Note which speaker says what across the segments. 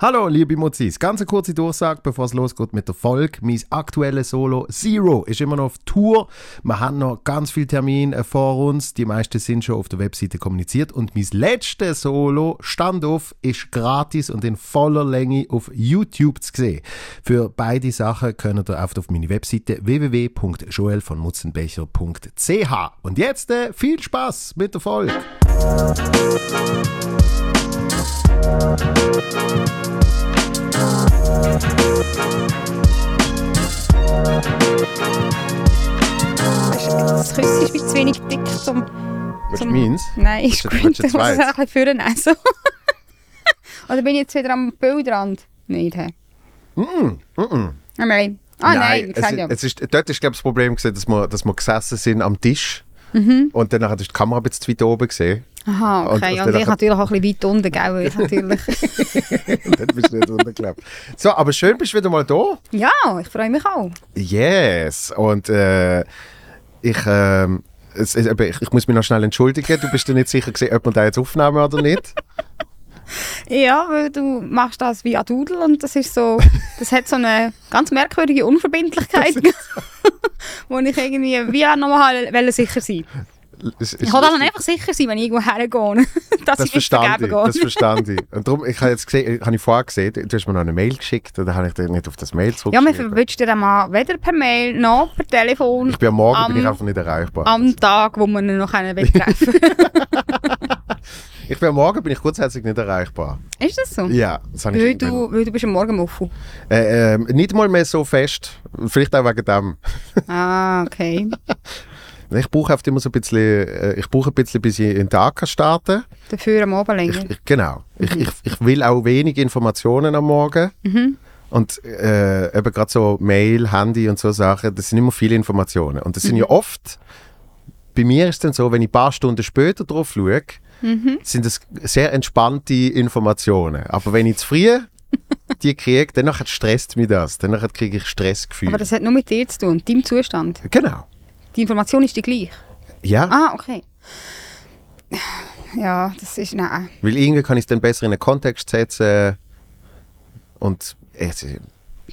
Speaker 1: Hallo, liebe Mozis. Ganz eine kurze Durchsage, bevor es losgeht mit der Folge. Mein aktuelles Solo Zero ist immer noch auf Tour. Wir haben noch ganz viele Termine vor uns. Die meisten sind schon auf der Webseite kommuniziert. Und mein letztes Solo, Standoff, ist gratis und in voller Länge auf YouTube zu sehen. Für beide Sachen könnt ihr oft auf meine Webseite www.joelvonmutzenbecher.ch. Und jetzt äh, viel Spaß mit der Folge.
Speaker 2: Das Küsse ist mir zu wenig dick zum...
Speaker 1: Was
Speaker 2: zum
Speaker 1: meins?
Speaker 2: Nein, ich
Speaker 1: du- willst
Speaker 2: squint,
Speaker 1: du
Speaker 2: ich muss
Speaker 1: zweit?
Speaker 2: es auch ein bisschen vorne nehmen, so. Oder bin ich jetzt wieder am Bildrand? Nein, hä? Mm, mm, Nein. Ah nein, ich
Speaker 1: es,
Speaker 2: sag
Speaker 1: ist-
Speaker 2: ja.
Speaker 1: es ist, dort ist glaube ich das Problem gewesen, dass wir, dass wir gesessen sind am Tisch
Speaker 2: Mhm.
Speaker 1: und danach ist die Kamera ein bisschen zu weit oben gesehen.
Speaker 2: Aha,
Speaker 1: und-
Speaker 2: okay.
Speaker 1: und
Speaker 2: Und,
Speaker 1: dann-
Speaker 2: ich natürlich auch ein bisschen weit unten, gell? weil Ich natürlich...
Speaker 1: Und dann bist du nicht runtergelaufen. So, aber schön bist du wieder mal da.
Speaker 2: ja, ich freue mich auch.
Speaker 1: Yes. Und äh, ich, ähm, es, es, eben, ich, ich muss mich noch schnell entschuldigen. Du bist dir nicht sicher gewesen, ob wir da jetzt aufnehmen oder nicht.
Speaker 2: Ja, weil du machst das wie Adudel und das ist so, das hat so eine ganz merkwürdige Unverbindlichkeit, wo ich irgendwie wie auch nochmal wollte sicher sein.
Speaker 1: Es- es-
Speaker 2: Ich wollte dann einfach sicher sein, wenn ich irgendwo hergehe, dass
Speaker 1: das
Speaker 2: ich nicht vergeben
Speaker 1: verstand ich,
Speaker 2: gehe.
Speaker 1: das verstand ich. Und darum, ich habe jetzt gesehen, habe ich vorher gesehen, du hast mir noch eine Mail geschickt und dann habe ich dir nicht auf das Mail
Speaker 2: ja, man
Speaker 1: zurückgeschrieben.
Speaker 2: verwünscht dir dann mal weder per Mail noch per Telefon
Speaker 1: ich bin am Morgen bin
Speaker 2: am-
Speaker 1: ich einfach nicht erreichbar.
Speaker 2: am Tag, wo man ihn noch einen will treffen
Speaker 1: Ich bin am Morgen bin ich grundsätzlich nicht erreichbar.
Speaker 2: Ist das so?
Speaker 1: Ja, das habe ich
Speaker 2: Weil,
Speaker 1: ich bin-
Speaker 2: du, weil du bist am Morgenmuffel.
Speaker 1: Äh, ähm, nicht mal mehr so fest. Vielleicht auch wegen dem.
Speaker 2: Ah, okay.
Speaker 1: Ich brauche oft immer so ein bisschen, äh, ich brauche ein bisschen, bis ich in den Tag kann starten
Speaker 2: Dafür am Abend länger.
Speaker 1: kann. Ich, genau. Ich,
Speaker 2: Mhm.
Speaker 1: ich, ich will auch wenig Informationen am Morgen. Und äh, eben gerade so Mail, Handy und so Sachen, das sind immer viele Informationen. Und das
Speaker 2: Mhm.
Speaker 1: sind ja oft, bei mir ist es dann so, wenn ich ein paar Stunden später drauf schaue,
Speaker 2: Mhm.
Speaker 1: sind das sehr entspannte Informationen. Aber wenn ich zu früh die kriege, dann nachher stresst mich das. Dann nachher kriege ich Stressgefühl.
Speaker 2: Aber das hat nur mit dir zu tun, deinem Zustand.
Speaker 1: genau.
Speaker 2: Die Information ist die gleich.
Speaker 1: Ja,
Speaker 2: Ah, okay. Ja, das ist. Nein.
Speaker 1: weil irgendwie kann ich es dann besser in den Kontext setzen. Und es,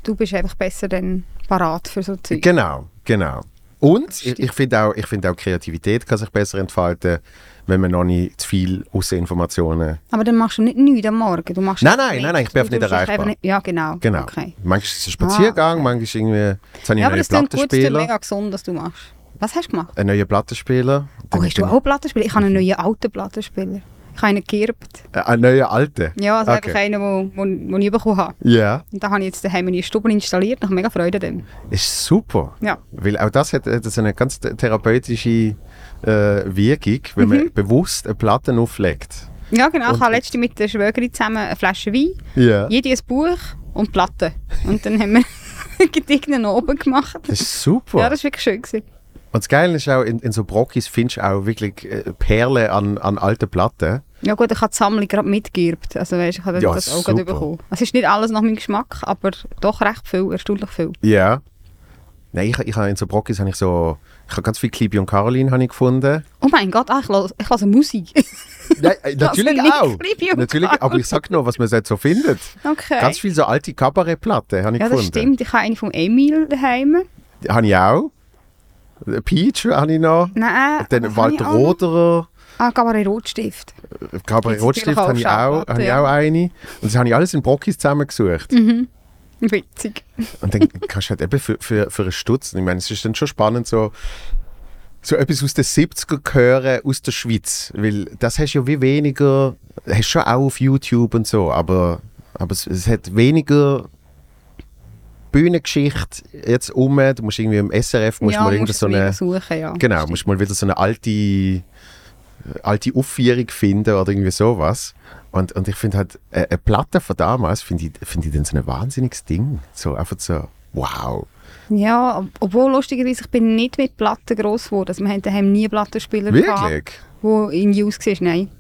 Speaker 2: Du bist einfach besser dann parat für so Zeug.
Speaker 1: genau, genau. Und ich, ich finde auch, ich finde auch, Kreativität kann sich besser entfalten, wenn man noch nicht zu viel Ausseninformationen.
Speaker 2: Aber dann machst du nicht nichts am Morgen. Du machst
Speaker 1: Nein,
Speaker 2: einfach
Speaker 1: nein,
Speaker 2: nichts.
Speaker 1: nein, nein, ich bin
Speaker 2: Du
Speaker 1: einfach nicht
Speaker 2: tust dich
Speaker 1: erreichbar.
Speaker 2: ja, genau.
Speaker 1: Genau.
Speaker 2: Okay. Ah,
Speaker 1: Manchmal ist es ein Spaziergang, manchmal ist irgendwie. Jetzt habe ich
Speaker 2: Ja, aber
Speaker 1: einen neuen
Speaker 2: das klingt gut, das ist mega
Speaker 1: Plattenspieler.
Speaker 2: gesund, was du machst. Was hast du gemacht?
Speaker 1: Einen neuen Plattenspieler.
Speaker 2: Oh, hast du auch Plattenspieler? Ich habe einen neuen alten Plattenspieler. Ich habe einen geerbt.
Speaker 1: Äh, einen neuen alten.
Speaker 2: Ja, also einfach
Speaker 1: okay.
Speaker 2: einen, den wo, wo ich bekommen habe.
Speaker 1: Ja,
Speaker 2: Und da habe ich jetzt daheim in die Stube installiert. Ich habe mega Freude daran.
Speaker 1: ist super.
Speaker 2: Ja.
Speaker 1: Weil auch das hat, hat so eine ganz therapeutische äh, Wirkung, wenn
Speaker 2: Mhm.
Speaker 1: man bewusst eine Platte auflegt.
Speaker 2: Ja, genau.
Speaker 1: Und-
Speaker 2: ich habe letztens mit der Schwägerin zusammen eine Flasche Wein
Speaker 1: Ja.
Speaker 2: Jede ein Buch und Platten. Und dann haben wir Gedichte nach oben gemacht.
Speaker 1: Das ist super.
Speaker 2: Ja, das war wirklich schön. Gewesen.
Speaker 1: und das Geile ist auch, in, in so Brockis findest du auch wirklich äh, Perlen an, an alten Platten.
Speaker 2: Ja gut, ich habe die Sammlung gerade mitgeirbt. Also weißt, ich habe
Speaker 1: Ja,
Speaker 2: das auch gerade
Speaker 1: super.
Speaker 2: bekommen. Es ist nicht alles nach meinem Geschmack, aber doch recht viel, erstaunlich viel.
Speaker 1: Ja. Nein, ich, ich habe in so Brockis habe ich so, ich habe ganz viel Klibi und Caroline habe ich gefunden.
Speaker 2: Oh mein Gott, ah, ich höre ich höre Musik.
Speaker 1: Nein, äh, natürlich
Speaker 2: nicht
Speaker 1: auch.
Speaker 2: Klibi und
Speaker 1: Natürlich, aber ich sag nur, was man dort so findet.
Speaker 2: Okay.
Speaker 1: Ganz viel so alte Kabarettplatten habe ich
Speaker 2: ja, das
Speaker 1: gefunden.
Speaker 2: stimmt. Ich habe eine von Emil daheim.
Speaker 1: Habe ich auch. Peach habe ich noch.
Speaker 2: Nein, was habe
Speaker 1: Dann
Speaker 2: ich
Speaker 1: Walter
Speaker 2: auch noch?
Speaker 1: Roderer.
Speaker 2: Ah, Cabaret Rotstift.
Speaker 1: Cabaret
Speaker 2: Gibt's
Speaker 1: Rotstift
Speaker 2: natürlich auch
Speaker 1: habe ich, auch,
Speaker 2: Schallplatten,
Speaker 1: habe ich
Speaker 2: ja.
Speaker 1: auch eine. Und das habe ich alles in Brockis zusammengesucht.
Speaker 2: Witzig.
Speaker 1: Und dann kannst du halt eben für, für, für einen Stutz, ich meine, es ist dann schon spannend, so, so etwas aus den 70er hören aus der Schweiz. Weil das hast du ja wie weniger, hast schon auch auf YouTube und so, aber, aber es, es hat weniger Bühnengeschichte jetzt um. Du musst irgendwie im SRF, musst
Speaker 2: ja,
Speaker 1: mal irgendwie
Speaker 2: musst
Speaker 1: so
Speaker 2: es wieder
Speaker 1: eine,
Speaker 2: suchen, ja.
Speaker 1: genau, musst mal wieder so eine alte, äh, alte Aufführung finden oder irgendwie sowas. Und, und ich finde halt, äh, eine Platte von damals finde ich, find ich dann so ein wahnsinniges Ding. So einfach so, wow.
Speaker 2: Ja, ob- obwohl lustigerweise, ich bin nicht mit Platten gross geworden. Also, wir haben daheim nie einen Plattenspieler gehabt.
Speaker 1: Wirklich?
Speaker 2: wo in News war. Nein.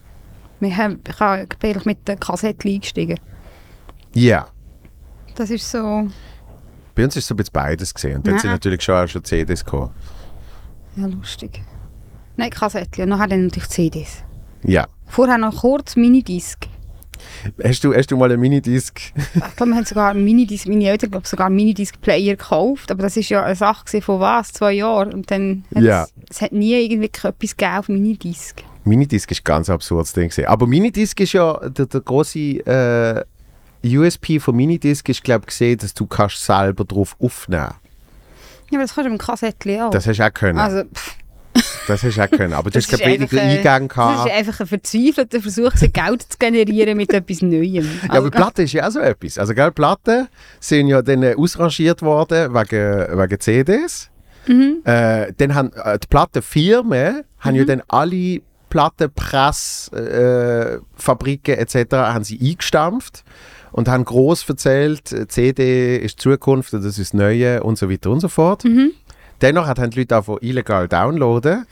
Speaker 2: Wir haben, ich habe- ich bin eigentlich mit der Kassette eingestiegen.
Speaker 1: Ja.
Speaker 2: Das ist so.
Speaker 1: Bei uns ist so ein bisschen beides gesehen. Und dann
Speaker 2: Nein.
Speaker 1: sind natürlich schon auch schon CDs gekommen.
Speaker 2: Ja, lustig. Nein, Kassettchen. Und nachher dann natürlich CDs.
Speaker 1: Ja.
Speaker 2: Vorher noch kurz Minidisc.
Speaker 1: Hast du, hast du mal eine Minidisc?
Speaker 2: Ich glaube, wir haben sogar Minidisc, meine Eltern glaube sogar einen Minidisc-Player gekauft, aber das ist ja eine Sache gewesen, von was, zwei Jahren und dann hat
Speaker 1: Ja.
Speaker 2: es, es hat nie irgendwie etwas gegeben auf Minidisc.
Speaker 1: Minidisc ist ein ganz absurdes Ding. Gewesen. Aber Minidisc ist ja der, der große äh, USP von Minidisc ist, glaube ich, gesehen, dass du kannst selber drauf aufnehmen.
Speaker 2: Ja, aber das kannst du mit dem Kassettchen auch.
Speaker 1: Das hast du auch können.
Speaker 2: also, pff,
Speaker 1: das hast du auch können. Aber du
Speaker 2: das
Speaker 1: hast
Speaker 2: ist
Speaker 1: keine weniger
Speaker 2: einfach, äh,
Speaker 1: Eingang
Speaker 2: das
Speaker 1: gehabt.
Speaker 2: ist einfach ein verzweifelter Versuch, sich Geld zu generieren mit etwas Neuem. Also,
Speaker 1: Ja, aber Platte ist ja auch so etwas. Also, gell, Platten sind ja dann äh, ausrangiert worden wegen, wegen CDs. Äh, dann haben äh, die Plattenfirmen haben ja dann alle Plattenpress, äh, Fabriken etc. haben sie eingestampft und haben groß erzählt, äh, CD ist Zukunft, das ist das Neue und so weiter und so fort. Dennoch haben die Leute auch illegal downloaden.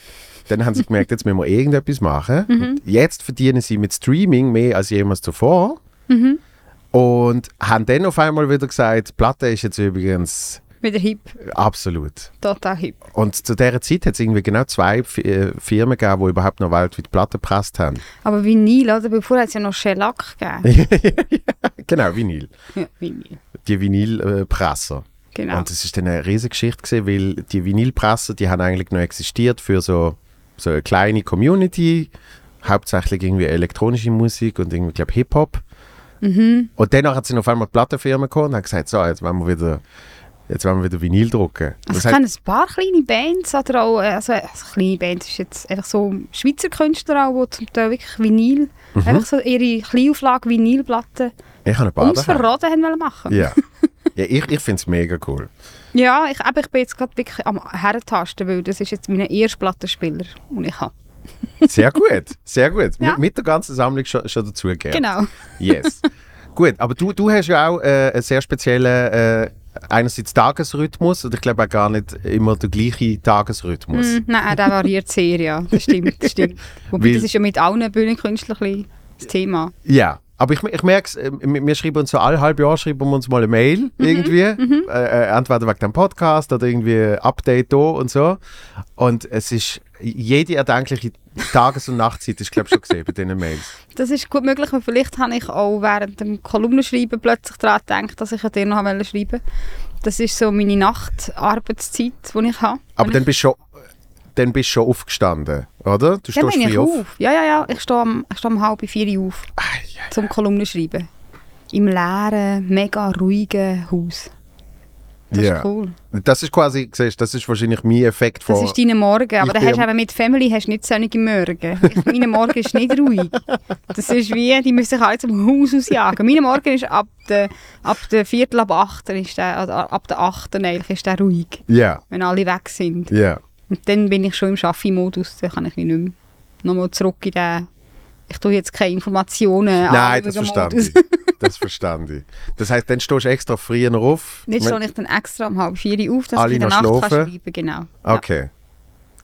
Speaker 1: Dann haben sie gemerkt, jetzt müssen wir irgendetwas machen. Und jetzt verdienen sie mit Streaming mehr als jemals zuvor. Und haben dann auf einmal wieder gesagt, Platte ist jetzt übrigens
Speaker 2: Wieder hip,
Speaker 1: absolut.
Speaker 2: total hip.
Speaker 1: Und zu dieser Zeit hat es irgendwie genau zwei F äh, Firmen gegeben, die überhaupt noch weltweit Platten gepresst haben.
Speaker 2: Aber Vinyl, oder? Bevor hat es ja noch Shellac gegeben.
Speaker 1: genau, Vinyl.
Speaker 2: Ja, Vinyl.
Speaker 1: Die Vinylpresser.
Speaker 2: Genau.
Speaker 1: Und es ist dann eine riesige Geschichte, gewesen, weil die Vinylpresser, die haben eigentlich noch existiert für so, so eine kleine Community, hauptsächlich irgendwie elektronische Musik und irgendwie, glaube Hip-Hop.
Speaker 2: Mhm.
Speaker 1: Und danach hat sie auf einmal die Plattenfirma gekommen und hat gesagt, so, jetzt wollen wir wieder, jetzt wollen wir wieder Vinyl drucken.
Speaker 2: Also
Speaker 1: Das
Speaker 2: ich
Speaker 1: hat-
Speaker 2: kenne ein paar kleine Bands, oder auch, äh, also, also kleine Bands ist jetzt einfach so Schweizer Künstler auch, die zum Teil wirklich Vinyl,
Speaker 1: Mhm.
Speaker 2: einfach so ihre Kleinauflage Vinylplatten
Speaker 1: ich habe ein paar
Speaker 2: ums
Speaker 1: daheim.
Speaker 2: Verraten haben wollen machen.
Speaker 1: Ja. ja, ich, ich finde es mega cool.
Speaker 2: Ja, ich, aber ich bin jetzt gerade wirklich am Herentasten, weil das ist jetzt mein erster Plattenspieler, den ich habe.
Speaker 1: Sehr gut, sehr gut.
Speaker 2: Ja.
Speaker 1: Mit, mit der ganzen Sammlung schon, schon dazugehört.
Speaker 2: Genau.
Speaker 1: Yes. gut, aber du, du hast ja auch äh, einen sehr speziellen, äh, einerseits Tagesrhythmus und ich glaube auch gar nicht immer der gleiche Tagesrhythmus.
Speaker 2: Hm, Nein, der variiert sehr, ja. Das stimmt, das stimmt. Wobei,
Speaker 1: Weil-
Speaker 2: das ist ja mit allen Bühnenkünstlern ein bisschen das Thema.
Speaker 1: Ja, aber ich, ich merke es, wir schreiben uns so alle halbe Jahr schreiben wir uns mal eine Mail
Speaker 2: Mhm,
Speaker 1: irgendwie. Äh, äh, entweder wegen dem Podcast oder irgendwie ein Update da und so. Und es ist jede erdenkliche Tages- und Nachtzeit, ist glaube ich schon gesehen bei diesen Mails.
Speaker 2: Das ist gut möglich, weil vielleicht habe ich auch während dem Kolumnenschreiben plötzlich daran gedacht, dass ich an dir noch schreiben wollte. Das ist so meine Nachtarbeitszeit, die ich habe.
Speaker 1: Aber dann bist du schon, dann bist du schon aufgestanden, oder? Du
Speaker 2: Dann
Speaker 1: stehst
Speaker 2: bin ich
Speaker 1: früh
Speaker 2: auf.
Speaker 1: auf. Ah,
Speaker 2: Ja, ja, ja. Ich stehe um, ich stehe um halb vier Uhr auf
Speaker 1: Ei, ei.
Speaker 2: zum Kolumnenschreiben. Im leeren, mega ruhigen Haus. Das
Speaker 1: Ja.
Speaker 2: ist cool.
Speaker 1: Das ist quasi, siehst, du, das ist wahrscheinlich mein Effekt von.
Speaker 2: Das ist dein Morgen, aber
Speaker 1: Ich
Speaker 2: dann
Speaker 1: bin
Speaker 2: hast du
Speaker 1: am-
Speaker 2: eben mit Family hast du nicht sonnige Morgen. Ich, mein Morgen ist nicht ruhig. Das ist wie, die müssen sich alle zum Haus ausjagen. Mein Morgen ist ab der, ab der Viertel ab 8 ist der, also ab der 8 eigentlich ist der ruhig,
Speaker 1: Ja,
Speaker 2: wenn alle weg sind.
Speaker 1: ja.
Speaker 2: Und dann bin ich schon im Schaffi-Modus, dann kann ich mich nicht mehr nochmal zurück in den, ich tue jetzt keine Informationen
Speaker 1: Nein, das
Speaker 2: anschauen
Speaker 1: verstand
Speaker 2: Modus.
Speaker 1: ich. Das verstand ich. Das heißt, dann stehst du extra früher noch auf.
Speaker 2: Jetzt
Speaker 1: Wenn-
Speaker 2: stehe ich dann extra um halb vier Uhr auf, dass
Speaker 1: Alle
Speaker 2: ich in der
Speaker 1: noch
Speaker 2: Nacht kann
Speaker 1: schlafen?
Speaker 2: schreiben kann. Genau. Ja.
Speaker 1: Ah, Okay.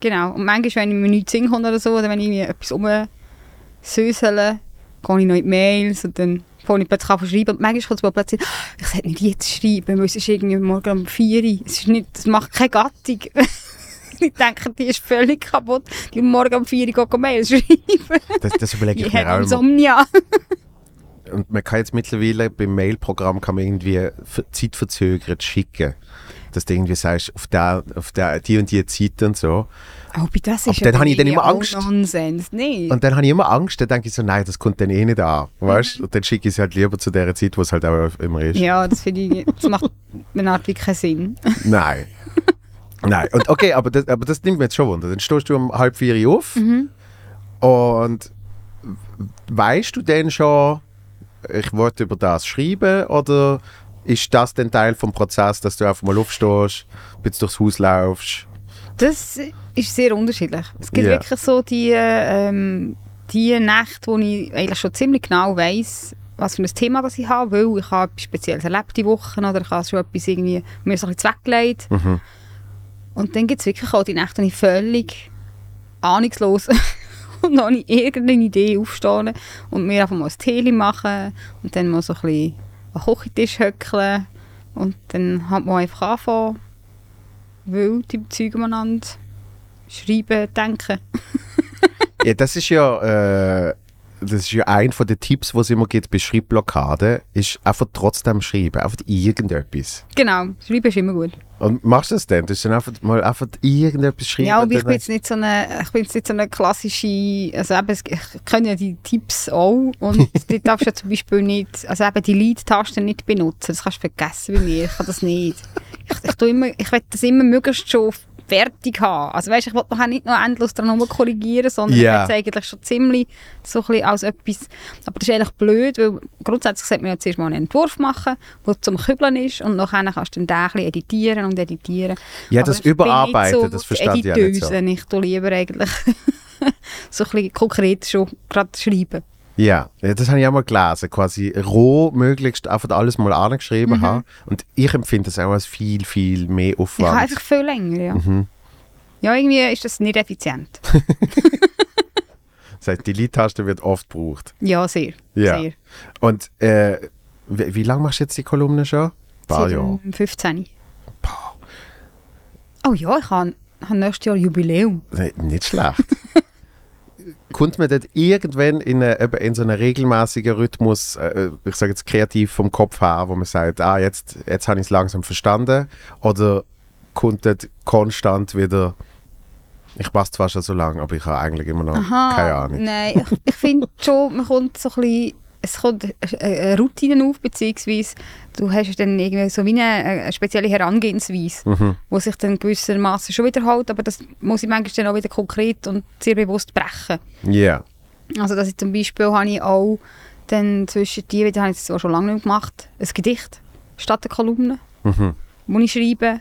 Speaker 2: Genau. Und manchmal, wenn ich mir nichts singen kann oder so, oder wenn ich mir etwas rumsüssele, gehe ich noch in die Mails und dann fange ich plötzlich an zu schreiben. Und manchmal kommt es mir plötzlich, "Ah, ich sollte nicht jetzt schreiben, weil es ist irgendwie morgen um 4 Uhr. Es ist nicht, das macht keine Gattung. ich denke, die ist völlig kaputt. Die morgen um 4 Uhr gehen Mails schreiben.
Speaker 1: Das, das überlege ich
Speaker 2: Ich
Speaker 1: mir
Speaker 2: habe
Speaker 1: auch immer.
Speaker 2: Insomnia.
Speaker 1: Und man kann jetzt mittlerweile beim Mailprogramm kann man irgendwie ver- zeitverzögert schicken. Dass du irgendwie sagst, auf, der, auf der, die und die Zeit und so.
Speaker 2: Oh, bei das ist
Speaker 1: Aber dann
Speaker 2: ja
Speaker 1: habe ich dann immer
Speaker 2: auch
Speaker 1: Angst.
Speaker 2: Nonsens. Nee.
Speaker 1: Und dann habe ich immer Angst, dann denke ich so, nein, das kommt dann eh nicht an. Weißt Und dann schicke ich es halt lieber zu der Zeit, wo es halt auch immer ist.
Speaker 2: Ja, das finde ich, das macht eine Art wie keinen Sinn.
Speaker 1: Nein. Nein. Und okay, aber das, aber das nimmt mir jetzt schon Wunder. Dann stehst du um halb vier Uhr auf und weißt du denn schon, ich wollte über das schreiben oder ist das denn Teil vom Prozess, dass du einfach mal aufstehst, bis durchs Haus laufst?
Speaker 2: Das ist sehr unterschiedlich. Es gibt
Speaker 1: Ja.
Speaker 2: wirklich so die, äh, ähm, die Nächte, wo ich eigentlich schon ziemlich genau weiß, was für ein Thema das ich habe, weil ich habe etwas Spezielles erlebt die Woche oder ich habe schon etwas irgendwie mir so ein bisschen weggelegt. Und dann gibt es wirklich auch die Nächte, wo ich völlig ahnungslos und noch nicht irgendeine Idee aufstehe und mir einfach mal ein Tee machen und dann mal so ein bisschen am Küchentisch höckeln und dann hat man einfach anfangen wild im Zeug umeinander schreiben, denken.
Speaker 1: Ja, das ist ja äh, das ist ja ein von den Tipps, was es immer gibt bei Schreibblockaden, ist einfach trotzdem schreiben, einfach irgendetwas.
Speaker 2: Genau, schreiben ist immer gut.
Speaker 1: Und machst du das denn? Das ist dann einfach mal einfach irgendetwas schreiben.
Speaker 2: Ja, aber ich
Speaker 1: dann-
Speaker 2: bin jetzt nicht so eine, ich bin jetzt nicht so eine klassische, also eben, es- ich kenne ja die Tipps auch und die darfst du ja zum Beispiel nicht, also eben die Lead-Taste nicht benutzen, das kannst du vergessen bei mir, ich kann das nicht. Ich, ich, tu immer, ich will das immer möglichst schon fertig haben, also weißt, ich will nachher nicht noch endlos dran korrigieren, sondern
Speaker 1: Ja.
Speaker 2: ich will es eigentlich schon ziemlich so ein bisschen als etwas, aber das ist eigentlich blöd, weil grundsätzlich sollte man ja zuerst mal einen Entwurf machen, der zum Kübeln ist und nachher kannst du den da ein bisschen editieren und editieren.
Speaker 1: Ja,
Speaker 2: Aber
Speaker 1: das
Speaker 2: ich bin nicht
Speaker 1: Überarbeiten,
Speaker 2: so
Speaker 1: das verstehe ich ja nicht so.
Speaker 2: Editeuse, Ich tu lieber eigentlich so ein bisschen konkret schon gerade schreiben.
Speaker 1: Ja, ja, das habe ich auch mal gelesen, quasi roh möglichst einfach alles mal angeschrieben
Speaker 2: Mhm.
Speaker 1: haben. Und ich empfinde das auch als viel, viel mehr
Speaker 2: Ich habe
Speaker 1: Aufwand.
Speaker 2: einfach viel länger, ja.
Speaker 1: Mhm.
Speaker 2: Ja, irgendwie ist das nicht effizient.
Speaker 1: Das heißt, die Lead-Taste wird oft gebraucht.
Speaker 2: Ja, sehr.
Speaker 1: Ja.
Speaker 2: sehr.
Speaker 1: Und äh, wie, wie lange machst du jetzt die Kolumne schon? Ein paar
Speaker 2: Seit
Speaker 1: Jahre.
Speaker 2: dem 15. Oh ja, ich habe habe nächstes Jahr Jubiläum.
Speaker 1: Nein, Nicht schlecht. Kommt man dort irgendwann in, eine, eben in so einen regelmäßigen Rhythmus, äh, ich sage jetzt kreativ vom Kopf her, wo man sagt, ah, jetzt, jetzt habe ich es langsam verstanden? Oder kommt dort konstant wieder, ich passe zwar schon so lange, aber ich habe eigentlich immer noch keine Ahnung.
Speaker 2: Nein, ich, ich finde schon, man kommt so ein bisschen, es kommt eine- eine Routine auf, beziehungsweise du hast dann irgendwie so wie eine, eine spezielle Herangehensweise,
Speaker 1: Mhm.
Speaker 2: wo sich dann gewissermaßen schon wiederholt, aber das muss ich manchmal dann auch wieder konkret und sehr bewusst brechen.
Speaker 1: Ja,
Speaker 2: Also dass ich zum Beispiel habe ich auch dann zwischen die wieder, habe ich das zwar schon lange nicht mehr gemacht, ein Gedicht statt der Kolumne, wo ich schreibe.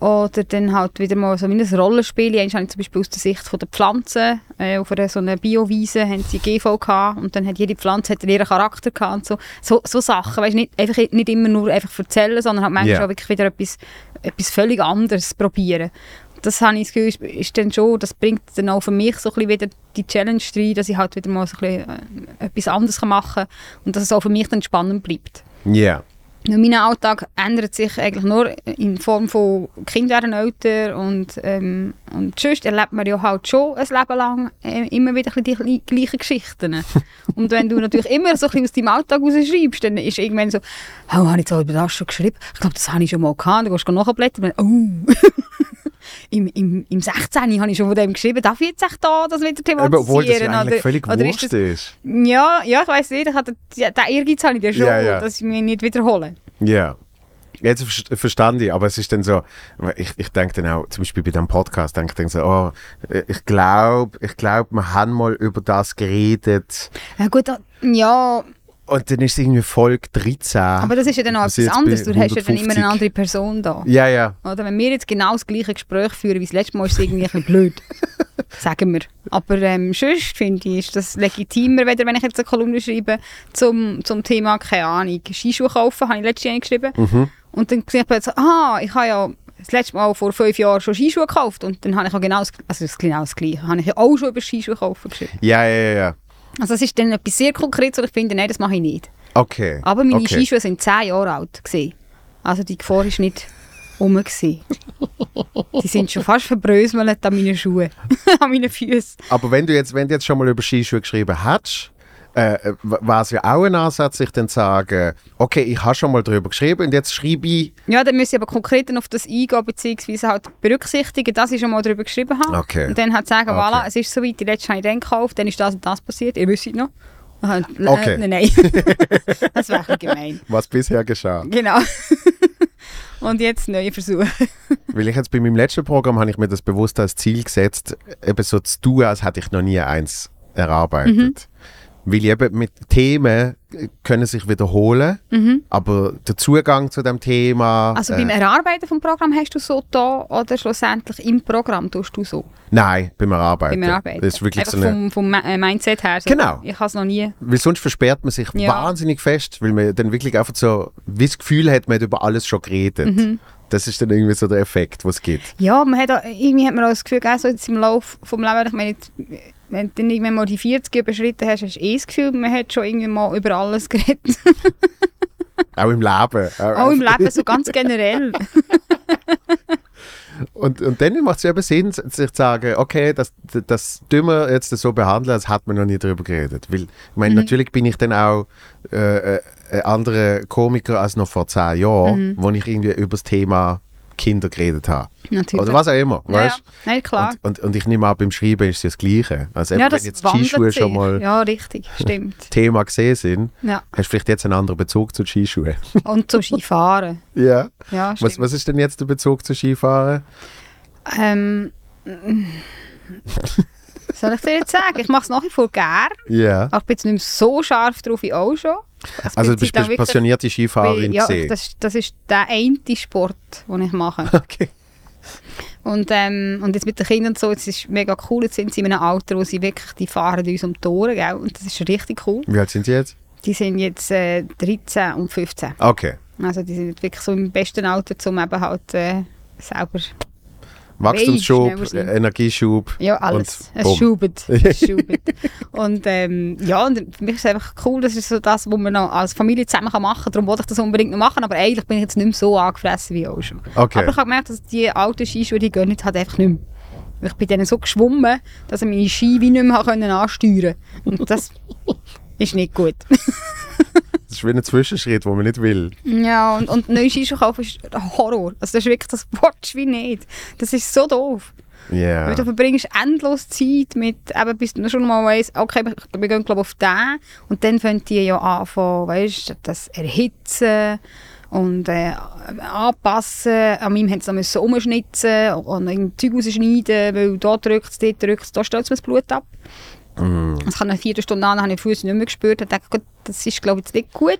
Speaker 2: Oder dann halt wieder mal so wie ein Rollenspiel. Eins habe ich zum Beispiel aus der Sicht von der Pflanzen äh, auf einer so einer Biowiese haben sie GV gehabt und dann hat jede Pflanze hat ihren Charakter gehabt und so. So, so Sachen, weißt, nicht, einfach, nicht immer nur einfach erzählen, sondern halt manchmal
Speaker 1: Ja.
Speaker 2: auch wirklich wieder etwas, etwas völlig anderes probieren. Das habe ich das Gefühl, ist, ist dann schon, das bringt dann auch für mich so ein bisschen wieder die Challenge rein, dass ich halt wieder mal so ein bisschen, äh, etwas anderes kann machen kann und dass es auch für mich dann spannend bleibt.
Speaker 1: ja.
Speaker 2: Ja, mein Alltag ändert sich eigentlich nur in Form von Kind werden älter und, ähm, und sonst erlebt man ja halt schon ein Leben lang äh, immer wieder ein bisschen die gli- gleichen Geschichten. und wenn du natürlich immer so ein bisschen aus deinem Alltag rausschreibst, dann ist irgendwann so, oh, habe ich jetzt auch über das schon geschrieben? Ich glaube, das habe ich schon mal gehabt. Dann gehst du nachblättern und dann, oh, im, im, im 16. habe ich schon von dem geschrieben, darf ich jetzt echt da das wieder thematisieren?
Speaker 1: Eben, obwohl das ja eigentlich
Speaker 2: Oder-
Speaker 1: völlig
Speaker 2: oder ist
Speaker 1: wurscht
Speaker 2: das-
Speaker 1: ist.
Speaker 2: Ja, ja, ich weiss nicht, ich hatte, ja, den Ehrgeiz habe ich ja schon,
Speaker 1: Ja, ja.
Speaker 2: dass ich mich nicht wiederhole.
Speaker 1: Ja. Jetzt ver- verstand ich, aber es ist dann so, ich, ich denke dann auch, zum Beispiel bei diesem Podcast, denke ich dann so, oh, ich glaube, ich glaub, wir haben mal über das geredet.
Speaker 2: Ja, gut, da- ja,
Speaker 1: Und dann ist es irgendwie Folge 13.
Speaker 2: aber das ist ja dann auch
Speaker 1: Wir sind
Speaker 2: etwas
Speaker 1: jetzt
Speaker 2: anderes.
Speaker 1: bei
Speaker 2: Du hast ja dann immer
Speaker 1: 150.
Speaker 2: eine andere Person da.
Speaker 1: Ja, ja.
Speaker 2: Oder wenn wir jetzt genau das gleiche Gespräch führen wie das letzte Mal, ist es irgendwie ein bisschen blöd. Sagen wir. Aber ähm, sonst finde ich, ist das legitimer, weder wenn ich jetzt eine Kolumne schreibe, zum, zum Thema, keine Ahnung, Skischuhe kaufen, habe ich letztes Jahr geschrieben.
Speaker 1: Mhm.
Speaker 2: Und dann sehe ich plötzlich, ah, ich habe ja das letzte Mal vor fünf Jahren schon Skischuhe gekauft. Und dann habe ich auch genau das, also das, genau das Gleiche, habe ich ja auch schon über Skischuhe kaufen geschrieben.
Speaker 1: Ja, ja, ja, ja.
Speaker 2: Also es ist dann etwas sehr Konkretes, und ich finde, nein, das mache ich nicht.
Speaker 1: Okay.
Speaker 2: Aber meine
Speaker 1: okay.
Speaker 2: Skischuhe sind 10 Jahre alt. Gewesen. Also die Gefahr war nicht rum. Gewesen. Die sind schon fast verbröselt an meinen Schuhen, an meinen Füßen.
Speaker 1: Aber wenn du, jetzt, wenn du jetzt schon mal über Skischuhe geschrieben hast, äh, war es ja auch ein Ansatz, sich dann zu sagen, okay, ich habe schon mal drüber geschrieben und jetzt schreibe ich.
Speaker 2: Ja, dann muss ich aber konkret dann auf das eingehen, beziehungsweise halt berücksichtigen, dass ich schon mal darüber geschrieben habe.
Speaker 1: Okay.
Speaker 2: Und dann halt sagen,
Speaker 1: Okay.
Speaker 2: voilà, es ist soweit, die letzte habe ich dann gekauft, dann ist das und das passiert, ihr wisst es noch. Und halt, äh,
Speaker 1: Okay.
Speaker 2: Nein, nein. das wäre ein bisschen gemein.
Speaker 1: Was bisher geschah.
Speaker 2: Genau. Und jetzt neue Versuche.
Speaker 1: Weil ich jetzt bei meinem letzten Programm habe ich mir das bewusst als Ziel gesetzt, eben so zu tun, als hätte ich noch nie eins erarbeitet.
Speaker 2: Mhm.
Speaker 1: Weil eben mit Themen äh, können sich wiederholen, aber der Zugang zu dem Thema.
Speaker 2: Mhm. Also
Speaker 1: äh,
Speaker 2: beim Erarbeiten des Programms hast du so da oder schlussendlich im Programm tust du so
Speaker 1: nein, beim Erarbeiten.
Speaker 2: beim Erarbeiten?
Speaker 1: Das ist wirklich
Speaker 2: Einfach
Speaker 1: so eine,
Speaker 2: vom, vom Ma- äh, Mindset her. So,
Speaker 1: Genau.
Speaker 2: Ich habe es noch nie.
Speaker 1: weil sonst versperrt man sich
Speaker 2: Ja.
Speaker 1: wahnsinnig fest, weil man dann wirklich einfach so wie das Gefühl hat, man hat über alles schon geredet.
Speaker 2: Mhm.
Speaker 1: Das ist dann irgendwie so der Effekt, was es gibt.
Speaker 2: Ja, man hat auch, irgendwie hat man auch das Gefühl, also jetzt im Laufe des Lebens, ich meine, jetzt, wenn du dann irgendwann mal die 40 überschritten hast, hast du eh das Gefühl, man hat schon irgendwie mal über alles geredet.
Speaker 1: Auch im Leben. Äh,
Speaker 2: auch im Leben, so ganz generell.
Speaker 1: Und, und dann macht es eben Sinn, sich zu sagen, okay, das, das tun wir jetzt so behandeln, als hat man noch nie darüber geredet. Weil, ich
Speaker 2: Mhm.
Speaker 1: meine, natürlich bin ich dann auch äh, äh, ein anderer Komiker als noch vor zehn
Speaker 2: Mhm.
Speaker 1: Jahren, wo ich irgendwie über das Thema Kinder geredet habe.
Speaker 2: Natürlich.
Speaker 1: Oder was auch immer,
Speaker 2: ja, ja.
Speaker 1: weißt
Speaker 2: Nein, klar.
Speaker 1: Und, und, und ich nehme an, beim Schreiben ist es ja das Gleiche. Also,
Speaker 2: ja,
Speaker 1: eben,
Speaker 2: das
Speaker 1: wenn jetzt die
Speaker 2: wandelt
Speaker 1: Skischuhe
Speaker 2: sich.
Speaker 1: schon mal
Speaker 2: Ja, richtig, stimmt.
Speaker 1: Thema gesehen sind,
Speaker 2: Ja.
Speaker 1: hast du vielleicht jetzt einen anderen Bezug zu den Skischuhen.
Speaker 2: Und zum Skifahren.
Speaker 1: ja.
Speaker 2: Ja,
Speaker 1: Was,
Speaker 2: stimmt.
Speaker 1: was ist denn jetzt der Bezug zu Skifahren?
Speaker 2: Ähm, soll ich dir jetzt sagen? Ich mache es nach wie vor gern.
Speaker 1: Ja.
Speaker 2: Aber ich bin jetzt nicht mehr so scharf drauf wie auch schon. Es
Speaker 1: Also du
Speaker 2: gibt
Speaker 1: bist
Speaker 2: Zeit, da
Speaker 1: bist passionierte Skifahrerin
Speaker 2: ja,
Speaker 1: gesehen.
Speaker 2: das, ist- das ist der einzige Sport, den ich mache.
Speaker 1: Okay.
Speaker 2: Und, ähm, und jetzt mit den Kindern und so, jetzt ist mega cool, jetzt sind sie in einem Alter, wo sie wirklich, die fahren uns um die Ohren, gell? und das ist richtig cool.
Speaker 1: Wie alt sind die jetzt?
Speaker 2: Die sind jetzt äh, 13 und 15.
Speaker 1: Okay.
Speaker 2: Also die sind jetzt wirklich so im besten Alter, um eben halt äh, selber, schneller
Speaker 1: Wachstumsschub,
Speaker 2: sein.
Speaker 1: äh, Energieschub.
Speaker 2: ja alles,
Speaker 1: Und
Speaker 2: es
Speaker 1: bumm.
Speaker 2: schubt, es schubt. Und ähm, ja, und für mich ist es einfach cool, das ist so das, was man noch als Familie zusammen kann machen kann, darum wollte ich das unbedingt noch machen, aber eigentlich bin ich jetzt nicht mehr so angefressen wie auch schon.
Speaker 1: Okay.
Speaker 2: Aber ich habe gemerkt, dass die alten Skischuhe, die gehen jetzt halt einfach nicht mehr. Ich bin denen so geschwommen, dass ich meine Ski wie nicht mehr habe können ansteuern konnte. Und das ist nicht gut.
Speaker 1: Das ist wie ein Zwischenschritt, den man nicht will.
Speaker 2: Ja, und, und neue Skischuhe kaufen ist Horror. Also das ist wirklich, das willst du wie nicht. Das ist so doof.
Speaker 1: Ja.
Speaker 2: Weil du verbringst endlos Zeit mit, eben bis du schon mal weißt, okay, wir, wir gehen glaube auf den und dann fangen die ja anfangen, weißt das Erhitzen und äh, anpassen. An meinem mussten sie noch umschnitzen und ein Zeug rausschneiden, weil da drückt es, dort drückt es, da stellt es mir das Blut ab. Das kann eine Viertelstunde an, habe ich den Fuß nicht mehr gespürt und dachte, Gott, das ist glaube ich jetzt nicht gut.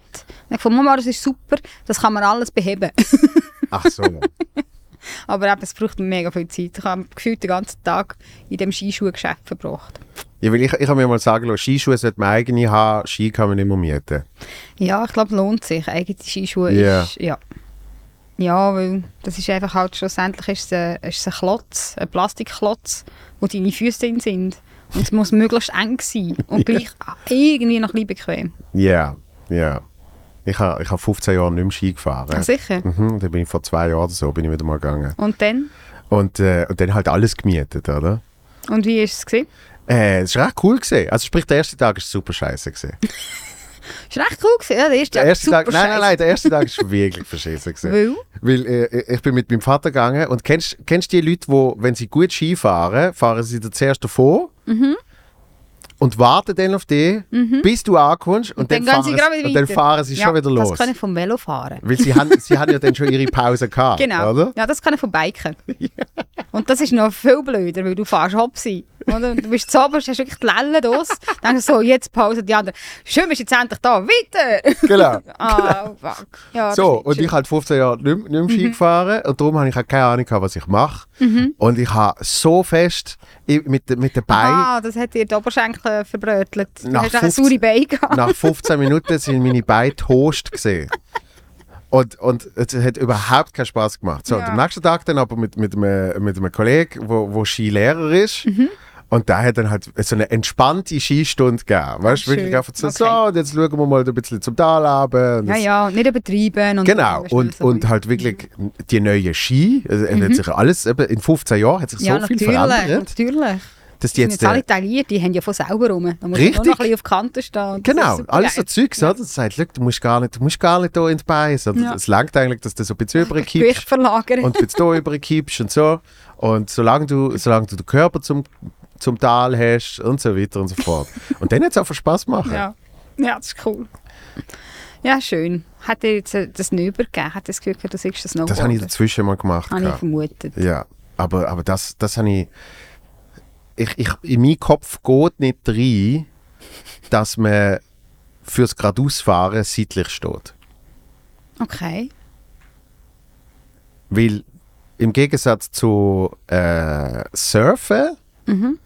Speaker 2: Und ich dachte, Mama, das ist super, das kann man alles beheben.
Speaker 1: Ach so.
Speaker 2: Aber eben, es braucht mega viel Zeit. Ich habe gefühlt den ganzen Tag in dem Skischuhgeschäft verbracht.
Speaker 1: ja, weil ich, ich habe mir mal sagen lassen, Skischuhe sollte man eigene haben, Ski kann man nicht mehr mieten.
Speaker 2: Ja, ich glaube, lohnt sich. Eigene Skischuhe
Speaker 1: Ja.
Speaker 2: ist... Ja. ja, weil das ist einfach halt schlussendlich ist es ein, ist es ein Klotz, ein Plastikklotz, wo deine Füße drin sind. Und es muss möglichst eng sein und gleich irgendwie noch ein bisschen bequem.
Speaker 1: Ja, ja. Ich habe ich habe 15 Jahre nicht mehr Ski gefahren.
Speaker 2: Ah, sicher.
Speaker 1: Mhm, dann bin ich vor zwei Jahren oder so bin ich wieder mal gegangen.
Speaker 2: Und dann?
Speaker 1: Und, äh, und dann halt alles gemietet, oder?
Speaker 2: Und wie war es? gewesen?
Speaker 1: Äh, es war recht cool. Gewesen. Also sprich, der erste Tag war super scheiße. Gewesen.
Speaker 2: Es war recht cool. Gewesen. Ja, der erste,
Speaker 1: Der erste
Speaker 2: super
Speaker 1: Tag, nein, nein, nein, der erste Tag war wirklich verschissen. Gewesen.
Speaker 2: Weil?
Speaker 1: Weil äh, ich bin mit meinem Vater gegangen und kennst, kennst die Leute, wo wenn sie gut Ski fahren, fahren sie dir zuerst davor
Speaker 2: Mhm.
Speaker 1: und warten dann auf dich, bis du ankommst und,
Speaker 2: Dann
Speaker 1: dann, fahren
Speaker 2: gehen sie gerade wieder
Speaker 1: und dann
Speaker 2: weiter.
Speaker 1: fahren sie
Speaker 2: ja,
Speaker 1: schon wieder los.
Speaker 2: Das kann ich vom Velo fahren.
Speaker 1: Weil sie haben, sie haben ja dann schon ihre Pause gehabt,
Speaker 2: Genau.
Speaker 1: oder?
Speaker 2: Ja, das kann ich von Biken. Und das ist noch viel blöder, weil du fährst Hopsi. Oder? Du bist sauber, hast wirklich die Lelle los. Denkst so, jetzt Pause, die anderen. Schön, bist du jetzt endlich da. Weiter!
Speaker 1: Genau.
Speaker 2: Ah, fuck. Ja, das Mhm.
Speaker 1: So,
Speaker 2: ist nicht
Speaker 1: und
Speaker 2: schön.
Speaker 1: ich halt 15 Jahre nicht, mehr- nicht mehr Ski gefahren und darum habe ich auch keine Ahnung, gehabt, was ich mache.
Speaker 2: Mhm.
Speaker 1: Und ich habe so fest i- mit, den- mit den Beinen,
Speaker 2: Ah, das hat dir die Oberschenkel verbrötelt. Du
Speaker 1: Nach
Speaker 2: hast auch eine
Speaker 1: 15
Speaker 2: saure Beine gehabt.
Speaker 1: nach 15 Minuten sind meine Beine toast gesehen. Und, und es hat überhaupt keinen Spaß gemacht. So,
Speaker 2: Ja.
Speaker 1: und am nächsten Tag dann aber mit, mit, einem, mit einem Kollegen, wo, wo Skilehrer ist.
Speaker 2: Mhm.
Speaker 1: Und da hat dann halt so eine entspannte Skistunde gegeben. Weißt du,
Speaker 2: Ah, Schön.
Speaker 1: wirklich einfach so,
Speaker 2: Okay.
Speaker 1: so, und jetzt schauen wir mal ein bisschen zum Tal runter. Und
Speaker 2: Ja,
Speaker 1: das-
Speaker 2: ja, nicht übertreiben. Und
Speaker 1: Genau,
Speaker 2: weißt du,
Speaker 1: und,
Speaker 2: so ein
Speaker 1: und halt wirklich die neuen Ski, also es hat sich alles, eben in 15 Jahren hat sich
Speaker 2: bisschen- Ja,
Speaker 1: so viel
Speaker 2: natürlich,
Speaker 1: verändert, dass
Speaker 2: natürlich.
Speaker 1: die
Speaker 2: Die sind
Speaker 1: jetzt,
Speaker 2: jetzt alle
Speaker 1: äh,
Speaker 2: tailliert, die haben ja von selber rum. Da muss
Speaker 1: Richtig.
Speaker 2: nur noch ein bisschen auf die Kante stehen. Das ist
Speaker 1: genau,
Speaker 2: super
Speaker 1: alles so
Speaker 2: geil.
Speaker 1: Zeugs, oder? Das sagt, look, du musst gar nicht, du musst gar nicht da in die Beine, sondern
Speaker 2: Ja.
Speaker 1: es langt eigentlich, dass du so ein bisschen
Speaker 2: Gewicht
Speaker 1: überkippst
Speaker 2: verlagern.
Speaker 1: und ein bisschen da überkippst und so. Und solange du, solange du den Körper zum, zum Tal hast und so weiter und so fort. Und dann hat es einfach Spaß machen.
Speaker 2: Ja. ja, das ist cool. Ja, schön. Hat dir jetzt äh, das nicht übergegeben? Hat das Gefühl, gehabt, du siehst das noch?
Speaker 1: Das habe ich dazwischen mal gemacht.
Speaker 2: Habe ich
Speaker 1: gehabt.
Speaker 2: vermutet.
Speaker 1: Ja, aber, aber das, das habe ich, ich, ich. In meinen Kopf geht nicht rein, dass man fürs Geradeausfahren seitlich steht.
Speaker 2: Okay.
Speaker 1: Weil im Gegensatz zu äh, Surfen,
Speaker 2: Mhm.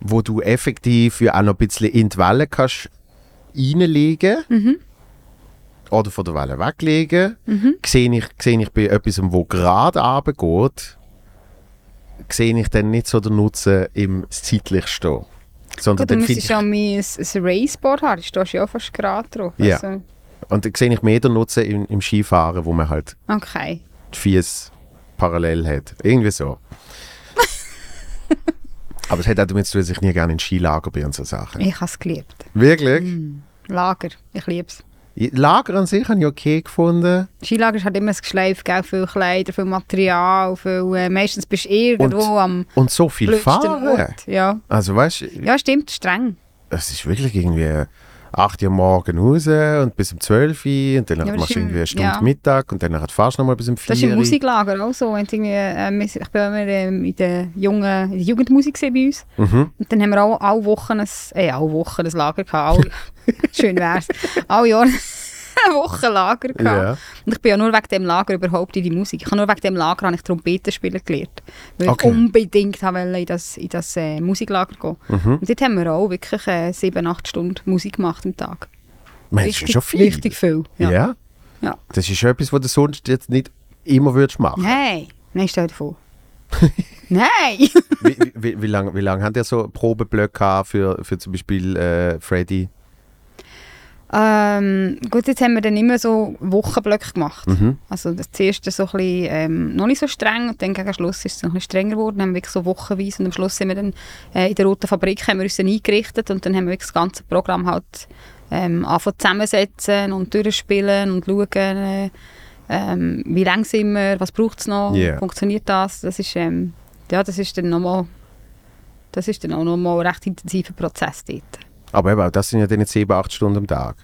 Speaker 1: wo du effektiv ja auch noch ein bisschen in die Welle kannst reinlegen
Speaker 2: Mhm.
Speaker 1: oder von der Welle weglegen, sehe ich, sehe ich bei etwas, wo gerade runtergeht, sehe ich dann nicht so den Nutzen im zeitlich stehen. Sondern
Speaker 2: Gut, du
Speaker 1: dann finde
Speaker 2: müsstest
Speaker 1: ich,
Speaker 2: ja mein ein Raceboard haben. Da stehst du ja auch fast gerade drauf.
Speaker 1: Ja.
Speaker 2: Also,
Speaker 1: und dann sehe ich mehr den Nutzen im, im Skifahren, wo man halt
Speaker 2: okay.
Speaker 1: die Füße parallel hat. Irgendwie so. Aber es hat auch damit zu tun, dass ich nie gerne in Skilager bin und so Sachen.
Speaker 2: Ich habe es geliebt.
Speaker 1: Wirklich?
Speaker 2: Mhm. Lager, ich liebe es.
Speaker 1: Lager an sich habe ich okay gefunden.
Speaker 2: Skilager ist halt immer ein Geschleif, gell? viel Kleider, viel Material, viel, äh, meistens bist du irgendwo
Speaker 1: Und
Speaker 2: am
Speaker 1: Und so viel
Speaker 2: blödsten
Speaker 1: fahren.
Speaker 2: Ort. Ja.
Speaker 1: Also weißt du,
Speaker 2: ja, stimmt, streng.
Speaker 1: es ist wirklich irgendwie 8 Uhr morgen raus und bis um 12 Uhr und dann
Speaker 2: aber
Speaker 1: machst
Speaker 2: das
Speaker 1: du
Speaker 2: ist
Speaker 1: irgendwie eine
Speaker 2: im-
Speaker 1: Stunde
Speaker 2: ja.
Speaker 1: Mittag und dann fährst du nochmal bis um 4
Speaker 2: Das ist im
Speaker 1: Uhr.
Speaker 2: Musiklager auch so. Wenn du irgendwie, ähm, ich ich bin immer ähm, in der, jungen, in der Jugendmusik gewesen bei uns.
Speaker 1: Mhm.
Speaker 2: Und dann haben wir auch alle Wochen ein, äh, alle Wochen ein Lager gehabt. Alle, schön wär's. Alle Jahre eine Woche Lager gehabt.
Speaker 1: Ja.
Speaker 2: Und ich bin ja nur wegen dem Lager überhaupt in die Musik. Ich habe nur wegen dem Lager habe ich Trompete spielen gelernt. Weil
Speaker 1: Okay.
Speaker 2: ich unbedingt habe wollte in das, in das äh, Musiklager gehen.
Speaker 1: Mhm.
Speaker 2: Und dort haben wir auch wirklich äh, sieben, acht Stunden Musik gemacht am Tag.
Speaker 1: Man, das ist schon viel.
Speaker 2: Richtig viel.
Speaker 1: Ja.
Speaker 2: Ja.
Speaker 1: ja.
Speaker 2: Ja.
Speaker 1: Das ist schon etwas, was du sonst jetzt nicht immer würdest machen.
Speaker 2: Nein, nein, stell dir vor. nein!
Speaker 1: Wie, wie- wie, wie lange wie lang hat ihr so Probeblöcke gehabt für, für zum Beispiel äh, Freddy?
Speaker 2: Ähm, gut, jetzt haben wir dann immer so Wochenblöcke gemacht.
Speaker 1: Mhm.
Speaker 2: Also das erste so ein bisschen, ähm, noch nicht so streng und dann gegen Schluss ist es noch ein bisschen strenger geworden. Dann haben wir wirklich so wochenweise und am Schluss sind wir dann äh, in der Roten Fabrik haben wir uns dann eingerichtet und dann haben wir wirklich das ganze Programm halt ähm, angefangen zusammensetzen und durchspielen und schauen, äh, ähm, wie lang sind wir, was braucht es noch,
Speaker 1: Yeah.
Speaker 2: funktioniert das. Das ist, ähm, ja, das ist dann nochmal das ist dann auch nochmal ein recht intensiver Prozess dort.
Speaker 1: Aber eben, auch das sind ja dann jetzt 7, 8 Stunden am Tag.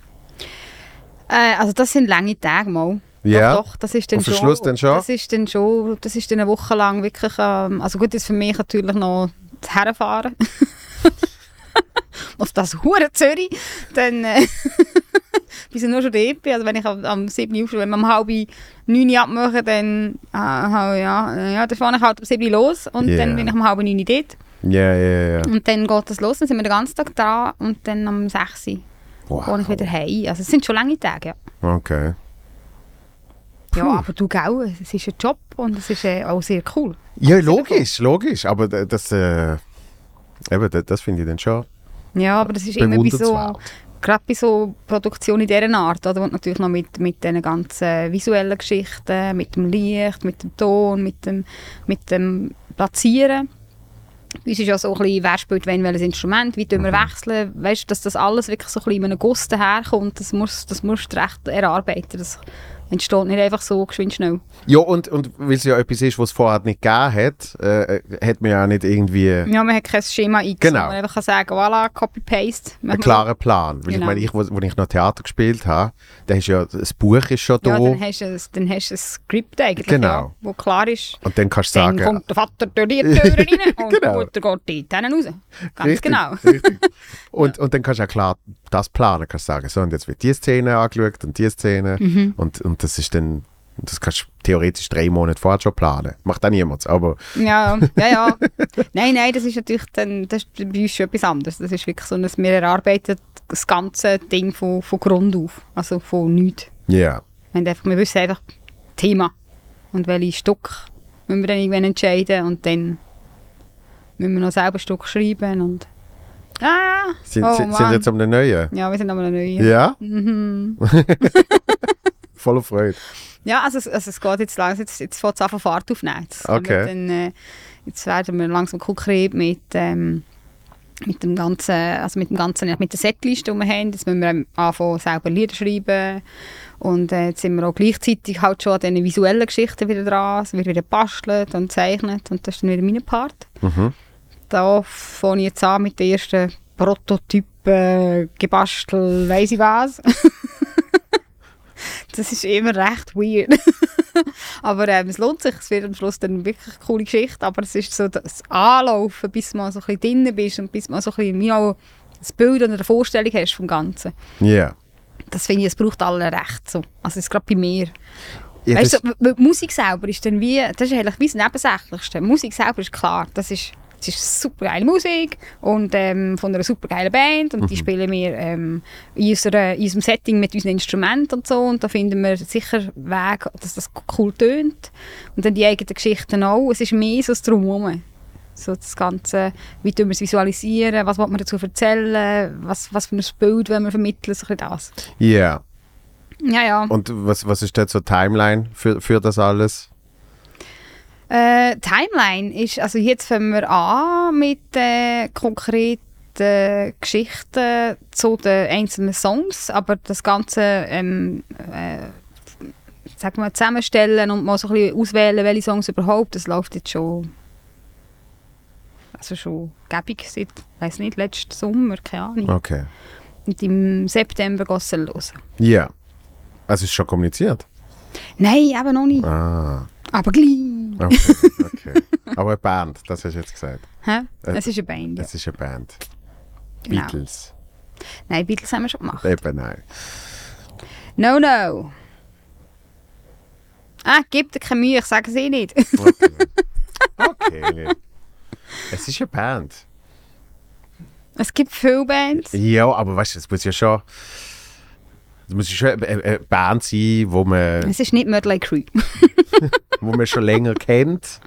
Speaker 2: Äh, also das sind lange Tage mal.
Speaker 1: Ja.
Speaker 2: Doch, doch, das ist dann
Speaker 1: Und für
Speaker 2: schon,
Speaker 1: Schluss dann schon?
Speaker 2: Das ist dann schon, das ist dann eine Woche lang wirklich, ähm, also gut, ist für mich natürlich noch das Herfahren. Auf das hure Zürich, dann äh, bis ich nur schon dort bin. Also wenn ich am, am 7 Uhr aufstehe, wenn wir um halb 9 Uhr abmachen, dann äh, ha- ja, äh, ja, dann fahre ich halt um 7 Uhr los und
Speaker 1: Ja.
Speaker 2: dann bin ich um halb 9 Uhr dort.
Speaker 1: Ja, ja, ja.
Speaker 2: Und dann geht das los, dann sind wir den ganzen Tag dran und dann am 6 Uhr gehe ich
Speaker 1: Wow.
Speaker 2: wieder heim. Also es sind schon lange Tage, ja.
Speaker 1: Okay.
Speaker 2: Ja, aber du auch. Es ist ein Job und es ist äh, auch sehr cool.
Speaker 1: Ja, logisch, logisch. Aber d- das, äh, eben, d- das finde ich dann schon.
Speaker 2: Ja, aber das ist immer bei so,
Speaker 1: Bewundernswert.
Speaker 2: gerade bei so Produktionen dieser Art, oder? Und natürlich noch mit, mit den ganzen visuellen Geschichten, mit dem Licht, mit dem Ton, mit dem, mit dem Platzieren. Bei uns ist ja so ein bisschen, wer spielt wen welches Instrument, wie tun wir wechseln. Weißt du, dass das alles wirklich so ein bisschen in einem Guss daherkommt, das musst, das musst du recht erarbeiten. Das entsteht nicht einfach so geschwind schnell.
Speaker 1: Ja, und, und weil es ja etwas ist, was es vorher nicht gegeben hat, äh, äh, hat man ja auch nicht irgendwie
Speaker 2: Ja, man hat kein Schema eingesetzt,
Speaker 1: Genau.
Speaker 2: wo man einfach kann sagen voilà, copy-paste.
Speaker 1: einen klaren Plan. Weil ich
Speaker 2: Mhm. Genau.
Speaker 1: meine, ich, wo, wo ich noch Theater gespielt habe, da ist ja, das Buch ist schon da.
Speaker 2: Ja, dann hast du ein, dann hast du ein Skript eigentlich,
Speaker 1: Genau.
Speaker 2: ja, wo klar ist,
Speaker 1: und dann kannst du
Speaker 2: dann
Speaker 1: sagen,
Speaker 2: kommt der Vater durch die Tür rein und
Speaker 1: Genau.
Speaker 2: die Mutter geht dort hinten raus. Ganz
Speaker 1: Richtig,
Speaker 2: genau.
Speaker 1: Richtig. Und, und dann kannst du auch klar das planen, kannst sagen, so und jetzt wird die Szene angeschaut und die Szene
Speaker 2: Mhm.
Speaker 1: und, und das ist dann, das kannst du theoretisch drei Monate vorher schon planen. Macht auch niemand, aber
Speaker 2: Ja, ja, ja. nein, nein, das ist natürlich dann, das ist bei uns schon etwas anderes. Das ist wirklich so, dass wir erarbeiten das ganze Ding von, von Grund auf, also von nichts.
Speaker 1: ja,
Speaker 2: Wir, haben einfach, wir wissen einfach Thema und welche Stück müssen wir dann irgendwann entscheiden und dann müssen wir noch selber Stück schreiben und ah,
Speaker 1: sind,
Speaker 2: oh
Speaker 1: sind, sind
Speaker 2: Mann.
Speaker 1: jetzt am Neuen.
Speaker 2: ja, Mhm. wir sind nochmal neu.
Speaker 1: Ja? Voller Freude.
Speaker 2: Ja, also, es- also es geht jetzt langsam, jetzt, jetzt fängt es an von Fahrt aufnehmen. Jetzt, kommen
Speaker 1: Okay.
Speaker 2: wir dann, äh, jetzt werden wir langsam konkret mit, ähm, mit dem ganzen, also mit dem ganzen, mit der Setliste, die wir haben. Jetzt müssen wir ähm, anfangen, selber Lieder schreiben. Und äh, jetzt sind wir auch gleichzeitig halt schon an diesen visuellen Geschichten wieder dran. Es wird wieder bastelt und zeichnet und das ist dann wieder mein Part.
Speaker 1: Mhm.
Speaker 2: Da fange ich jetzt an mit den ersten Prototypen, gebastel, weiss ich was. das ist immer recht weird. aber ähm, es lohnt sich, es wird am Schluss dann wirklich eine coole Geschichte, aber es ist so das Anlaufen, bis du mal so ein bisschen drin bist und bis du mal so ein bisschen wie auch das Bild oder eine Vorstellung hast vom Ganzen.
Speaker 1: Ja.
Speaker 2: Das finde ich, es braucht alle recht so. Also es ist gerade bei mir.
Speaker 1: Ja,
Speaker 2: weißt du,
Speaker 1: das-
Speaker 2: so, weil die Musik selber ist dann wie, das ist eigentlich wie das Nebensächlichste. Die Musik selber ist klar, das ist, das ist super geile Musik und ähm, von einer super geilen Band
Speaker 1: Mhm.
Speaker 2: und die spielen wir ähm, in, unserer, in unserem Setting mit unseren Instrumenten und so und da finden wir sicher Wege, dass das cool tönt und dann die eigenen Geschichten auch. Es ist mehr so das Drumherum. So das Ganze, wie tun wir es visualisieren, was wollen wir dazu erzählen, was, was für ein Bild wollen wir vermitteln, so ein bisschen das.
Speaker 1: ja.
Speaker 2: Ja, ja.
Speaker 1: Und was, was ist da so Timeline für, für das alles?
Speaker 2: Äh, Timeline ist, also jetzt fangen wir an mit äh, konkreten Geschichten zu den einzelnen Songs, aber das Ganze ähm, äh, sagen wir mal, zusammenstellen und mal so ein bisschen auswählen, welche Songs überhaupt, das läuft jetzt schon also schon gäbig seit, weiß nicht, letzten Sommer, keine Ahnung.
Speaker 1: Okay.
Speaker 2: Und im September geht es los.
Speaker 1: Ja. Also ist schon kommuniziert.
Speaker 2: Nein, eben noch nicht,
Speaker 1: Ah.
Speaker 2: aber gleich.
Speaker 1: Okay. okay. Aber eine Band, das hast du jetzt gesagt.
Speaker 2: Hä? Es ist eine Band, ja.
Speaker 1: Es ist eine Band.
Speaker 2: Genau.
Speaker 1: Beatles.
Speaker 2: Nein, Beatles haben wir schon gemacht.
Speaker 1: Eben nein.
Speaker 2: No, no. Ah, gib dir keine Mühe, ich sage es eh nicht.
Speaker 1: Okay. okay. Es ist eine Band.
Speaker 2: es gibt viele Bands.
Speaker 1: Ja, aber weißt du, es muss ja schon. Es muss ja schon eine- eine eine Band sein, wo man,
Speaker 2: Es ist nicht Mötley Crew.
Speaker 1: wo man schon länger kennt.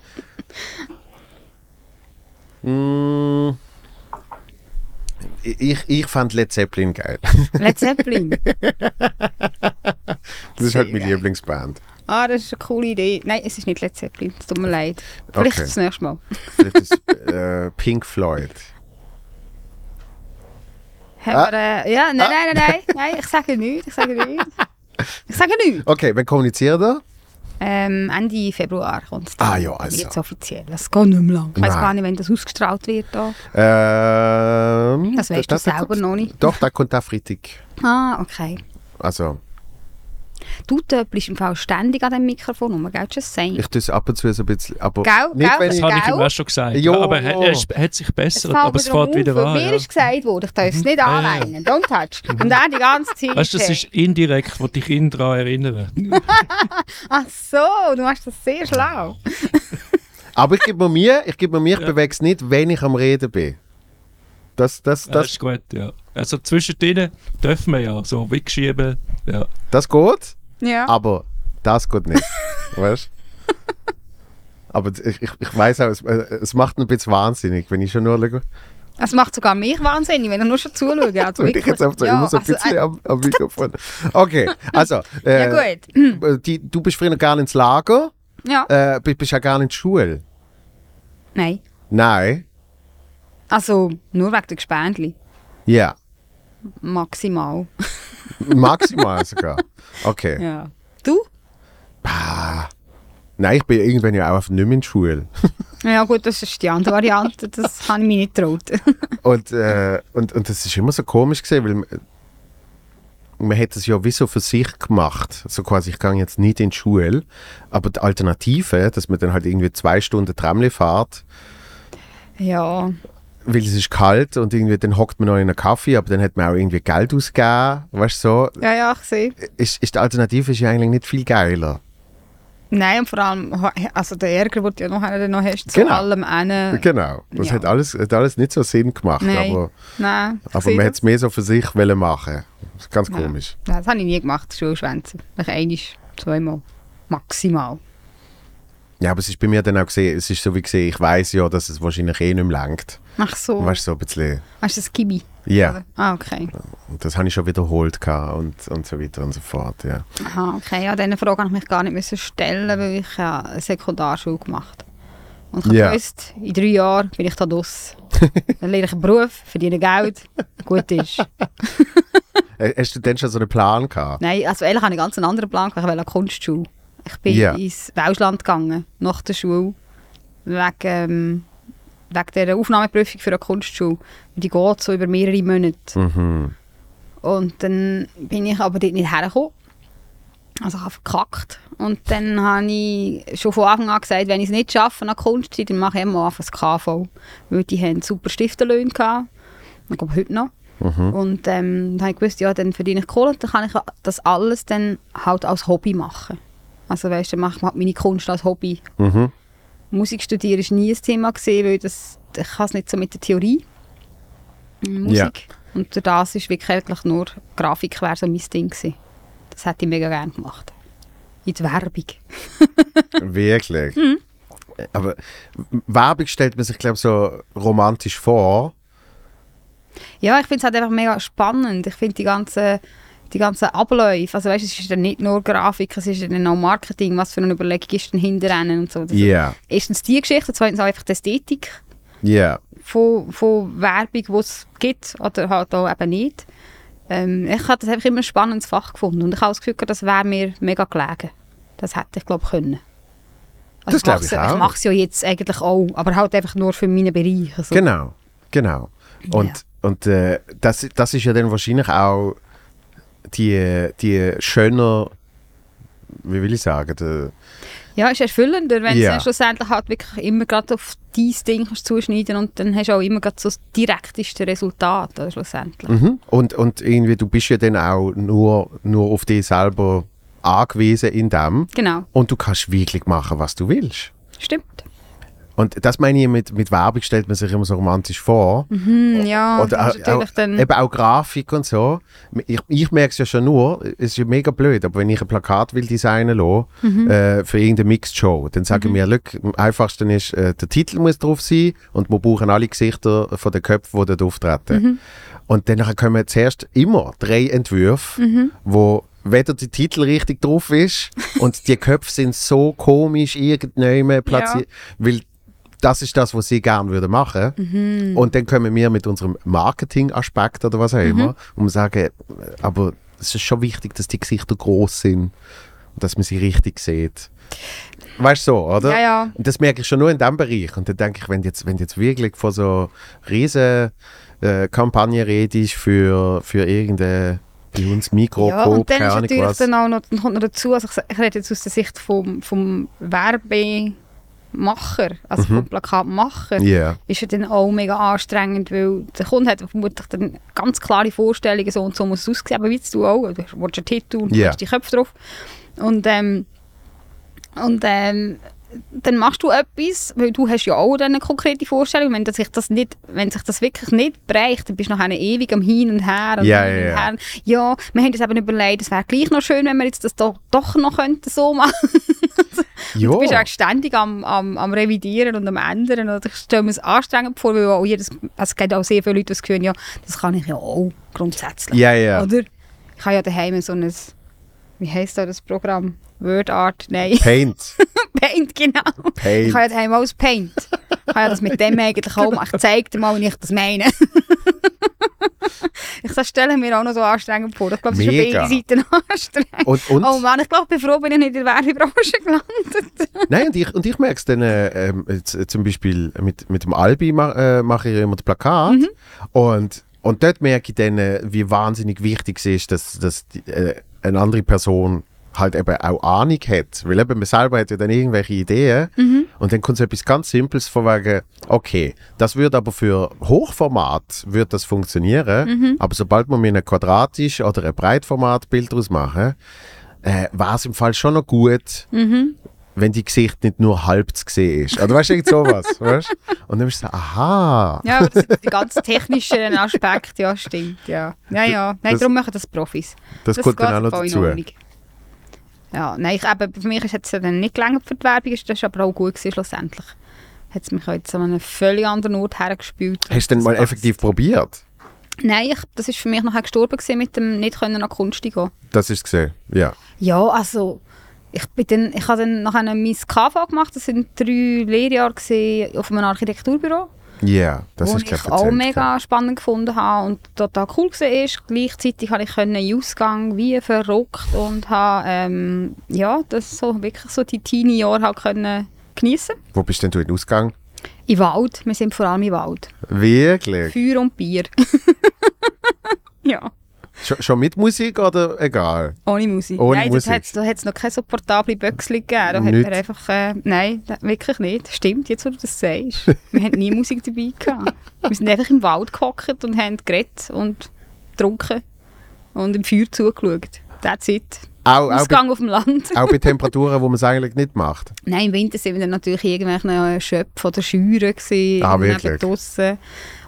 Speaker 1: Mm. Ich, ich fand Led Zeppelin geil.
Speaker 2: Led Zeppelin.
Speaker 1: Das ist halt
Speaker 2: Sehr
Speaker 1: meine
Speaker 2: geil.
Speaker 1: Lieblingsband.
Speaker 2: Ah, das ist eine coole Idee. Nein, es ist nicht Led Zeppelin. Es tut mir leid. Vielleicht
Speaker 1: Okay.
Speaker 2: das nächste Mal.
Speaker 1: Vielleicht ist äh, Pink Floyd. Ah.
Speaker 2: Aber, äh, ja, nein, nein, nein, nein, nein. Ich sage nichts. Ich sage nichts. Ich sage nichts.
Speaker 1: Okay, wann kommuniziert ihr?
Speaker 2: Ähm, Ende Februar kommt es.
Speaker 1: Ah, ja, also.
Speaker 2: Jetzt offiziell. Das geht nicht mehr lang. Ich weiß
Speaker 1: Nein.
Speaker 2: gar nicht, wenn das ausgestrahlt wird. Da.
Speaker 1: Ähm,
Speaker 2: Das weißt du selber noch nicht.
Speaker 1: Doch, da kommt auch Freitag.
Speaker 2: Ah, okay.
Speaker 1: Also,
Speaker 2: Du töpelst im Fall ständig an dem Mikrofon rum, gell? Just saying.
Speaker 1: ich tue es ab und zu so ein bisschen. Aber
Speaker 2: Gell,
Speaker 1: nicht,
Speaker 2: gell,
Speaker 1: wenn
Speaker 2: das
Speaker 1: ich,
Speaker 2: hat-
Speaker 3: habe ich ihm
Speaker 2: Gell?
Speaker 3: auch schon gesagt.
Speaker 1: Jo.
Speaker 3: Ja, aber er, er ist- hat sich
Speaker 2: Es
Speaker 3: bessert,
Speaker 2: fällt
Speaker 3: aber es
Speaker 2: mir
Speaker 3: fährt
Speaker 2: wieder
Speaker 3: wieder
Speaker 2: auf.
Speaker 3: an.
Speaker 2: Mir
Speaker 3: Ja.
Speaker 2: ist gesagt worden, ich darf
Speaker 1: Mhm.
Speaker 2: es nicht
Speaker 3: Ah, ja.
Speaker 2: anleinen. Don't touch. Und er die ganze Zeit.
Speaker 3: Weißt du, das ist
Speaker 2: hey.
Speaker 3: indirekt, wo dich ihn daran erinnern.
Speaker 2: Ach so, du machst das
Speaker 1: Genau.
Speaker 2: sehr schlau.
Speaker 1: aber ich gebe mir Mühe, ich, gebe mir Mühe, ich bewege es nicht, wenn ich am Reden bin. Das, das,
Speaker 3: Das
Speaker 1: das,
Speaker 3: ist gut, ja. Also zwischen denen dürfen wir ja so wegschieben. Ja.
Speaker 1: das geht,
Speaker 2: Ja.
Speaker 1: aber das geht nicht. weißt Aber ich, ich, ich weiß auch, es, äh, es macht ein bisschen wahnsinnig, wenn ich schon nur schaue.
Speaker 2: Das macht sogar mich wahnsinnig, wenn ich nur schon zuschaue. Also
Speaker 1: Und ich
Speaker 2: wirklich.
Speaker 1: jetzt auf so,
Speaker 2: ja,
Speaker 1: immer so ein
Speaker 2: also,
Speaker 1: bisschen
Speaker 2: äh,
Speaker 1: am, am Mikrofon. Okay, also. Äh,
Speaker 2: Ja, gut.
Speaker 1: Die, du bist früher noch gar nicht ins Lager,
Speaker 2: Ja.
Speaker 1: äh, bi- bist ja gar nicht in die Schule.
Speaker 2: Nein.
Speaker 1: Nein.
Speaker 2: Also nur wegen der Gespendli.
Speaker 1: Ja.
Speaker 2: Maximal.
Speaker 1: Maximal sogar. Okay.
Speaker 2: Ja. Du?
Speaker 1: Nein, ich bin irgendwann ja auch einfach nicht mehr in die Schule.
Speaker 2: Ja gut, das ist die andere Variante. Das habe ich mir nicht getraut.
Speaker 1: Und, äh, und, und das ist immer so komisch gesehen, weil man- man hat es ja wie so für sich gemacht. So quasi, ich gehe jetzt nicht in die Schule. Aber die Alternative, dass man dann halt irgendwie zwei Stunden Tramli fährt,
Speaker 2: ja.
Speaker 1: weil es ist kalt und irgendwie dann hockt man noch in einen Kaffee, aber dann hat man auch irgendwie Geld ausgegeben. Weißt du, so.
Speaker 2: Ja, ja, ich sehe.
Speaker 1: Ist, ist die Alternative ist ja eigentlich nicht viel geiler.
Speaker 2: Nein, und vor allem, also der Ärger, den du ja noch, noch hast, zu
Speaker 1: Genau.
Speaker 2: allem einen.
Speaker 1: Genau. Das
Speaker 2: Ja.
Speaker 1: hat, alles, hat alles nicht so Sinn gemacht.
Speaker 2: Nein.
Speaker 1: Aber,
Speaker 2: Nein. ich
Speaker 1: aber
Speaker 2: sehe
Speaker 1: man
Speaker 2: das.
Speaker 1: hat es mehr so für sich wollen machen. Das ist ganz komisch.
Speaker 2: Ja, das habe ich nie gemacht, Schulschwänzen. Nach einmal, zweimal. Maximal.
Speaker 1: Ja, aber es ist bei mir dann auch gesehen, es ist so wie gesehen, ich weiß ja, dass es wahrscheinlich eh nicht mehr langt.
Speaker 2: Ach so.
Speaker 1: Weißt du, so ein bisschen.
Speaker 2: Hast du das Gibi?
Speaker 1: Oh. Ja,
Speaker 2: oder? Ah, okay.
Speaker 1: und das habe ich schon wiederholt gehabt und, und so weiter und so fort. Ja.
Speaker 2: Aha, okay. Ja, diese Frage habe ich mich gar nicht müssen stellen, weil ich ja eine Sekundarschule gemacht habe. Und ich
Speaker 1: Ja.
Speaker 2: yeah. gewusst, in drei Jahren bin ich da draus. Dann lerne ich einen Beruf, verdiene Geld, gut ist.
Speaker 1: Äh, Hast du denn schon so einen Plan gehabt?
Speaker 2: Nein, also eigentlich habe ich einen ganz anderen Plan. gehabt. Ich wollte an die Kunstschule. Ich bin
Speaker 1: Ja.
Speaker 2: ins Welschland gegangen, nach der Schule, wegen, ähm, wegen der Aufnahmeprüfung für eine Kunstschule. Und Die geht so über mehrere Monate.
Speaker 1: Mhm.
Speaker 2: Und dann bin ich aber dort nicht hergekommen. Also ich habe verkackt. Und dann habe ich schon von Anfang an gesagt, wenn ich es nicht schaffe an der Kunstschule, dann mache ich immer auf das KV. Weil die haben super Stifterlöhne gehabt. Ich glaube, heute noch.
Speaker 1: Mhm.
Speaker 2: Und ähm, dann habe ich gewusst, ja, dann verdiene ich Kohle und dann kann ich das alles dann halt als Hobby machen. Also weißt du, dann mache ich halt meine Kunst als Hobby.
Speaker 1: Mhm.
Speaker 2: Musik studieren war nie ein Thema, gewesen, weil das, ich kann es nicht so mit der Theorie. Ähm, Musik.
Speaker 1: Ja.
Speaker 2: Und durch das ist wirklich eigentlich nur Grafik wäre so mein Ding gewesen. Das hätte ich mega gerne gemacht. In die Werbung.
Speaker 1: Wirklich. Aber Werbung stellt man sich, glaube ich, so romantisch vor.
Speaker 2: Ja, ich finde es halt einfach mega spannend. Ich finde die ganzen die ganzen Abläufe. Also weißt, es ist dann nicht nur Grafik, es ist dann auch Marketing, was für eine Überlegung ist denn hinter einem und so. Das
Speaker 1: Ja,
Speaker 2: Erstens die Geschichte, zweitens auch einfach die Ästhetik
Speaker 1: ja.
Speaker 2: von, von Werbung, die es gibt oder halt auch eben nicht. Ähm, ich habe das einfach immer ein spannendes Fach gefunden und ich habe das Gefühl, gehabt, das wäre mir mega gelegen. Das hätte ich glaube können.
Speaker 1: Das glaub ich
Speaker 2: mach's-
Speaker 1: auch.
Speaker 2: Ich mache es ja jetzt eigentlich auch, aber halt einfach nur für meinen Bereich. Also,
Speaker 1: Genau, genau. Und, und äh, das, das ist ja dann wahrscheinlich auch die, die schöner, wie will ich sagen, der,
Speaker 2: Ja, ist erfüllender, wenn
Speaker 1: Ja.
Speaker 2: du dann schlussendlich halt wirklich immer gerade auf dein Ding kannst zuschneiden und dann hast du auch immer gerade so das direkteste Resultat oder, schlussendlich.
Speaker 1: Mhm. Und, und irgendwie, du bist ja dann auch nur, nur auf dich selber angewiesen in dem.
Speaker 2: Genau,
Speaker 1: Und du kannst wirklich machen, was du willst.
Speaker 2: stimmt.
Speaker 1: Und das meine ich mit, mit Werbung stellt man sich immer so romantisch vor.
Speaker 2: Hm, ja,
Speaker 1: Oder
Speaker 2: das ist
Speaker 1: auch, auch,
Speaker 2: natürlich dann...
Speaker 1: eben auch Grafik und so. Ich, ich merke es ja schon nur, es ist ja mega blöd, aber wenn ich ein Plakat will designen lassen,
Speaker 2: Mhm.
Speaker 1: äh, für irgendeine Mixed Show, dann sage ich mir, look, am einfachsten ist, äh, der Titel muss drauf sein und wir brauchen alle Gesichter von den Köpfen, die dort auftreten.
Speaker 2: Mhm.
Speaker 1: Und dann kommen zuerst immer drei Entwürfe,
Speaker 2: Mhm.
Speaker 1: wo weder der Titel richtig drauf ist und die Köpfe sind so komisch irgendwann platziert, weil das ist das, was sie gerne würden machen.
Speaker 2: Mhm.
Speaker 1: Und dann kommen wir mit unserem Marketing-Aspekt oder was
Speaker 2: Mhm.
Speaker 1: auch immer und sagen, äh, aber es ist schon wichtig, dass die Gesichter groß sind und dass man sie richtig sieht. Weißt du so, oder?
Speaker 2: Ja, ja.
Speaker 1: Und das merke ich schon nur in diesem Bereich. Und dann denke ich, wenn du jetzt, wenn du jetzt wirklich von so riesen äh, Kampagne redest für, für irgendeine bei uns Mikro,
Speaker 2: Ja,
Speaker 1: Coop,
Speaker 2: und dann
Speaker 1: keine
Speaker 2: ist
Speaker 1: Ahnung
Speaker 2: natürlich
Speaker 1: was.
Speaker 2: dann auch noch, dann kommt noch dazu, also ich, sa- ich rede jetzt aus der Sicht vom, vom Werbemacher, also
Speaker 1: Mhm.
Speaker 2: vom Plakatmacher,
Speaker 1: Ja.
Speaker 2: ist ja dann auch mega anstrengend, weil der Kunde hat vermutlich dann ganz klare Vorstellungen, so und so muss es aussehen, aber wie du auch, du hast- willst einen Titel und
Speaker 1: Ja.
Speaker 2: du hast die Köpfe drauf und ähm, und ähm, dann machst du etwas, weil du hast ja auch dann eine konkrete Vorstellung. Wenn das sich das nicht, wenn sich das wirklich nicht bereicht, dann bist du nachher ewig am Hin und Her. Und
Speaker 1: Ja,
Speaker 2: hin
Speaker 1: ja,
Speaker 2: und
Speaker 1: ja.
Speaker 2: her. ja, wir haben uns eben überlegt, es wäre gleich noch schön, wenn wir jetzt das doch, doch noch könnten so machen. Du
Speaker 1: Jo.
Speaker 2: bist auch ständig am, am, am Revidieren und am Ändern. Oder ich stelle mir es anstrengend vor, weil auch jedes, es gibt auch sehr viele Leute, die das Gefühl haben, ja, das kann ich ja auch grundsätzlich.
Speaker 1: Ja, ja.
Speaker 2: Oder? Ich habe ja daheim so ein, wie heisst da das Programm? WordArt? Nein.
Speaker 1: Paint.
Speaker 2: Paint, genau.
Speaker 1: Paint.
Speaker 2: Ich habe ja daheim alles Paint. Ich habe ja das mit dem eigentlich auch gemacht. Ich zeige dir mal, wie ich das meine. ich das stelle mir auch noch so anstrengend vor. Ich glaube, es ist für
Speaker 1: Mega.
Speaker 2: beide Seiten anstrengend.
Speaker 1: Und, und,
Speaker 2: Oh Mann, ich glaube, ich bin froh, bin ich nicht in der Werbebranche gelandet.
Speaker 1: Nein, und ich, und ich merke es dann, äh, ähm, jetzt, äh, zum Beispiel mit, mit dem Albi ma, äh, mache ich ja immer das Plakat. Und, und dort merke ich dann, äh, wie wahnsinnig wichtig es ist, dass, dass die, äh, eine andere Person halt eben auch Ahnung hat. Weil eben man selber hat ja dann irgendwelche Ideen und dann kommt so etwas ganz Simples von wegen, okay, das würde aber für Hochformat würde das funktionieren, aber sobald wir mir ein quadratisch oder ein Breitformatbild draus machen, äh, war es im Fall schon noch gut,
Speaker 2: Mhm.
Speaker 1: wenn die Gesicht nicht nur halb zu sehen ist. Oder weißt du, irgend sowas. weißt? Und dann bist du so, aha.
Speaker 2: Ja, aber das sind die ganz technischen Aspekte. Ja, stimmt. Ja, ja. ja. Nein,
Speaker 1: Das-
Speaker 2: darum machen das Profis.
Speaker 1: Das kommt dann
Speaker 2: geht
Speaker 1: auch noch
Speaker 2: voll in
Speaker 1: dazu.
Speaker 2: Ordnung. Ja, nein, ich, eben, für mich hat es ja dann nicht gelangt für die Werbung, ist das aber auch gut gewesen, schlussendlich. Hat es mich auch jetzt an einem völlig anderen Ort hergespielt.
Speaker 1: Hast du denn
Speaker 2: Das
Speaker 1: mal
Speaker 2: passt.
Speaker 1: effektiv probiert?
Speaker 2: Nein, ich, das ist für mich nachher gestorben gewesen, mit dem nicht können an Kunst gehen.
Speaker 1: Das ist gesehen, ja.
Speaker 2: Ja, also ich bin dann, ich habe dann nachher mein KV gemacht, das sind drei Lehrjahre gewesen, auf einem Architekturbüro.
Speaker 1: Ja, das
Speaker 2: wo
Speaker 1: ist
Speaker 2: ich
Speaker 1: gerade
Speaker 2: auch
Speaker 1: erzählt,
Speaker 2: mega
Speaker 1: ja.
Speaker 2: spannend gefunden habe und total cool war. Gleichzeitig habe ich können in den Ausgang wie verrückt und habe ähm, ja, das so wirklich so die teenie Jahre halt können geniessen.
Speaker 1: Wo bist denn du in den Ausgang?
Speaker 2: Im Wald, wir sind vor allem im Wald.
Speaker 1: Wirklich?
Speaker 2: Feuer und Bier. ja,
Speaker 1: Schon, schon mit Musik oder egal?
Speaker 2: ohne Musik.
Speaker 1: Ohne
Speaker 2: nein,
Speaker 1: Musik.
Speaker 2: dort hat's- da hat es noch keine so portable Böckchen gegeben. Da hat
Speaker 1: Nicht.
Speaker 2: man einfach, äh, nein, da- wirklich nicht. Stimmt, jetzt wo du das sagst. wir hatten nie Musik dabei. Gehabt. Wir sind einfach im Wald gehockt und haben geredet und getrunken und im Feuer zugeschaut. That's it.
Speaker 1: Auch, auch, bei,
Speaker 2: Ausgang auf dem Land.
Speaker 1: auch bei Temperaturen, wo man es eigentlich nicht macht.
Speaker 2: Nein, im Winter sind wir dann natürlich irgendwelche äh, Schöpfe oder Scheuren gewesen,
Speaker 1: Ah,
Speaker 2: neben
Speaker 1: wirklich?
Speaker 2: draussen.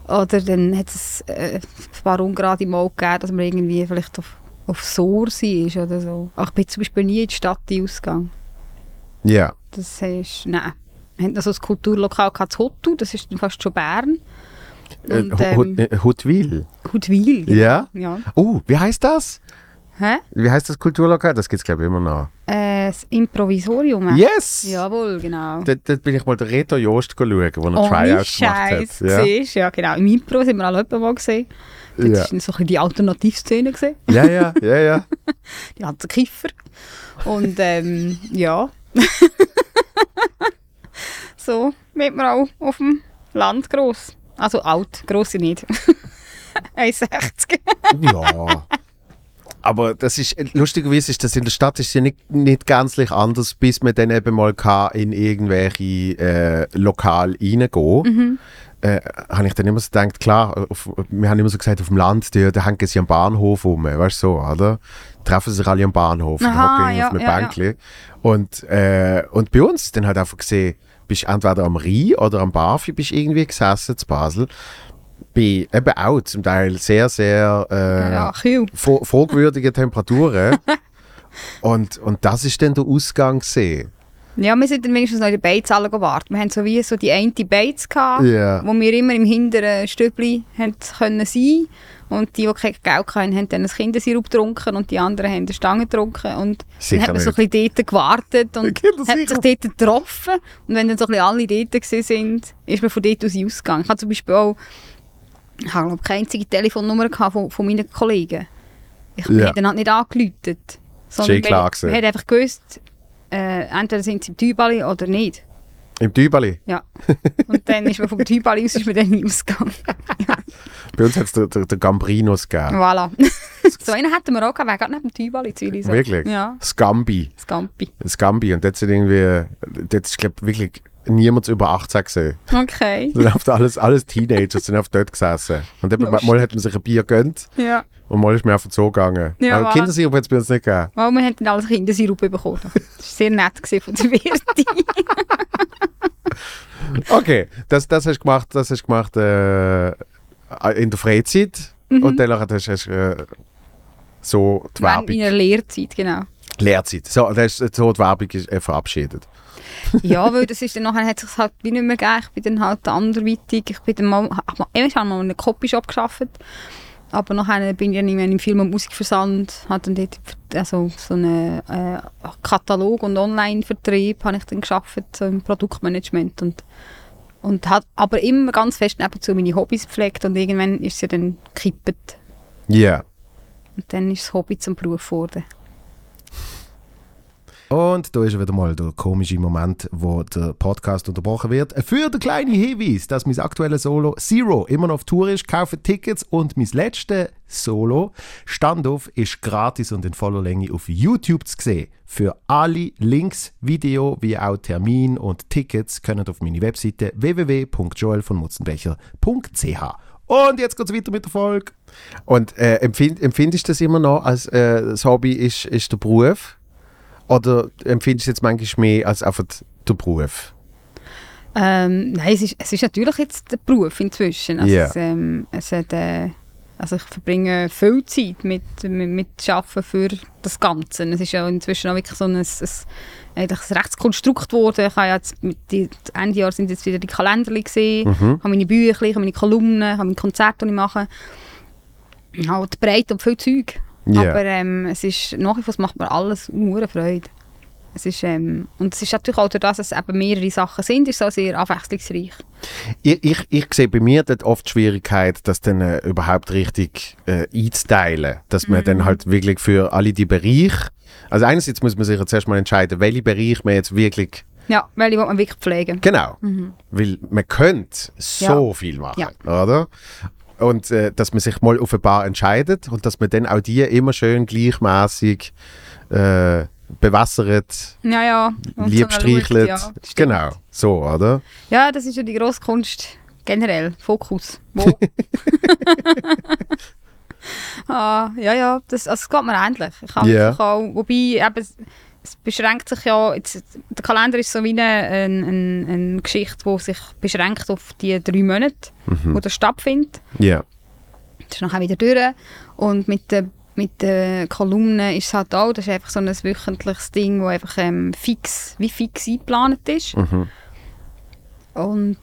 Speaker 2: Oder dann hat es äh, ein paar ungerade Mal gegeben, dass man irgendwie vielleicht auf, auf Sorsi ist oder so. Ach, ich bin zum Beispiel nie in die Stadt ausgegangen.
Speaker 1: Ja.
Speaker 2: Das ist, nein. Wir hatten noch so ein Kulturlokal gehabt, das Hottu, das ist dann fast schon Bern.
Speaker 1: Äh,
Speaker 2: Und
Speaker 1: Hu-
Speaker 2: ähm,
Speaker 1: Hu- äh, Huttwil.
Speaker 2: Hutwil.
Speaker 1: Ja?
Speaker 2: Ja.
Speaker 1: Oh, wie heißt das?
Speaker 2: Hä?
Speaker 1: Wie heißt das Kulturlokal? Das gibt es, glaube ich, immer noch.
Speaker 2: Äh, das Improvisorium.
Speaker 1: Yes!
Speaker 2: Jawohl, genau.
Speaker 1: Dort, dort bin ich mal den Reto Joost schauen, der einen
Speaker 2: Ohne
Speaker 1: Tryout gemacht hat.
Speaker 2: Scheiß, Oh, siehst du, ja genau. Im Impro sind wir alle jemanden mal gesehen. Das
Speaker 1: Ja.
Speaker 2: war so ein bisschen die Alternativszene. Gewesen.
Speaker 1: ja, ja, ja, ja.
Speaker 2: Die ganzen Kiffer. Und ähm, ja. so wird man auch auf dem Land gross. Also alt, grosse nicht. 1,60.
Speaker 1: Ja. Aber das ist, lustigerweise ist das in der Stadt ist ja nicht, nicht gänzlich anders, bis man dann eben mal kann in irgendwelche äh, Lokale reingehen
Speaker 2: Mhm.
Speaker 1: Äh, habe ich dann immer so gedacht, klar, auf, wir haben immer so gesagt, auf dem Land, die, da hängen sie am Bahnhof rum, weißt du so, oder? Treffen sich alle am Bahnhof, dann
Speaker 2: Aha,
Speaker 1: hocken
Speaker 2: ja,
Speaker 1: auf einem
Speaker 2: ja, ja.
Speaker 1: Bänkli. Und, äh, und bei uns dann halt einfach gesehen, bist entweder am Rhein oder am Barfi, bist irgendwie gesessen zu Basel. Bei eben auch zum Teil sehr, sehr äh,
Speaker 2: Ja, cool.
Speaker 1: vor- fragwürdige Temperaturen. und, und das ist dann der Ausgang gesehen.
Speaker 2: Ja, wir sind dann wenigstens noch in den Beiz alle gewartet. Wir haben so wie so die eine Beiz gehabt,
Speaker 1: Ja.
Speaker 2: wo wir immer im hinteren Stübli haben können sein Und die, die kein Geld hatten, haben dann ein Kindersirup getrunken und die anderen haben eine Stange getrunken. Und
Speaker 1: Sicher
Speaker 2: dann hat man so ein
Speaker 1: nicht.
Speaker 2: bisschen dort gewartet und hat sich
Speaker 1: Kindersirup.
Speaker 2: dort getroffen. Und wenn dann so ein bisschen alle dort gewesen sind, ist man von dort aus ausgegangen. Ich habe zum Beispiel auch ich habe, glaube, keine einzige Telefonnummer gehabt von, von meinen Kollegen. Ich
Speaker 1: Ja.
Speaker 2: habe dann halt nicht angeläutet.
Speaker 1: Sehr klar gewesen.
Speaker 2: man hat einfach gewusst, äh, entweder sind sie im Tübali oder nicht.
Speaker 1: Im Tübeli.
Speaker 2: Ja. Und dann ist man vom Tübali aus ist man dann ausgegangen.
Speaker 1: Bei uns hat es den, den, den Gambrinus gegeben.
Speaker 2: voilà. so einen hätten wir auch gehabt, wäre gerade neben dem Tübali zu Elisa.
Speaker 1: Wirklich?
Speaker 2: Ja,
Speaker 1: Das Gambi.
Speaker 2: das Gampi.
Speaker 1: Das Gambi. Und dort sind irgendwie, dort ist, glaube wirklich niemand über 18 gesehen.
Speaker 2: Okay.
Speaker 1: Dann haben alles, alles Teenager sind auf dort gesessen. Und eben,
Speaker 2: Lustig.
Speaker 1: mal hat man sich ein Bier gönnt
Speaker 2: Ja.
Speaker 1: und mal ist man einfach so gegangen.
Speaker 2: Ja,
Speaker 1: Aber
Speaker 2: voilà.
Speaker 1: Kindersirup hat es bei uns nicht gegeben.
Speaker 2: Weil wir haben dann alles dus Kindersirup bekommen. Das war sehr nett gewesen von der Wirtin.
Speaker 1: Okay, das, das hast du gemacht, das hast du gemacht äh, in der Freizeit
Speaker 2: Mhm.
Speaker 1: und danach hast du hast, du, äh, so die
Speaker 2: Während
Speaker 1: Werbung,
Speaker 2: meiner Lehrzeit, genau.
Speaker 1: Lehrzeit, so, das ist, so die Werbung ist, äh, verabschiedet.
Speaker 2: Ja, weil das ist dann nachher hat sich halt wie nicht mehr gegeben. Ich bin dann halt anderweitig. Ich bin dann mal, ach, mal- ich habe mal in einem Copyshop gearbeitet. Aber nachher bin ich dann irgendwann im Film- und Musikversand, habe dann dort also so einen äh, Katalog- und Online-Vertrieb habe ich dann gearbeitet, so im Produktmanagement und und hat aber immer ganz fest nebenzu meine Hobbys gepflegt und irgendwann ist sie dann gekippt.
Speaker 1: Ja.
Speaker 2: Und dann ist das Hobby zum Beruf geworden.
Speaker 1: Und da ist wieder mal der komische Moment, wo der Podcast unterbrochen wird. Für den kleinen Hinweis, dass mein aktuelles Solo Zero immer noch auf Tour ist, kaufe Tickets und mein letztes Solo Standoff ist gratis und in voller Länge auf YouTube zu sehen. Für alle Links, Video wie auch Termin und Tickets können auf meine Webseite www.joelvonmutzenbecher.ch und jetzt geht's weiter mit der Folge. Und äh, empfind, empfindest du das immer noch als äh, das Hobby ist, ist der Beruf? Oder empfindest du es jetzt manchmal mehr als einfach der Beruf?
Speaker 2: Ähm, nein, es ist, es ist natürlich jetzt der Beruf inzwischen. Also,
Speaker 1: Ja.
Speaker 2: es, ähm, es hat, äh, also ich verbringe viel Zeit mit, mit, mit Arbeiten für das Ganze. Es ist ja inzwischen auch wirklich so ein, ein, eigentlich ein Rechtskonstrukt geworden. Ich habe ja jetzt mit die, Ende Jahr sind jetzt wieder die Kalender gesehen,
Speaker 1: Mhm.
Speaker 2: habe meine Bücher, ich habe meine Kolumnen, ich habe meine Konzerte, die ich mache. Ich habe die Breite und viel Zeug.
Speaker 1: Ja.
Speaker 2: Aber ähm, es ist nach wie vor, es macht mir alles hure Freude. Es ist, ähm, und es ist natürlich auch durch das, dass es eben mehrere Sachen sind, ist es auch sehr abwechslungsreich.
Speaker 1: Ich, ich, ich sehe bei mir dort oft die Schwierigkeit, das dann äh, überhaupt richtig äh, einzuteilen. Dass man
Speaker 2: Mhm.
Speaker 1: dann halt wirklich für alle die Bereiche. Also, einerseits muss man sich jetzt erstmal entscheiden, welchen Bereich man jetzt wirklich.
Speaker 2: Ja, weil ich will man wirklich pflegen.
Speaker 1: Genau. Weil man könnte so
Speaker 2: Mhm. Ja.
Speaker 1: viel machen, oder? Und äh, dass man sich mal auf ein paar entscheidet und dass man dann auch die immer schön gleichmäßig äh, bewässert.
Speaker 2: Ja, ja. Und
Speaker 1: lieb
Speaker 2: so
Speaker 1: streichelt.
Speaker 2: Ja, stimmt.
Speaker 1: genau, so, oder?
Speaker 2: ja, das ist ja die grosse Kunst. Generell, Fokus. Wo? ah, ja, ja, das, also, das geht mir ähnlich. Ich kann
Speaker 1: Ja.
Speaker 2: wirklich auch, wobei eben, es- es beschränkt sich ja, jetzt, der Kalender ist so wie eine, ein- ein- eine Geschichte, die sich beschränkt auf die drei Monate,
Speaker 1: Mhm.
Speaker 2: wo das stattfindet.
Speaker 1: Ja.
Speaker 2: Das ist nachher wieder durch. Und mit den mit der Kolumnen ist es halt auch, das ist einfach so ein wöchentliches Ding, das einfach ähm, fix, wie fix eingeplant ist. Und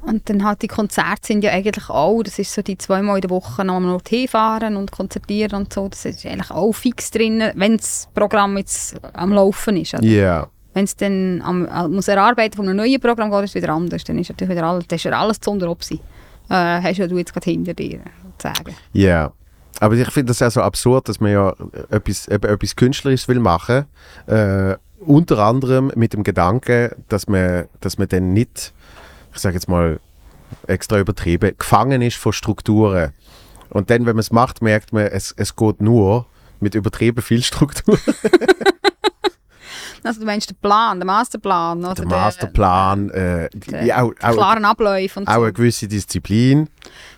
Speaker 2: Und dann halt die Konzerte sind ja eigentlich auch, das ist so die zweimal in der Woche noch mal hinfahren und konzertieren und so, das ist eigentlich auch fix drin, wenn das Programm jetzt am Laufen ist. Also
Speaker 1: Ja.
Speaker 2: Wenn es dann am, äh, muss erarbeiten von einem neuen Programm geht, ist es wieder anders, dann ist natürlich wieder alles, das ist ja alles zu unter Obsi. Äh, hast ja du jetzt gerade hinter dir, sozusagen.
Speaker 1: Ja. Aber ich finde das ja so absurd, dass man ja äh, etwas, eben etwas Künstlerisches will machen. Äh, unter anderem mit dem Gedanken, dass man, dass man dann nicht, ich sage jetzt mal extra übertrieben, gefangen ist von Strukturen. Und dann, wenn man es macht, merkt man, es, es geht nur mit übertrieben viel Struktur.
Speaker 2: Also du meinst den Plan, den Masterplan, oder
Speaker 1: Der Masterplan, äh, ja, auch,
Speaker 2: den
Speaker 1: auch,
Speaker 2: klaren Abläufe und
Speaker 1: auch
Speaker 2: so.
Speaker 1: eine gewisse Disziplin.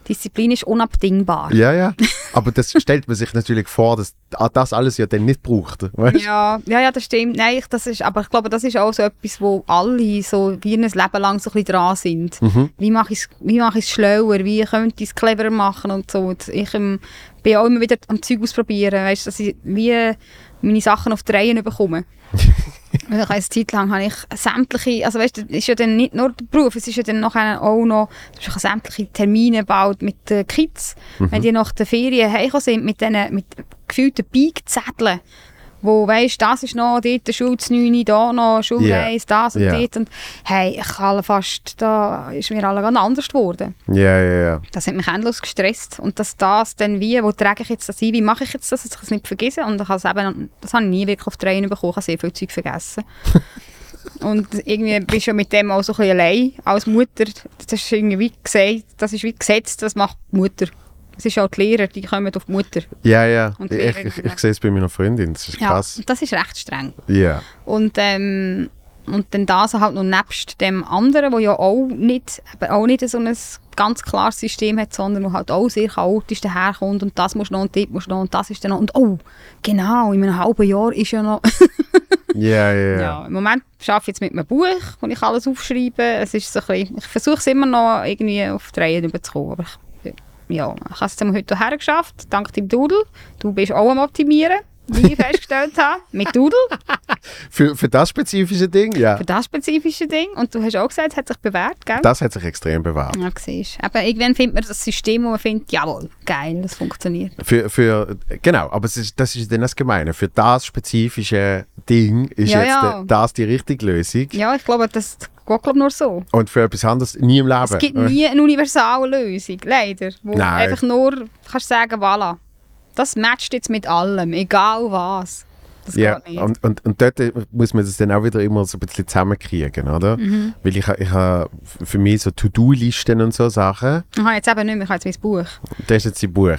Speaker 2: Disziplin ist unabdingbar.
Speaker 1: Ja, ja. Aber das stellt man sich natürlich vor, dass ah, das alles ja dann nicht braucht. Weißt?
Speaker 2: Ja, ja, ja, das stimmt. Nein, ich, das ist, aber ich glaube, das ist auch so etwas, wo alle so wie ein Leben lang so ein bisschen dran sind.
Speaker 1: Mhm.
Speaker 2: Wie mache ich es wie mache ich's schlauer? Wie könnte ich es cleverer machen und so. Und ich ähm, bin auch immer wieder am Zeug ausprobieren, weißt, dass ich wie äh, meine Sachen auf die Reihen bekomme. Also ich eine Zeit lang habe ich sämtliche, also weißt du, es ist ja dann nicht nur der Beruf, es ist ja dann nachher auch noch, ich habe sämtliche Termine gebaut mit den Kids,
Speaker 1: Mhm.
Speaker 2: wenn die nach der Ferien heimgekommen sind, mit diesen, mit gefühlten Bike-Zetteln, wo weißt, das ist noch, dort Schule zu 9, da noch Schulreise, das und
Speaker 1: Ja.
Speaker 2: dort und hey, ich habe fast, da ist mir alle ganz anders geworden.
Speaker 1: Ja, ja, ja.
Speaker 2: Das hat mich endlos gestresst. Und dass das dann wie, wo trage ich jetzt das ein, wie mache ich jetzt das, dass ich es nicht vergesse. Und ich habe es eben, das habe ich nie wirklich auf die Reihe bekommen, ich habe sehr viel Zeug vergessen. Und irgendwie bist du ja mit dem auch so ein bisschen allein als Mutter. Das ist irgendwie wie gesagt, das ist wie gesetzt, das macht die Mutter. Es ist auch die Lehrer, die kommen auf die Mutter.
Speaker 1: Ja, ja.
Speaker 2: Und
Speaker 1: Ich,
Speaker 2: Ferien
Speaker 1: ich,
Speaker 2: wieder.
Speaker 1: ich sehe es bei meiner Freundin. Das ist krass.
Speaker 2: und das ist recht streng.
Speaker 1: Ja.
Speaker 2: Und, ähm, und dann das halt noch nebst dem anderen, wo ja auch nicht, eben auch nicht so ein ganz klares System hat, sondern wo halt auch sehr chaotisch daherkommt und das muss noch und das muss noch und das ist dann noch und oh, genau, in einem halben Jahr ist ja noch...
Speaker 1: Ja, ja, ja.
Speaker 2: Ja, Im Moment arbeite ich jetzt mit einem Buch, wo ich alles aufschreibe. Es ist so ein bisschen, ich versuche es immer noch irgendwie auf die Reihe überzukommen, aber ich, ja, ich habe es jetzt einmal heute hierher geschafft, dank dem Doodle. Du bist auch am Optimieren, wie ich festgestellt habe, mit Doodle.
Speaker 1: Für, für das spezifische Ding, ja.
Speaker 2: Für das spezifische Ding. Und du hast auch gesagt, es hat sich bewährt, gell?
Speaker 1: Das hat sich extrem bewahrt.
Speaker 2: ja, siehst du. Aber irgendwann findet man das System, wo man findet, jawohl, geil, das funktioniert.
Speaker 1: Für, für, genau, aber es ist, das ist dann das Gemeine. Für das spezifische Ding ist
Speaker 2: Ja,
Speaker 1: jetzt
Speaker 2: ja.
Speaker 1: äh, das die richtige Lösung.
Speaker 2: Ja, ich glaube, das geht glaube ich, nur so.
Speaker 1: Und für etwas anderes nie im Leben.
Speaker 2: Es gibt nie eine universale Lösung, leider. Wo
Speaker 1: äh. Nein.
Speaker 2: einfach nur kannst sagen, voilà, das matcht jetzt mit allem, egal was. Das
Speaker 1: Ja,
Speaker 2: geht nicht.
Speaker 1: und, und, und dort muss man das dann auch wieder immer so ein bisschen zusammenkriegen, oder?
Speaker 2: Mhm.
Speaker 1: Weil ich, ha- ich habe für mich so To-Do-Listen und so Sachen.
Speaker 2: Ich habe jetzt eben nicht mehr, ich habe jetzt mein Buch.
Speaker 1: Das ist jetzt ein Buch.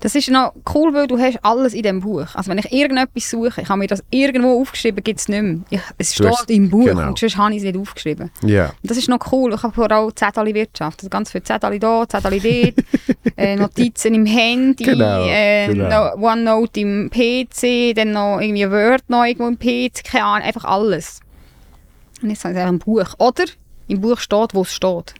Speaker 2: Das ist noch cool, weil du hast alles in diesem Buch. Also wenn ich irgendetwas suche, ich habe mir das irgendwo aufgeschrieben, gibt es nicht mehr. Ich, es
Speaker 1: Du
Speaker 2: steht
Speaker 1: hast-
Speaker 2: im Buch
Speaker 1: genau.
Speaker 2: und sonst habe ich es nicht aufgeschrieben.
Speaker 1: Ja.
Speaker 2: Und Das ist noch cool. Ich habe vor allem Zettel Wirtschaft. Also ganz viel Zettel da, Zettel dort, äh, Notizen im Handy,
Speaker 1: Genau,
Speaker 2: äh,
Speaker 1: genau.
Speaker 2: No, OneNote im PC, dann noch irgendwie Word noch irgendwo im PC, keine Ahnung, einfach alles. Und jetzt habe ich einfach ein Buch. Oder im Buch steht, wo es steht.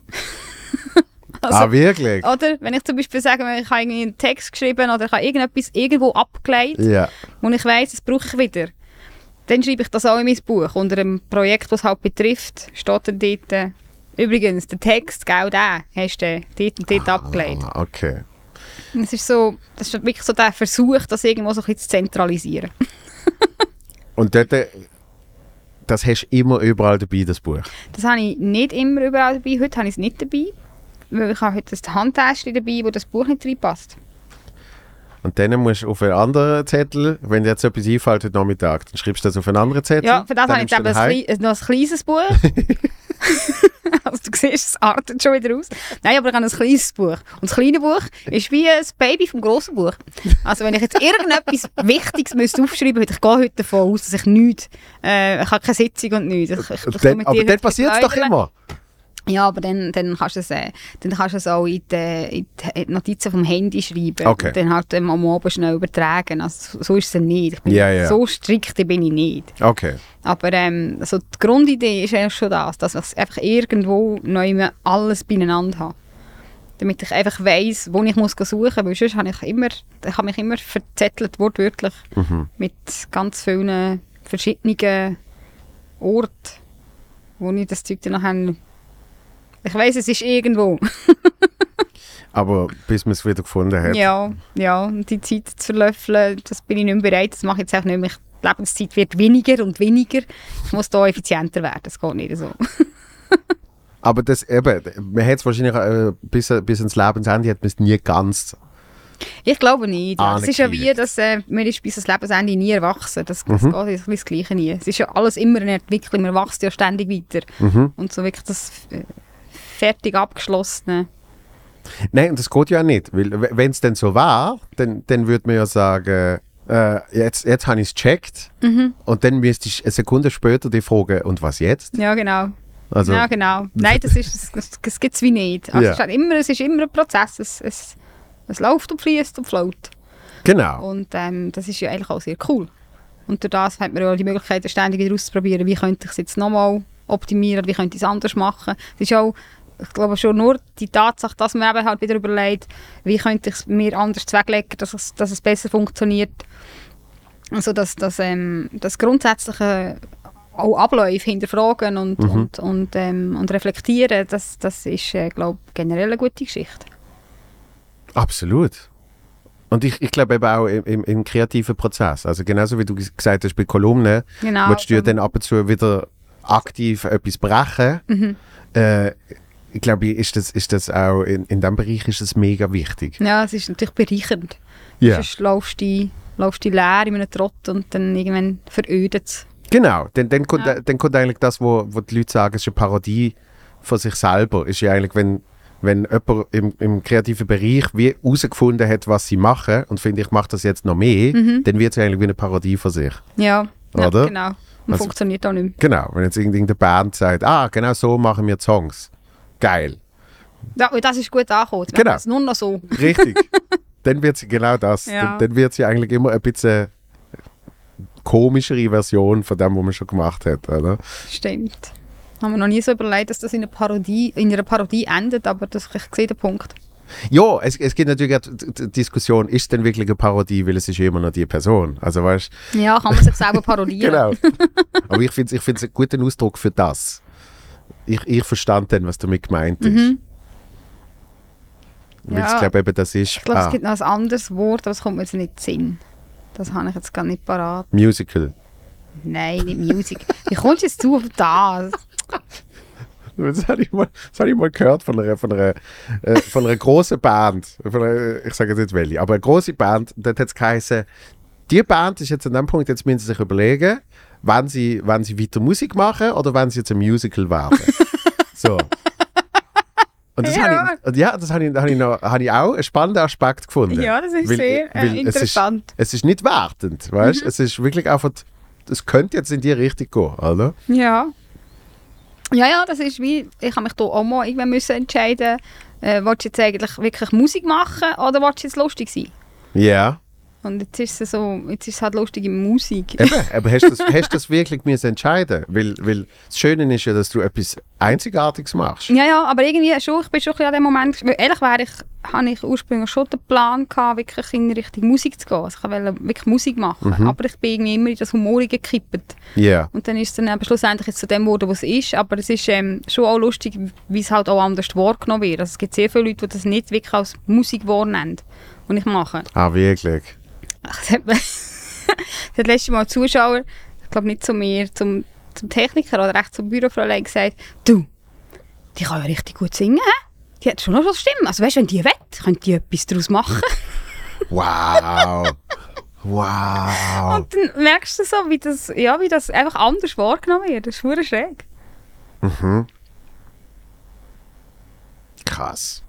Speaker 2: Also-
Speaker 1: ah, wirklich?
Speaker 2: Oder wenn ich zum Beispiel sage, ich habe irgendwie einen Text geschrieben oder ich habe irgendetwas irgendwo abgeleitet
Speaker 1: Ja.
Speaker 2: und ich weiß, das brauche ich wieder, dann schreibe ich das auch in mein Buch. Unter dem Projekt, das es halt betrifft, steht dann dort, äh, übrigens, der Text, genau den, hast du äh, dort und dort abgelegt.
Speaker 1: Ah, okay.
Speaker 2: Und Es ist so, das ist wirklich so der Versuch, das irgendwo so ein bisschen zu zentralisieren.
Speaker 1: Und dort, äh, das hast du immer überall dabei, das Buch.
Speaker 2: Das habe ich nicht immer überall dabei, heute habe ich es nicht dabei, weil ich habe heute ein Handtäschchen dabei, wo das Buch nicht reinpasst.
Speaker 1: Und dann musst du auf einen anderen Zettel, wenn dir jetzt etwas einfällt heute Nachmittag, dann schreibst du das auf einen anderen Zettel.
Speaker 2: Ja, für das habe ich
Speaker 1: dann
Speaker 2: jetzt eben ein
Speaker 1: nimmst du den heim.
Speaker 2: klei- noch ein kleines Buch. also du siehst, es artet schon wieder aus. Nein, aber ich habe ein kleines Buch. Und das kleine Buch ist wie ein Baby vom grossen Buch. Also wenn ich jetzt irgendetwas Wichtiges müsste aufschreiben müsste, ich gehe heute davon aus, dass ich nichts, äh, ich habe keine Sitzung und nichts. Ich, ich, ich
Speaker 1: Und
Speaker 2: komme
Speaker 1: dann,
Speaker 2: mit
Speaker 1: Äh, aber
Speaker 2: dir
Speaker 1: dann
Speaker 2: heute
Speaker 1: passiert es doch
Speaker 2: plaudern.
Speaker 1: immer.
Speaker 2: Ja, aber dann, dann, kannst du es, äh, dann kannst du es auch in die, in die Notizen vom Handy schreiben
Speaker 1: Okay.
Speaker 2: und dann halt ähm, am Abend schnell übertragen. Also, so- so ist es nicht. Ich bin
Speaker 1: Ja, ja.
Speaker 2: So strikt bin ich nicht.
Speaker 1: Okay.
Speaker 2: Aber ähm, also die Grundidee ist eigentlich schon das, dass ich einfach irgendwo neu alles beieinander habe. Damit ich einfach weiss, wo ich muss suchen muss, weil sonst habe ich, immer, ich habe mich immer verzettelt, wortwörtlich, mit ganz vielen verschiedenen Orten, wo ich das Zeug dann nachher Ich weiss, es ist irgendwo.
Speaker 1: Aber bis man es wieder gefunden hat.
Speaker 2: Ja, ja. Und die Zeit zu verlöffeln, das bin ich nicht mehr bereit. Das mache ich jetzt auch nicht mehr. Die Lebenszeit wird weniger und weniger. Ich muss da effizienter werden. Das geht nicht so.
Speaker 1: Aber das eben, man hat es wahrscheinlich äh, bis, bis ins Lebensende hat man es nie ganz.
Speaker 2: Ich glaube nicht. Ja. Es ist ja wie,
Speaker 1: Angekündigt.
Speaker 2: dass äh, man ist bis ans Lebensende nie erwachsen. Das,
Speaker 1: Mhm.
Speaker 2: das geht ist das Gleiche nie. Es ist ja alles immer eine Entwicklung. Man wächst ja ständig weiter.
Speaker 1: Mhm.
Speaker 2: Und so wirklich das äh, fertig abgeschlossene.
Speaker 1: Nein, und das geht ja auch nicht. Weil, wenn es denn so war, dann, dann würde man ja sagen, äh, jetzt, jetzt habe ich es gecheckt.
Speaker 2: Mhm.
Speaker 1: Und dann müsste ich eine Sekunde später die fragen, und was jetzt?
Speaker 2: Ja, genau.
Speaker 1: Also,
Speaker 2: ja, genau. Nein, das, ist- das, das, das gibt es wie nicht. Also
Speaker 1: Ja.
Speaker 2: es, ist halt immer, es ist immer ein Prozess. Es, es, es läuft und fließt und float.
Speaker 1: genau.
Speaker 2: Und ähm, das ist ja eigentlich auch sehr cool. Und durch das hat man ja die Möglichkeit, das ständig wieder auszuprobieren, wie könnte ich es jetzt nochmal optimieren, wie könnte ich es anders machen. Es ist auch, ich glaube schon nur die Tatsache, dass man eben halt wieder überlegt, wie könnte ich es mir anders weglegen, dass es, dass es besser funktioniert. Also dass, dass, ähm, das grundsätzliche auch Abläufe hinterfragen und, und, und, ähm, und reflektieren, das, das ist, äh, glaube ich, generell eine gute Geschichte.
Speaker 1: Absolut. Und ich, ich glaube eben auch im, im, im kreativen Prozess. Also genauso wie du ges- gesagt hast bei Kolumnen,
Speaker 2: Genau.
Speaker 1: willst du ja dann ab und zu wieder aktiv etwas brechen.
Speaker 2: Mhm.
Speaker 1: Äh, ich glaube, ist das, ist das auch in, in diesem Bereich ist das mega wichtig.
Speaker 2: Ja, es ist natürlich bereichernd.
Speaker 1: Ja.
Speaker 2: Sonst läufst du, läufst du leer in einem Trott und dann irgendwann verödet es.
Speaker 1: Genau, dann, dann, kommt, dann kommt eigentlich das, wo, wo die Leute sagen, es ist eine Parodie von sich selber. Ist ja eigentlich, wenn, wenn jemand im, im kreativen Bereich wie herausgefunden hat, was sie machen und finde, ich mache das jetzt noch mehr, dann wird es eigentlich wie eine Parodie von sich.
Speaker 2: Ja,
Speaker 1: Oder?
Speaker 2: ja genau. Und
Speaker 1: Also-
Speaker 2: funktioniert auch nicht mehr.
Speaker 1: Genau, wenn jetzt irgendeine Band sagt, ah, genau so machen wir die Songs. Geil,
Speaker 2: Ja, und das ist gut angekommen. Jetzt
Speaker 1: Genau.
Speaker 2: machen wir es nur noch so.
Speaker 1: richtig. dann wird sie genau das. Dann,
Speaker 2: Ja.
Speaker 1: dann wird sie eigentlich immer ein bisschen komischere Version von dem, was man schon gemacht hat, oder?
Speaker 2: Stimmt. Haben wir noch nie so überlegt, dass das in einer Parodie, in einer Parodie endet, aber das, ich sehe den Punkt.
Speaker 1: Ja, es, es gibt natürlich auch die die Diskussion, ist denn wirklich eine Parodie, weil es ist ja immer noch die Person. Also weißt
Speaker 2: Ja, kann man sich selber parodieren.
Speaker 1: genau. Aber ich finde es ich find's einen guten Ausdruck für das. Ich, ich verstand dann, was damit gemeint ist. Weil
Speaker 2: Mhm. Ja.
Speaker 1: ich glaube eben, das ist
Speaker 2: Ich glaube,
Speaker 1: ah,
Speaker 2: es gibt noch ein anderes Wort, aber das kommt mir jetzt nicht in den Sinn. Das habe ich jetzt gar nicht parat.
Speaker 1: Musical.
Speaker 2: Nein, nicht Music. Wie kommst du jetzt zu auf das?
Speaker 1: Das habe ich, mal- das hab ich mal gehört von einer, von einer, äh, von einer großen Band. Von einer, ich sage jetzt nicht welche, aber eine große Band. Dort hat es geheißen, die Band ist jetzt an dem Punkt, jetzt müssen sie sich überlegen, wann sie, wann sie weiter Musik machen oder wann sie jetzt ein Musical werden. so. Und das
Speaker 2: Ja.
Speaker 1: habe ich, und ja, das habe ich, habe ich, noch, habe ich auch einen spannenden Aspekt gefunden.
Speaker 2: Ja, das ist sehr, äh, interessant. Mhm.
Speaker 1: Es ist, es ist nicht wertend, weißt Es ist wirklich einfach, es könnte jetzt in die Richtung gehen, oder?
Speaker 2: Ja. Ja, ja, das ist wie, ich habe mich da auch mal irgendwann müssen entscheiden, äh, willst du jetzt eigentlich wirklich Musik machen oder willst du jetzt lustig sein?
Speaker 1: Ja.
Speaker 2: Und jetzt ist es so, jetzt ist es halt lustige Musik.
Speaker 1: Eben, aber hast du das, hast du das wirklich müssen entscheiden weil, weil das Schöne ist ja, dass du etwas Einzigartiges machst.
Speaker 2: Ja, ja, aber irgendwie schon, ich bin schon ein bisschen an dem Moment, weil ehrlich wäre ich, habe ich ursprünglich schon den Plan gehabt, wirklich in Richtung Musik zu gehen. Also ich wollte wirklich Musik machen, aber ich bin irgendwie immer in das Humorige gekippt.
Speaker 1: Ja.
Speaker 2: Und dann ist es dann eben schlussendlich jetzt zu dem geworden, was es ist. Aber es ist ähm, schon auch lustig, wie es halt auch anders wahrgenommen wird. Also es gibt sehr viele Leute, die das nicht wirklich als Musik wahrnehmen. Und ich mache.
Speaker 1: Ah, wirklich.
Speaker 2: Ach, das hat, man- das hat letztes Mal ein Zuschauer, ich glaube nicht zu mir, zum, zum Techniker oder recht zum Bürofräulein gesagt, du, die kann ja richtig gut singen, hä? Die hat schon noch was Stimme. Also weißt du, wenn die will, könnte die etwas daraus machen.
Speaker 1: Wow. Wow.
Speaker 2: Und dann merkst du so, wie das, ja, wie das einfach anders wahrgenommen wird. Das ist verdammt schräg.
Speaker 1: Krass.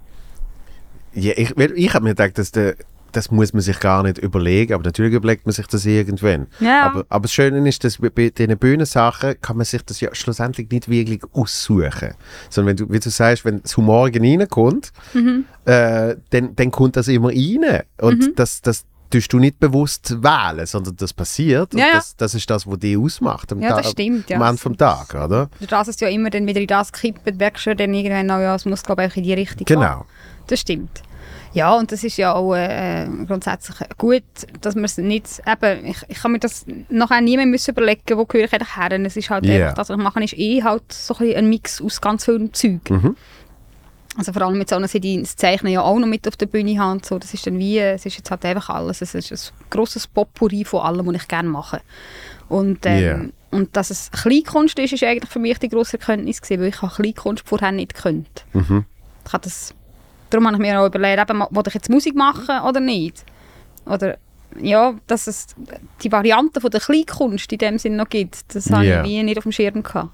Speaker 1: Ja, ich weil ich habe mir gedacht, dass der, das muss man sich gar nicht überlegen, aber natürlich überlegt man sich das irgendwann.
Speaker 2: Ja.
Speaker 1: Aber, aber das Schöne ist, dass bei- bei diesen Bühnensachen kann man sich das ja schlussendlich nicht wirklich aussuchen. Sondern wenn du, wie du sagst, wenn das Humorgen reinkommt,
Speaker 2: Mhm.
Speaker 1: äh, dann, dann kommt das immer rein. Und das, das tust du nicht bewusst wählen, sondern das passiert.
Speaker 2: Ja,
Speaker 1: und
Speaker 2: ja.
Speaker 1: Das, das ist das, was dich ausmacht. Am
Speaker 2: Ja, das
Speaker 1: Tag-
Speaker 2: stimmt, ja.
Speaker 1: Am Ende vom Tag, oder?
Speaker 2: Durch das es ja immer dann wieder in das kippt, merkst du dann irgendwann, na ja, es muss glaube ich auch in die Richtung
Speaker 1: Genau.
Speaker 2: gehen. Das stimmt. Ja, und das ist ja auch äh, grundsätzlich gut, dass man es nicht, eben, ich, ich kann mir das nachher nie mehr müssen überlegen, wo gehöre ich eigentlich her. Es ist halt
Speaker 1: Ja.
Speaker 2: einfach, das, was ich mache, ist eh halt so ein, bisschen ein Mix aus ganz vielen Zeug. Also vor allem mit so einer die das Zeichnen ja auch noch mit auf der Bühne haben. So, das ist dann wie, äh, es ist jetzt halt einfach alles. Es ist ein grosses Potpourri von allem, was ich gerne mache. Und, ähm,
Speaker 1: Yeah.
Speaker 2: und dass es Kleinkunst ist, ist eigentlich für mich die grosse Erkenntnis gewesen, weil ich habe Kleinkunst vorher nicht konnte.
Speaker 1: Mhm.
Speaker 2: Ich habe das, darum habe ich mir auch überlegt, eben, ma- will ich jetzt Musik machen oder nicht? Oder ja, dass es die Variante von der Kleinkunst in dem Sinne noch gibt, das habe
Speaker 1: Yeah.
Speaker 2: ich wie nicht auf dem Schirm gehabt.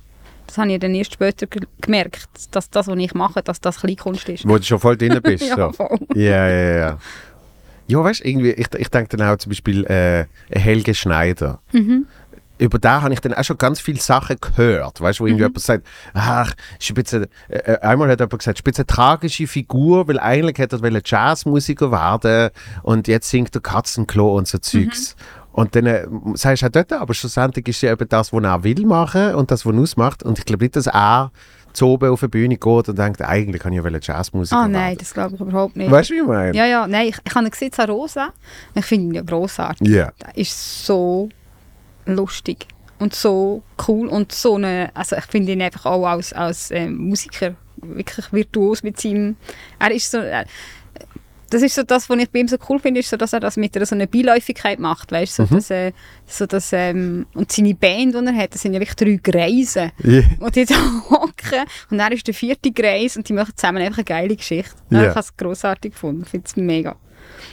Speaker 2: Das habe ich dann erst später ge- gemerkt, dass das, was ich mache, dass das Kleinkunst ist.
Speaker 1: Wo du schon voll drin bist.
Speaker 2: Ja,
Speaker 1: so.
Speaker 2: voll.
Speaker 1: ja, ja, ja. Ja, weißt du, irgendwie, ich, ich denke dann auch zum Beispiel äh, Helge Schneider. Über da habe ich dann auch schon ganz viele Sachen gehört. Weißt du, wo
Speaker 2: Mhm.
Speaker 1: irgendwie jemand sagt, ach, Spitze, äh, einmal hat jemand gesagt, Spitze tragische Figur, weil eigentlich hätte er wollen Jazzmusiker werden und jetzt singt er Katzenklo und so Zeugs.
Speaker 2: Mhm.
Speaker 1: Und dann äh, sagst du auch dort, aber schlussendlich ist ja eben das, was er will machen und das, was er ausmacht. Und ich glaube nicht, dass er zu oben auf die Bühne geht und denkt, eigentlich kann ich ja wollen Jazzmusiker
Speaker 2: Ah
Speaker 1: werden.
Speaker 2: nein, das glaube ich überhaupt nicht.
Speaker 1: Weißt du, wie ich meine?
Speaker 2: Ja, ja, nein, ich, ich habe ihn gesehen, an Rosa. Und ich finde ihn ja grossartig.
Speaker 1: Ja.
Speaker 2: Der ist so lustig und so cool und so eine, also ich finde ihn einfach auch als, als ähm, Musiker wirklich virtuos mit seinem, er ist so, er, das ist so das, was ich bei ihm so cool finde, ist so, dass er das mit einer so einer Beiläufigkeit macht, weißt du, so, dass, äh, so dass, ähm, und seine Band, die er hat, das sind ja wirklich drei Greisen,
Speaker 1: Ja.
Speaker 2: und die da hocken und er ist der vierte Greis und die machen zusammen einfach eine geile Geschichte.
Speaker 1: Ja.
Speaker 2: Ich habe es grossartig gefunden, ich finde es mega.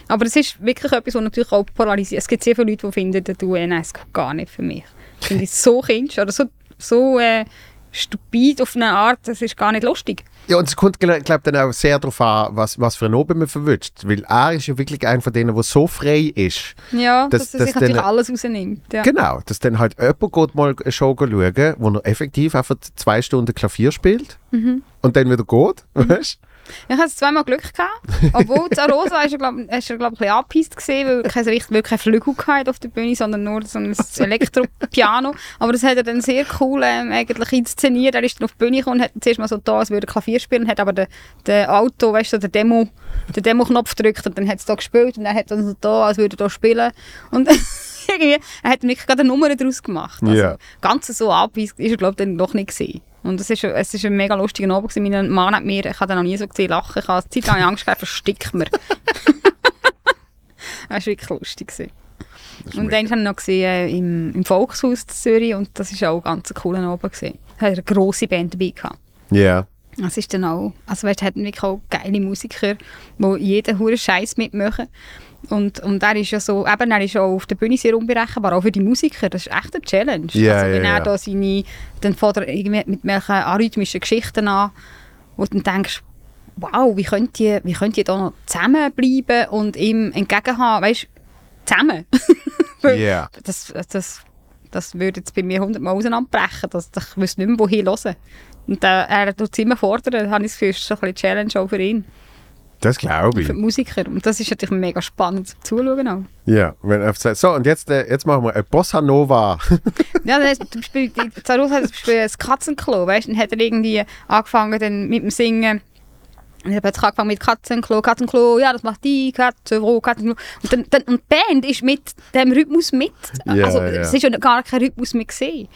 Speaker 2: Aber es ist wirklich etwas, was natürlich auch polarisiert. Es gibt sehr viele Leute, die finden, der UNS geht gar nicht für mich. Finde ich so kindisch oder so, so äh, stupid auf eine Art, das ist gar nicht lustig.
Speaker 1: Ja, und es kommt, glaube dann auch sehr darauf an, was, was für einen Oben man verwünscht. Weil er ist ja wirklich einer von denen, der so frei ist.
Speaker 2: Ja,
Speaker 1: Das-
Speaker 2: dass er
Speaker 1: das
Speaker 2: sich natürlich
Speaker 1: dann-
Speaker 2: alles rausnimmt. Ja.
Speaker 1: Genau, dass dann halt jemand geht mal eine Show schauen, wo er effektiv einfach zwei Stunden Klavier spielt
Speaker 2: Mhm.
Speaker 1: und dann wieder geht, weißt
Speaker 2: Ich hatte zweimal Glück, gehabt, obwohl zu Rosa ist er, glaub, ist er, glaub, ein bisschen angepisst gewesen, weil er kein, richtig- weil er keinen Flügel hatte auf der Bühne, sondern nur so ein Elektropiano. Aber das hat er dann sehr cool ähm, eigentlich inszeniert. Er ist dann auf die Bühne gekommen und hat zuerst mal so da, als würde er Klavier spielen, hat aber den, den Auto, weißt du, so den Demo, den Demo-Knopf gedrückt und dann hat es da gespielt und dann hat er so da, als würde er da spielen. Und irgendwie, er hat wirklich gerade eine Nummer daraus gemacht. Also,
Speaker 1: Ja.
Speaker 2: ganz so abweisend ist er glaube ich dann doch nicht gewesen. Und es ist, es ist ein mega lustiger Abend gewesen. Mein Mann hat mir, ich habe ihn noch nie so gesehen, lachen. Ich habe eine Zeit lang Angst gehabt, verstick mir. das war wirklich lustig. Gewesen. Und dann habe ich noch gesehen äh, im, im Volkshaus in Zürich und das war auch ganz ein cooler Abend. Gewesen. Da hatte eine grosse Band dabei. Gehabt.
Speaker 1: du? Ja.
Speaker 2: Das ist dann auch, also weißt, hatten wirklich auch geile Musiker, die jeden hure Scheiß mitmachen. Und, und er ist ja so, eben, er ist auch auf der Bühne sehr unberechenbar, auch für die Musiker, das ist echt eine Challenge.
Speaker 1: Ja,
Speaker 2: also wenn
Speaker 1: ja,
Speaker 2: er
Speaker 1: ja.
Speaker 2: da seine, dann fängt er irgendwie mit welchen arrhythmischen Geschichten an, wo du dann denkst, wow, wie könnt ihr, wie könnt ihr da noch zusammenbleiben und ihm entgegenhaben, weißt, zusammen.
Speaker 1: Ja.
Speaker 2: Weil das, das, das würde jetzt bei mir hundertmal auseinanderbrechen. Das, das, ich wüsste nicht mehr, wohin hören. Und äh, er tut es immer fordern, habe ich das Gefühl, ist so ein bisschen Challenge auch für ihn,
Speaker 1: Das glaube ich.
Speaker 2: für die Musiker. Und das ist natürlich mega spannend zum Zuschauen auch.
Speaker 1: Ja. Wenn er sagt, so, und jetzt, äh, jetzt machen wir eine Bossa Nova.
Speaker 2: Ja, dann hat zum Beispiel, Zarus hat zum Beispiel ein Katzenklo, weißt du, dann hat er irgendwie angefangen dann mit dem Singen. Und dann hat er angefangen mit Katzenklo, Katzenklo, ja, das macht die Katze, wo Katzenklo. Und, dann, dann, und die Band ist mit dem Rhythmus mit.
Speaker 1: Ja,
Speaker 2: also,
Speaker 1: ja.
Speaker 2: es ist ja gar kein Rhythmus mehr gesehen.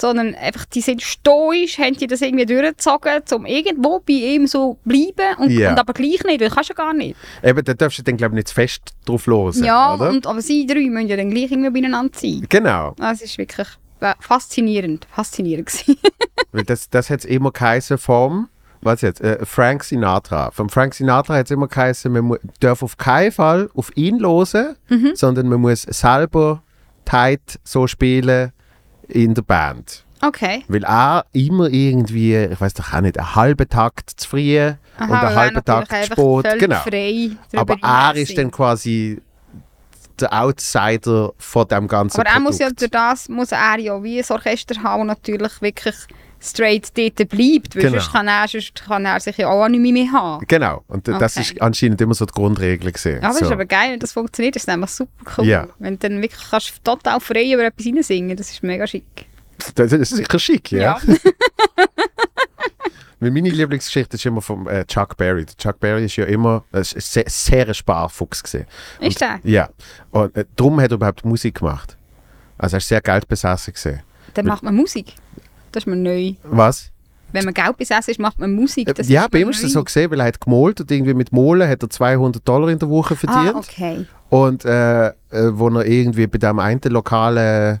Speaker 2: Sondern einfach, die sind stoisch, haben die das irgendwie durchgezogen, um irgendwo bei ihm so bleiben. Und,
Speaker 1: Ja.
Speaker 2: und aber gleich nicht, weil kannst du ja gar nicht.
Speaker 1: Eben, da darfst du dann, glaube ich, nicht zu fest drauf losen.
Speaker 2: Ja,
Speaker 1: oder?
Speaker 2: und, aber sie drei müssen ja dann gleich irgendwie beieinander sein.
Speaker 1: Genau,
Speaker 2: Ah, Es ist wirklich äh, faszinierend, faszinierend gewesen.
Speaker 1: weil das, das hat es immer geheißen vom, was jetzt, äh, Frank Sinatra. Vom Frank Sinatra hat es immer geheißen, man mu- darf auf keinen Fall auf ihn losen,
Speaker 2: Mhm.
Speaker 1: sondern man muss selber tight so spielen in der Band.
Speaker 2: Okay.
Speaker 1: Weil er immer irgendwie, ich weiß doch auch nicht, einen halben Takt zu früh und einen halben Tag zu spät. Genau.
Speaker 2: Frei
Speaker 1: Aber er ist dann quasi der Outsider von dem ganzen
Speaker 2: Aber er muss ja
Speaker 1: Produkt.
Speaker 2: durch das muss er ja wie ein Orchester haben, das natürlich wirklich straight dort bleibt. Weil
Speaker 1: Genau.
Speaker 2: sonst, kann er, sonst kann er sich ja auch nicht mehr haben.
Speaker 1: Genau, und äh, das
Speaker 2: Okay.
Speaker 1: ist anscheinend immer so die Grundregel gesehen.
Speaker 2: Ja, aber
Speaker 1: so.
Speaker 2: ist aber geil, wenn das funktioniert, das ist nämlich super cool.
Speaker 1: Ja.
Speaker 2: Wenn du dann wirklich kannst total frei über etwas reinsingen, das ist mega schick.
Speaker 1: Das ist sicher schick, ja. Weil meine Lieblingsgeschichte ist immer vom äh, Chuck Berry. Der Chuck Berry ist ja immer äh, ist sehr, sehr ein Sparfuchs gesehen.
Speaker 2: Ist der?
Speaker 1: Ja. Und äh, darum hat er überhaupt Musik gemacht. Also er ist sehr geldbesessen gesehen.
Speaker 2: Dann macht man Musik. Das ist mir neu.
Speaker 1: Was? Äh,
Speaker 2: wenn man Geld besessen ist, macht man Musik. Das
Speaker 1: ja,
Speaker 2: ist
Speaker 1: bei ihm
Speaker 2: man
Speaker 1: ist das so
Speaker 2: rein.
Speaker 1: gesehen, weil er hat gemalt und irgendwie mit Molen hat er 200 Dollar in der Woche verdient.
Speaker 2: Ah, okay.
Speaker 1: Und äh, äh, wo er irgendwie bei dem einen lokalen äh,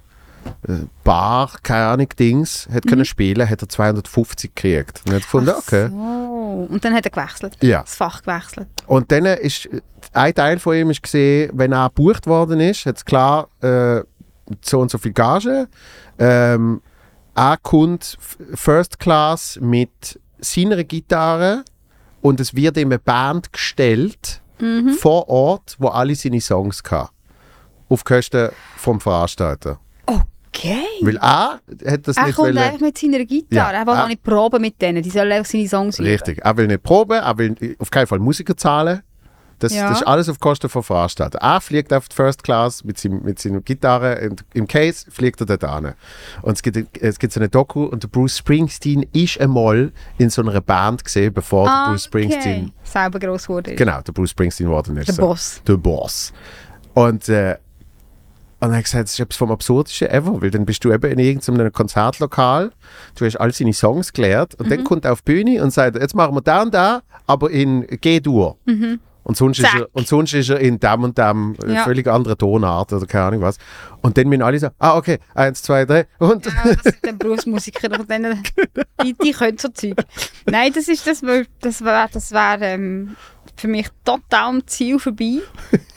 Speaker 1: Bar, keine Ahnung, Dings, hat können spielen, hat er 250 gekriegt. Und hat gefunden,
Speaker 2: Mhm. Ach
Speaker 1: okay.
Speaker 2: So. Und dann hat er gewechselt.
Speaker 1: Ja.
Speaker 2: Das Fach gewechselt.
Speaker 1: Und dann ist äh, ein Teil von ihm ist gesehen, wenn er gebucht worden ist, hat es klar äh, so und so viel Gage. Ähm, er kommt f- First Class mit seiner Gitarre und es wird ihm eine Band gestellt
Speaker 2: Mhm.
Speaker 1: vor Ort, wo alle seine Songs kann. Auf Kosten vom Veranstalter.
Speaker 2: Okay.
Speaker 1: Weil er hat das
Speaker 2: Er
Speaker 1: nicht
Speaker 2: kommt
Speaker 1: wollen.
Speaker 2: einfach mit seiner Gitarre.
Speaker 1: Ja, Ah.
Speaker 2: Er will
Speaker 1: er-
Speaker 2: auch nicht proben mit denen. Die sollen einfach seine Songs üben.
Speaker 1: Richtig. Er will nicht proben, er will äh, auf keinen Fall Musiker zahlen. Das,
Speaker 2: Ja.
Speaker 1: das ist alles auf Kosten von Veranstaltern. Er fliegt auf die First Class mit, seinem, mit seiner Gitarre und im Case fliegt er dort an. Und es gibt, äh, es gibt so eine Doku und der Bruce Springsteen ist einmal in so einer Band gesehen, bevor der
Speaker 2: Ah,
Speaker 1: Bruce Springsteen.
Speaker 2: Okay. Selber gross wurde.
Speaker 1: Genau, der Bruce Springsteen geworden ist.
Speaker 2: Der
Speaker 1: so.
Speaker 2: Boss.
Speaker 1: Der Boss. Und, äh, und er hat gesagt, das ist etwas vom Absurdesten ever, weil dann bist du eben in irgendeinem Konzertlokal, du hast all seine Songs gelernt und
Speaker 2: Mhm.
Speaker 1: dann kommt er auf die Bühne und sagt, jetzt machen wir da und da, aber in G-Dur. Und sonst, ist
Speaker 2: Mhm. Zack.
Speaker 1: er, und sonst ist er in dem und dem äh,
Speaker 2: Ja.
Speaker 1: völlig andere Tonart oder keine Ahnung was. Und dann müssen alle so, ah okay, eins, zwei, drei und
Speaker 2: Ja, das sind dann Berufsmusiker und dann, eh, die, die können so Zeug. Nein, das ist das, weil- das wäre das wär, ähm, für mich total am Ziel vorbei.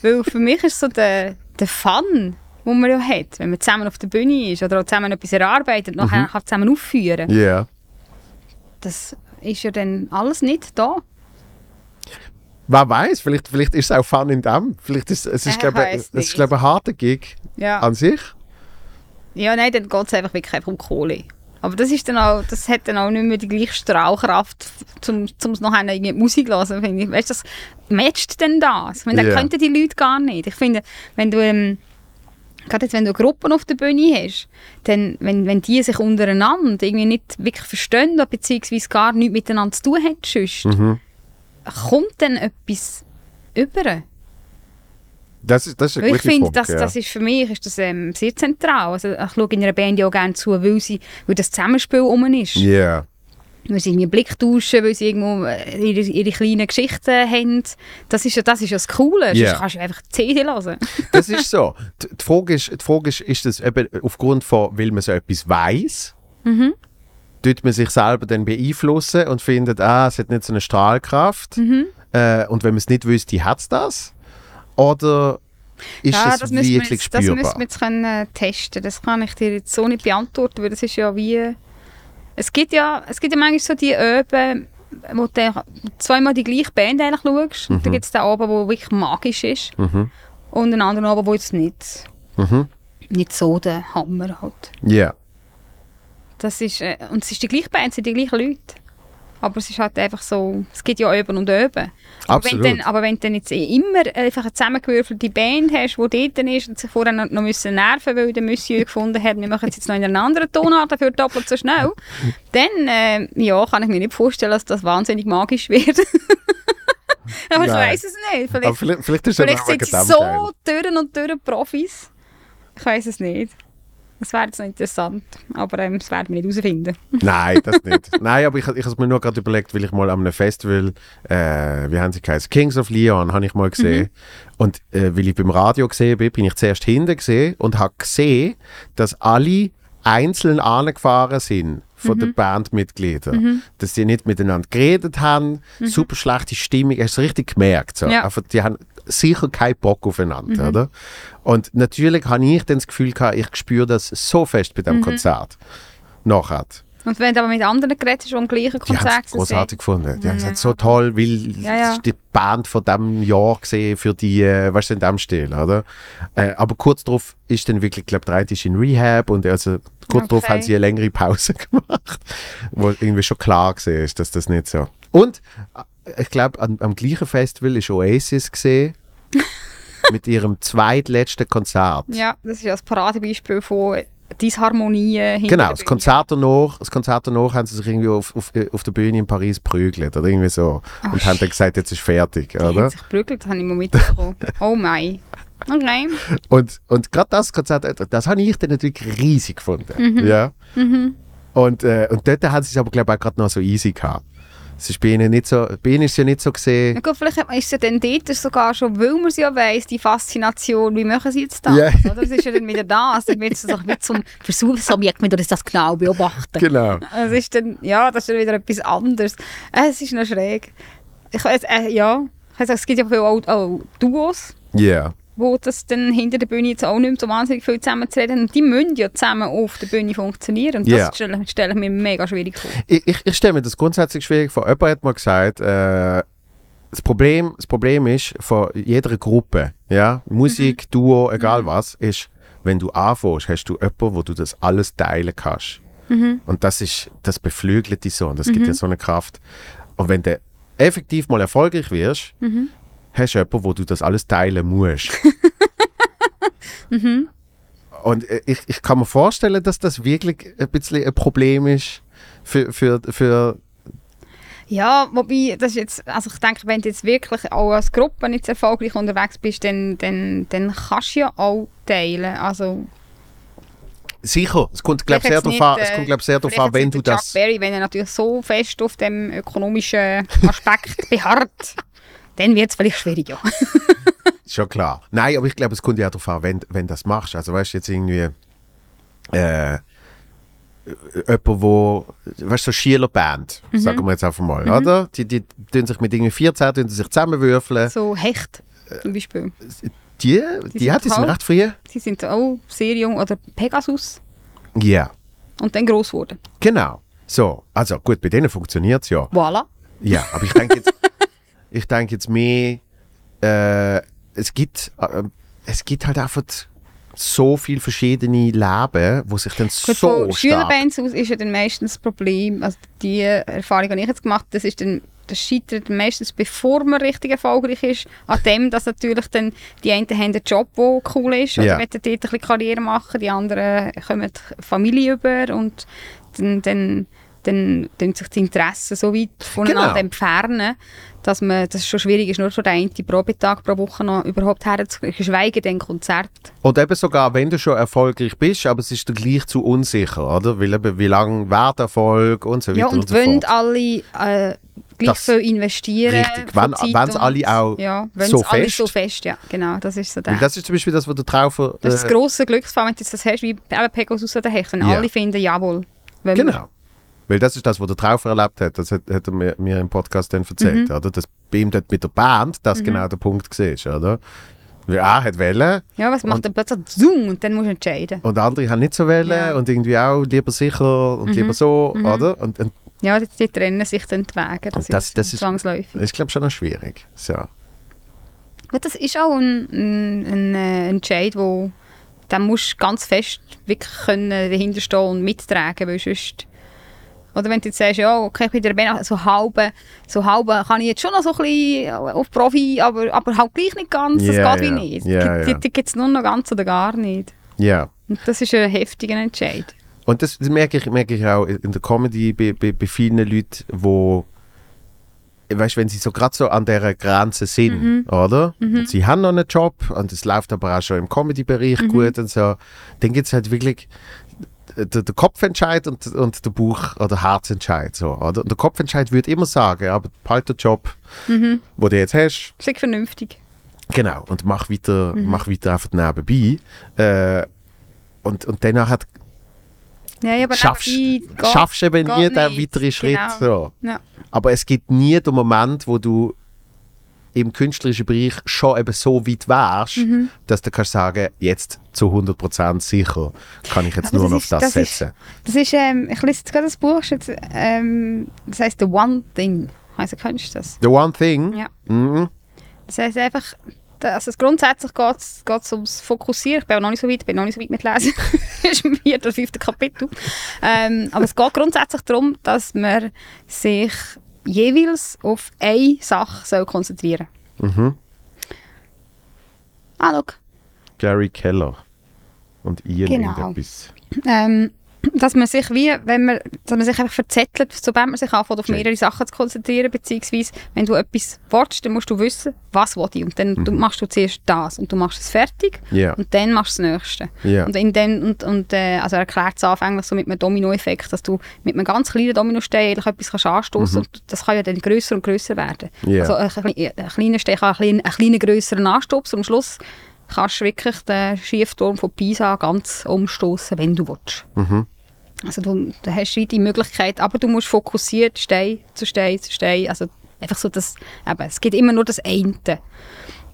Speaker 2: Weil für mich ist so der, der Fun, den man ja hat, wenn man zusammen auf der Bühne ist oder auch zusammen etwas erarbeitet und nachher kann zusammen aufführen.
Speaker 1: Mhm. ja.
Speaker 2: Das ist ja dann alles nicht da.
Speaker 1: Wer weiß, vielleicht, vielleicht ist es auch Fun in dem. Vielleicht ist es, ist,
Speaker 2: Ich
Speaker 1: glaube ich,
Speaker 2: weiß
Speaker 1: es ist,
Speaker 2: nicht.
Speaker 1: glaube ich, ein harter Gig
Speaker 2: Ja,
Speaker 1: an sich.
Speaker 2: ja nein, dann geht es einfach wirklich einfach um Kohle. Aber das, ist dann auch, das hat dann auch nicht mehr die gleiche Strahlkraft, um es nachher irgendwie die Musik zu hören. Finde ich. Weißt du, das matcht denn das? Ich meine, das
Speaker 1: Ja.
Speaker 2: könnten die Leute gar nicht. Ich finde, wenn du, ähm, gerade jetzt, wenn du Gruppen auf der Bühne hast, dann, wenn, wenn die sich untereinander irgendwie nicht wirklich verstehen, oder beziehungsweise gar nichts miteinander zu tun haben, sonst, kommt dann etwas über.
Speaker 1: Das ist, das ist ein
Speaker 2: Weil ich
Speaker 1: guter
Speaker 2: finde,
Speaker 1: Punkt,
Speaker 2: das,
Speaker 1: ja.
Speaker 2: das ist für mich ist das, ähm, sehr zentral. Also, ich schaue in einer Band ja auch gerne zu, weil, sie, weil das Zusammenspiel um ist.
Speaker 1: Ja.
Speaker 2: Weil sie irgendwie Blick tauschen, weil sie irgendwo äh, ihre, ihre kleinen Geschichten haben. Das ist ja das, ist ja das Coole.
Speaker 1: Ja.
Speaker 2: Sonst kannst du einfach die CD hören.
Speaker 1: Das ist so. Die die Frage ist, die Frage ist, ist das eben aufgrund von, weil man so etwas weiß,
Speaker 2: Mhm.
Speaker 1: tut man sich selber dann beeinflussen und findet, ah, es hat nicht so eine Strahlkraft.
Speaker 2: Mhm.
Speaker 1: Äh, und wenn man es nicht wüsste, hat es das? Oder ist
Speaker 2: ja,
Speaker 1: es
Speaker 2: das müssen wir
Speaker 1: wirklich
Speaker 2: jetzt, das
Speaker 1: spürbar?
Speaker 2: müssen wir jetzt können äh, testen. Das kann ich dir jetzt so nicht beantworten, weil das ist ja wie... äh, Es gibt ja, es gibt ja manchmal so die Öben, wo du dann zweimal die gleiche Band eigentlich schaust. Und
Speaker 1: Mhm.
Speaker 2: dann gibt es den Abend, der wirklich magisch ist. Und einen anderen Abend, der jetzt nicht,
Speaker 1: Mhm.
Speaker 2: nicht so der Hammer hat.
Speaker 1: Ja.
Speaker 2: Das ist, äh, und es ist die gleiche Band, es sind die gleichen Leute. Aber es ist halt einfach so, es gibt ja Öben und Öben. Aber wenn,
Speaker 1: Absolut.
Speaker 2: du dann, aber wenn du dann jetzt immer einfach eine zusammengewürfelte Band hast, die dort ist und sich vorher noch, noch müssen nerven weil der Monsieur gefunden hat, wir machen es jetzt noch in einer anderen Tonart, dafür doppelt so schnell, dann äh, ja, kann ich mir nicht vorstellen, dass das wahnsinnig magisch wird. aber ich
Speaker 1: Nein.
Speaker 2: weiß es nicht.
Speaker 1: Aber
Speaker 2: Vielleicht,
Speaker 1: vielleicht, vielleicht ist es
Speaker 2: vielleicht
Speaker 1: einfach
Speaker 2: sind
Speaker 1: ein
Speaker 2: sie
Speaker 1: Gedankenteil.
Speaker 2: so dürren und dürren Profis. Ich weiß es nicht. Das wäre jetzt noch interessant, aber ähm, das werden wir nicht herausfinden.
Speaker 1: Nein, das nicht. Nein, aber ich, ich habe mir nur gerade überlegt, weil ich mal an einem Festival, äh, wie haben sie geheißen? Kings of Leon, habe ich mal gesehen. Und äh, weil ich beim Radio gesehen bin, bin ich zuerst hinten gesehen und habe gesehen, dass alle einzeln angefahren sind von den Bandmitgliedern. Dass die nicht miteinander geredet haben, super schlechte Stimmung, hast du richtig gemerkt. So.
Speaker 2: Ja.
Speaker 1: Einfach, die haben sicher keinen Bock aufeinander, oder? Und natürlich habe ich dann das Gefühl gehabt, ich spüre das so fest bei dem Konzert. Nachher.
Speaker 2: Und wenn du aber mit anderen geredet hast, die am gleichen
Speaker 1: Die haben
Speaker 2: Konzert
Speaker 1: es
Speaker 2: sind,
Speaker 1: großartig gefunden. Die haben gesagt, so toll, weil
Speaker 2: Ja, ja.
Speaker 1: es ist die Band von diesem Jahr gesehen für die, äh, weißt du, in dem Stil, oder? Äh, aber kurz darauf ist dann wirklich, glaube drei ist in Rehab und also kurz
Speaker 2: Okay.
Speaker 1: darauf haben sie eine längere Pause gemacht, wo irgendwie schon klar gesehen ist, dass das nicht so. Und äh, ich glaube, am, am gleichen Festival ist Oasis gesehen mit ihrem zweitletzten Konzert.
Speaker 2: Ja, das ist ja das Paradebeispiel von Disharmonien hinter
Speaker 1: Genau,
Speaker 2: der
Speaker 1: das
Speaker 2: Bühne.
Speaker 1: Konzert danach, das Konzert danach haben sie sich irgendwie auf, auf, auf der Bühne in Paris prügelt oder irgendwie so. und haben dann gesagt, jetzt ist fertig,
Speaker 2: Die
Speaker 1: oder?
Speaker 2: haben sich geprügelt, habe ich mal mitbekommen. oh mein. Okay.
Speaker 1: äh, Und, und gerade das Konzert, das habe ich dann natürlich riesig gefunden. Ja? Und, äh, und dort haben sie es aber, glaube ich, auch gerade noch so easy gehabt. Es ist bei ihnen nicht so, bei ihnen ist es ja nicht so gesehen.
Speaker 2: Ja, gut, vielleicht hat man- ist es ja dann dort sogar schon, weil man es ja weiss, die Faszination, wie machen sie jetzt das?
Speaker 1: Ja.
Speaker 2: Oder? Es ist ja dann wieder das, dann wird es doch nicht zum Versuchsobjekt, wir müssen das genau beobachten.
Speaker 1: Genau.
Speaker 2: Es ist dann, ja, das ist dann wieder etwas anderes. Äh, Es ist noch schräg. Ich weiß, äh, ja, ich weiss auch, es gibt ja viele auch, auch Duos,
Speaker 1: Ja.
Speaker 2: wo das dann hinter der Bühne jetzt auch nicht mehr so wahnsinnig viel zusammen zu reden. Und die müssen ja zusammen auf der Bühne funktionieren. Und
Speaker 1: Ja.
Speaker 2: das stelle, stelle ich mir mega schwierig vor.
Speaker 1: Ich, ich, ich stelle mir das grundsätzlich schwierig vor. Jemand hat mal gesagt, äh, das, Problem, das Problem ist, von jeder Gruppe, ja, Musik, Duo, egal was, ist, wenn du anfängst, hast du jemanden, wo du das alles teilen kannst. Und das ist, das beflügelt dich so und das gibt dir so eine Kraft. Und wenn du effektiv mal erfolgreich wirst, hast du jemanden, wo du das alles teilen musst. Und äh, ich, ich kann mir vorstellen, dass das wirklich ein bisschen ein Problem ist für, für, für
Speaker 2: Ja, wobei, das ist jetzt, also ich denke, wenn du jetzt wirklich auch als Gruppe nicht so erfolgreich unterwegs bist, dann, dann, dann kannst du ja auch teilen. Also,
Speaker 1: Sicher, es kommt glaube sehr
Speaker 2: vielleicht
Speaker 1: darauf
Speaker 2: jetzt
Speaker 1: an,
Speaker 2: nicht,
Speaker 1: es
Speaker 2: äh,
Speaker 1: kommt, glaub, sehr darauf
Speaker 2: vielleicht
Speaker 1: an, wenn
Speaker 2: jetzt
Speaker 1: du
Speaker 2: nicht der
Speaker 1: das...
Speaker 2: Chuck Berry, wenn er natürlich so fest auf dem ökonomischen Aspekt beharrt, dann wird es vielleicht schwierig, ja.
Speaker 1: Schon klar. Nein, aber ich glaube, es kommt ja auch darauf an, wenn, wenn du das machst. Also weißt du, jetzt irgendwie... Äh, jemand, wo... Weißt du, so Schieler-Band,
Speaker 2: Mhm.
Speaker 1: sagen wir jetzt einfach mal, oder? Die, die tun sich mit irgendwie 14, tun sie sich zusammenwürfeln.
Speaker 2: So Hecht zum Beispiel.
Speaker 1: Die, die,
Speaker 2: Die
Speaker 1: die
Speaker 2: sind
Speaker 1: hat die sind
Speaker 2: toll.
Speaker 1: recht früh.
Speaker 2: Sie sind auch sehr jung oder Pegasus
Speaker 1: Ja,
Speaker 2: und dann gross geworden.
Speaker 1: genau. So, also gut, bei denen funktioniert es ja.
Speaker 2: Voilà.
Speaker 1: Ja, aber ich denke jetzt, ich denke jetzt mehr, äh, es gibt, äh, es gibt halt einfach so viele verschiedene Leben, wo sich dann
Speaker 2: Gut,
Speaker 1: so
Speaker 2: von
Speaker 1: stark...
Speaker 2: Schülerbands aus ist ja dann meistens das Problem, also die Erfahrung habe ich jetzt gemacht, das ist dann das scheitert meistens, bevor man richtig erfolgreich ist, an dem, dass natürlich dann die einen haben einen Job, der cool ist oder
Speaker 1: Ja.
Speaker 2: wollen dort ein bisschen Karriere machen, die anderen kommen die Familie über und dann, dann, dann, dann sich die Interessen so weit voneinander
Speaker 1: Genau.
Speaker 2: entfernen, dass man, das ist schon schwierig ist, nur so der eine Probetag pro Woche noch überhaupt herzukriegen, geschweige denn Konzerte.
Speaker 1: Und eben sogar, wenn du schon erfolgreich bist, aber es ist dann gleich zu unsicher, oder? Weil eben, wie lange währt Erfolg und so weiter
Speaker 2: Ja,
Speaker 1: und,
Speaker 2: und
Speaker 1: so
Speaker 2: wollen
Speaker 1: fort.
Speaker 2: alle äh, gleich
Speaker 1: Das-
Speaker 2: viel investieren.
Speaker 1: Richtig,
Speaker 2: von
Speaker 1: wenn-
Speaker 2: Zeit
Speaker 1: wenn's
Speaker 2: und-
Speaker 1: alle auch
Speaker 2: ja,
Speaker 1: so
Speaker 2: wenn's alle
Speaker 1: fest-
Speaker 2: so fest, ja, genau, das ist so der.
Speaker 1: Weil
Speaker 2: Das,
Speaker 1: das ist zum Beispiel das, was der Traufer... äh,
Speaker 2: ist das grosse Glücksfall, wenn du jetzt das hast, wie eben Pegasus oder Hecht, wenn
Speaker 1: Ja.
Speaker 2: alle finden, jawohl. wollen wir.
Speaker 1: Genau. Weil das ist das, was der Traufer erlebt hat. Das hat, hat er mir, mir im Podcast dann erzählt,
Speaker 2: Mhm.
Speaker 1: oder? Dass bei ihm dort mit der Band das genau der Punkt war, oder? Weil er hat wollen,
Speaker 2: Ja, was macht
Speaker 1: Und-
Speaker 2: dann plötzlich Zoom und dann musst du entscheiden.
Speaker 1: Und andere haben nicht so wollen
Speaker 2: Ja.
Speaker 1: und irgendwie auch lieber sicher und lieber so, oder? Und, und
Speaker 2: Ja, die, die trennen sich dann die Wege. Das,
Speaker 1: Das-
Speaker 2: ist,
Speaker 1: das ist-
Speaker 2: zwangsläufig.
Speaker 1: das ist, glaube ich, schon noch schwierig. So.
Speaker 2: Gut, das ist auch ein, ein, ein äh, Entscheid, wo dann musst du ganz fest wirklich können dahinter stehen und mittragen, weil sonst oder wenn du jetzt sagst, ja, okay, ich bin der Band, so halbe, so halbe kann ich jetzt schon noch so ein bisschen auf Profi, aber, aber halt gleich nicht ganz, das
Speaker 1: Ja,
Speaker 2: geht
Speaker 1: ja.
Speaker 2: wie nicht.
Speaker 1: Ja,
Speaker 2: die
Speaker 1: ja.
Speaker 2: die, die gibt es nur noch ganz oder gar nicht.
Speaker 1: Ja.
Speaker 2: Und das ist ein heftiger Entscheid.
Speaker 1: Und das, das merke, ich, merke ich auch in der Comedy bei, bei, bei vielen Leuten, wo, weißt wenn sie so gerade so an der Grenze sind, oder? Und sie haben noch einen Job und es läuft aber auch schon im Comedy-Bereich gut und so, dann gibt es halt wirklich der, der Kopfentscheid und, und der Buch oder Herzentscheid, so, oder? Und der Kopfentscheid würde immer sagen, aber halt den Job, wo du jetzt hast,
Speaker 2: Sei vernünftig.
Speaker 1: Genau, und mach weiter,
Speaker 2: Mhm.
Speaker 1: mach weiter einfach nebenbei. Äh, und, und danach hat,
Speaker 2: Ja, ja, aber
Speaker 1: schaffst
Speaker 2: nebenbei geht-
Speaker 1: schaffst eben
Speaker 2: geht
Speaker 1: nie den
Speaker 2: nicht.
Speaker 1: weiteren Schritt.
Speaker 2: Genau.
Speaker 1: So.
Speaker 2: Ja.
Speaker 1: Aber es gibt nie den Moment, wo du im künstlerischen Bereich schon eben so weit wärst,
Speaker 2: Mhm.
Speaker 1: dass du kannst sagen, jetzt zu 100% sicher kann ich jetzt
Speaker 2: Aber
Speaker 1: nur
Speaker 2: das
Speaker 1: noch auf
Speaker 2: ist-
Speaker 1: das,
Speaker 2: das ist-
Speaker 1: setzen.
Speaker 2: Das ist, ähm, ich lese jetzt gerade das Buch, ist jetzt, ähm, das heisst The One Thing. Also kennst du das?
Speaker 1: The one thing,
Speaker 2: Ja.
Speaker 1: mhm.
Speaker 2: Das heisst einfach, da- also es- grundsätzlich geht es ums Fokussieren. Ich bin auch noch nicht so weit, bin noch nicht so weit mit Lesen. das ist mir das fünfte Kapitel. Ähm, aber es geht grundsätzlich darum, dass man sich jeweils auf eine Sache soll konzentrieren
Speaker 1: Mhm.
Speaker 2: Ah, schau.
Speaker 1: Gary Keller und ihr
Speaker 2: Genau.
Speaker 1: irgendetwas.
Speaker 2: Ähm, dass man sich wie, wenn man, dass man sich einfach verzettelt, sobald man sich anfängt, auf mehrere Sachen zu konzentrieren, beziehungsweise wenn du etwas willst, dann musst du wissen, was will ich und dann du machst du zuerst das und du machst es fertig
Speaker 1: Mhm. Ja.
Speaker 2: und dann machst du das Nächste.
Speaker 1: Ja.
Speaker 2: Und, in dem, und, und äh, also er erklärt es anfänglich so mit einem Dominoeffekt, dass du mit einem ganz kleinen Dominostein eigentlich etwas kannst anstoßen
Speaker 1: Mhm.
Speaker 2: und das kann ja dann grösser und grösser werden.
Speaker 1: Ja.
Speaker 2: Also ein, kle- ein kleiner Stein kann einen kleinen, einen kleinen grösseren anstupsen und am Schluss kannst du wirklich den Schiefturm von Pisa ganz umstoßen, wenn du willst. Also du, du hast wie die Möglichkeit, aber du musst fokussiert Stein zu Stein zu Stein, also einfach so das, eben, es gibt immer nur das eine,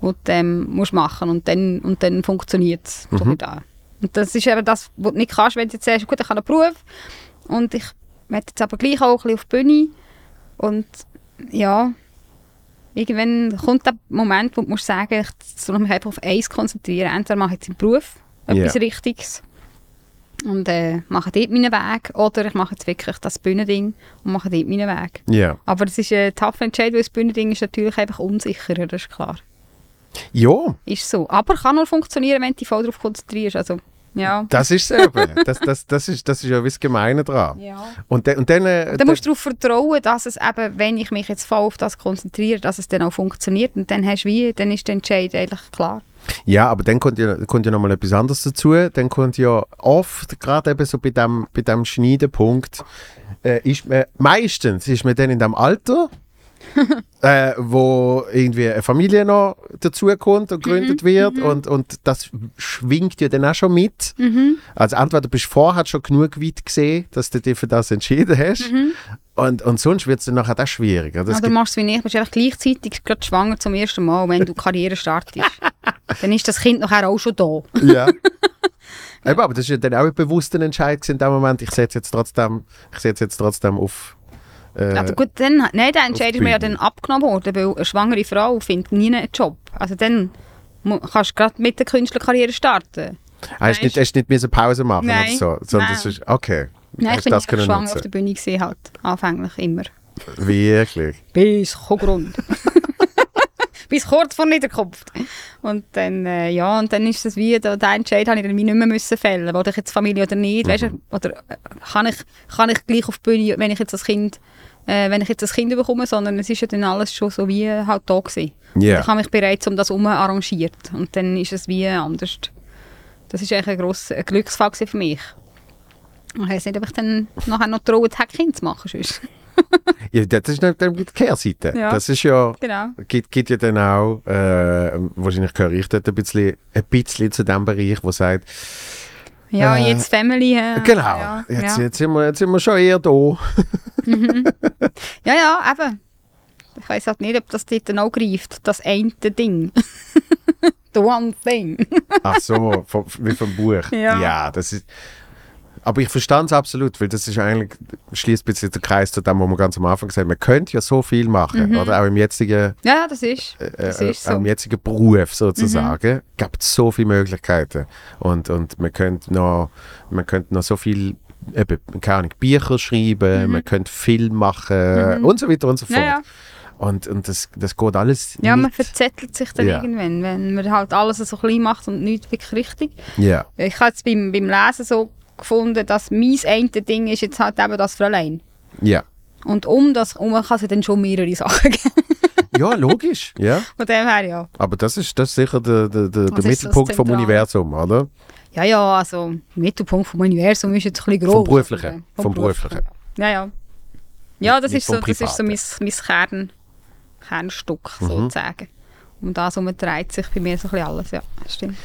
Speaker 2: was du ähm, musst machen und dann, und dann funktioniert es. da. Und das ist eben das, was du nicht kannst, wenn du jetzt sagst, gut, ich habe einen Beruf und ich möchte jetzt aber gleich auch ein bisschen auf die Bühne und ja, irgendwann kommt der Moment, wo du musst sagen, ich soll mich einfach auf eins konzentrieren, entweder mache ich jetzt im Beruf etwas
Speaker 1: Ja.
Speaker 2: Richtiges und äh, mache dort meinen Weg oder ich mache jetzt wirklich das Bühnending und mache dort meinen Weg.
Speaker 1: Ja.
Speaker 2: Aber es ist ein tougher Entscheid, weil das Bühnending ist natürlich einfach unsicherer, das ist klar.
Speaker 1: Ja,
Speaker 2: Ist so. Aber kann nur funktionieren, wenn du dich voll darauf konzentrierst. Also, ja.
Speaker 1: das ist es eben. Das, das, das, ist, das ist ja das Gemeine dran.
Speaker 2: ja.
Speaker 1: Und, de, und dann... Äh,
Speaker 2: Dann musst du darauf vertrauen, dass es eben, wenn ich mich jetzt voll auf das konzentriere, dass es dann auch funktioniert. Und dann hast du wie, dann ist der Entscheid eigentlich klar.
Speaker 1: Ja, aber dann kommt ja, kommt ja nochmal etwas anderes dazu. Dann kommt ja oft, gerade eben so bei dem, bei dem Schneidepunkt, äh, ist man, meistens ist man dann in dem Alter, äh, wo irgendwie eine Familie noch dazukommt
Speaker 2: Mhm,
Speaker 1: und gegründet wird und, und das schwingt ja dann auch schon mit.
Speaker 2: Mhm.
Speaker 1: Also entweder bist du vorher schon genug weit gesehen, dass du dich für das entschieden hast
Speaker 2: Mhm.
Speaker 1: und, und sonst wird es dann nachher auch schwieriger. Das
Speaker 2: Oder
Speaker 1: gibt-
Speaker 2: machst du es wie ich, bist einfach gleichzeitig gerade schwanger zum ersten Mal, wenn du Karriere startest. dann ist das Kind nachher auch schon da.
Speaker 1: Ja. Eben, aber das ist ja dann auch ein bewusster Entscheid gewesen in dem Moment. Ich setze jetzt trotzdem, ich setze jetzt trotzdem auf. Äh,
Speaker 2: Also gut, dann, nein, der Entscheid ist mir ja
Speaker 1: Bühne.
Speaker 2: dann abgenommen worden, weil eine schwangere Frau findet nie einen Job. Also dann mu- kannst du gerade mit der Künstlerkarriere starten.
Speaker 1: hast du nicht, hast du nicht müssen Pause machen
Speaker 2: Nein.
Speaker 1: oder so? Sondern
Speaker 2: Nein.
Speaker 1: es ist okay.
Speaker 2: Nein, ich
Speaker 1: hast
Speaker 2: bin
Speaker 1: das
Speaker 2: einfach
Speaker 1: können
Speaker 2: schwanger
Speaker 1: nutzen.
Speaker 2: auf der Bühne gesehen halt, anfänglich immer.
Speaker 1: Wirklich.
Speaker 2: Bis Grund. Bis kurz vor Niederkunft. Und dann, äh, ja, und dann ist das wie, da- den Entscheid habe ich dann wie nicht mehr müssen fällen. Will ich jetzt Familie oder nicht? Weißt du, oder äh, kann ich, kann ich gleich auf die Bühne, wenn ich jetzt das Kind, äh, wenn ich jetzt das Kind bekomme, sondern es ist ja dann alles schon so wie halt da gewesen.
Speaker 1: Ja.
Speaker 2: Und Ich habe mich bereits um das herum arrangiert. Und dann ist es wie anders. Das ist eigentlich ein grosser ein Glücksfall gewesen für mich. Ich weiß nicht, ob ich dann nachher noch traut, ein Kind zu machen. Sonst.
Speaker 1: Ja, das ist nicht dann die Kehrseite.
Speaker 2: Ja.
Speaker 1: Das ist ja.
Speaker 2: Genau.
Speaker 1: Gibt, gibt ja dann auch, äh, wahrscheinlich gehöre ich dort ein bisschen, ein bisschen zu dem Bereich, wo sagt,
Speaker 2: Ja,
Speaker 1: Äh,
Speaker 2: jetzt Family. Äh,
Speaker 1: genau,
Speaker 2: Ja,
Speaker 1: jetzt,
Speaker 2: ja.
Speaker 1: Jetzt, sind wir, jetzt sind wir schon eher da.
Speaker 2: ja, ja, eben. Ich weiß halt nicht, ob das dort dann auch greift. Das eine Ding. The one thing.
Speaker 1: Ach so, vom, wie vom Buch.
Speaker 2: Ja.
Speaker 1: das ist. Aber ich verstand es absolut, weil das ist eigentlich, schließt ein bisschen den Kreis zu dem, was wir ganz am Anfang gesagt haben. Man könnte ja so viel machen, oder? Auch im jetzigen,
Speaker 2: Ja, das ist.
Speaker 1: äh,
Speaker 2: Mhm. Das
Speaker 1: äh,
Speaker 2: ist so. Mhm.
Speaker 1: im jetzigen Beruf sozusagen, gibt es so viele Möglichkeiten. Und, und man könnte noch, man könnte noch so viel, eben, keine Ahnung, Bücher schreiben, man könnte Film machen und so weiter und so fort.
Speaker 2: Mhm. Ja, ja.
Speaker 1: Und, und das, das geht alles
Speaker 2: ja, man
Speaker 1: nicht.
Speaker 2: verzettelt sich dann
Speaker 1: Ja.
Speaker 2: irgendwann, wenn man halt alles so klein macht und nichts wirklich richtig.
Speaker 1: Ja,
Speaker 2: Ich habe es beim, beim Lesen so gefunden, dass mein eine Ding ist jetzt halt eben das Fräulein.
Speaker 1: ja.
Speaker 2: Und um das herum kann es ja dann schon mehrere Sachen geben.
Speaker 1: Ja, logisch. ja.
Speaker 2: Von dem her, ja.
Speaker 1: Aber das ist, das ist sicher der, der, der, der
Speaker 2: Das ist so das
Speaker 1: Mittelpunkt vom
Speaker 2: Zentrale.
Speaker 1: Universum, oder?
Speaker 2: Ja, ja, also der Mittelpunkt vom Universum ist jetzt ein bisschen groß.
Speaker 1: Vom Beruflichen,
Speaker 2: aber,
Speaker 1: vom Beruflichen.
Speaker 2: Ja, ja. Ja, das
Speaker 1: nicht
Speaker 2: ist, so,
Speaker 1: vom
Speaker 2: das ist so mein, mein Kern, Kernstück
Speaker 1: Mhm.
Speaker 2: sozusagen. Um das herum dreht sich bei mir so ein bisschen alles, ja. Stimmt.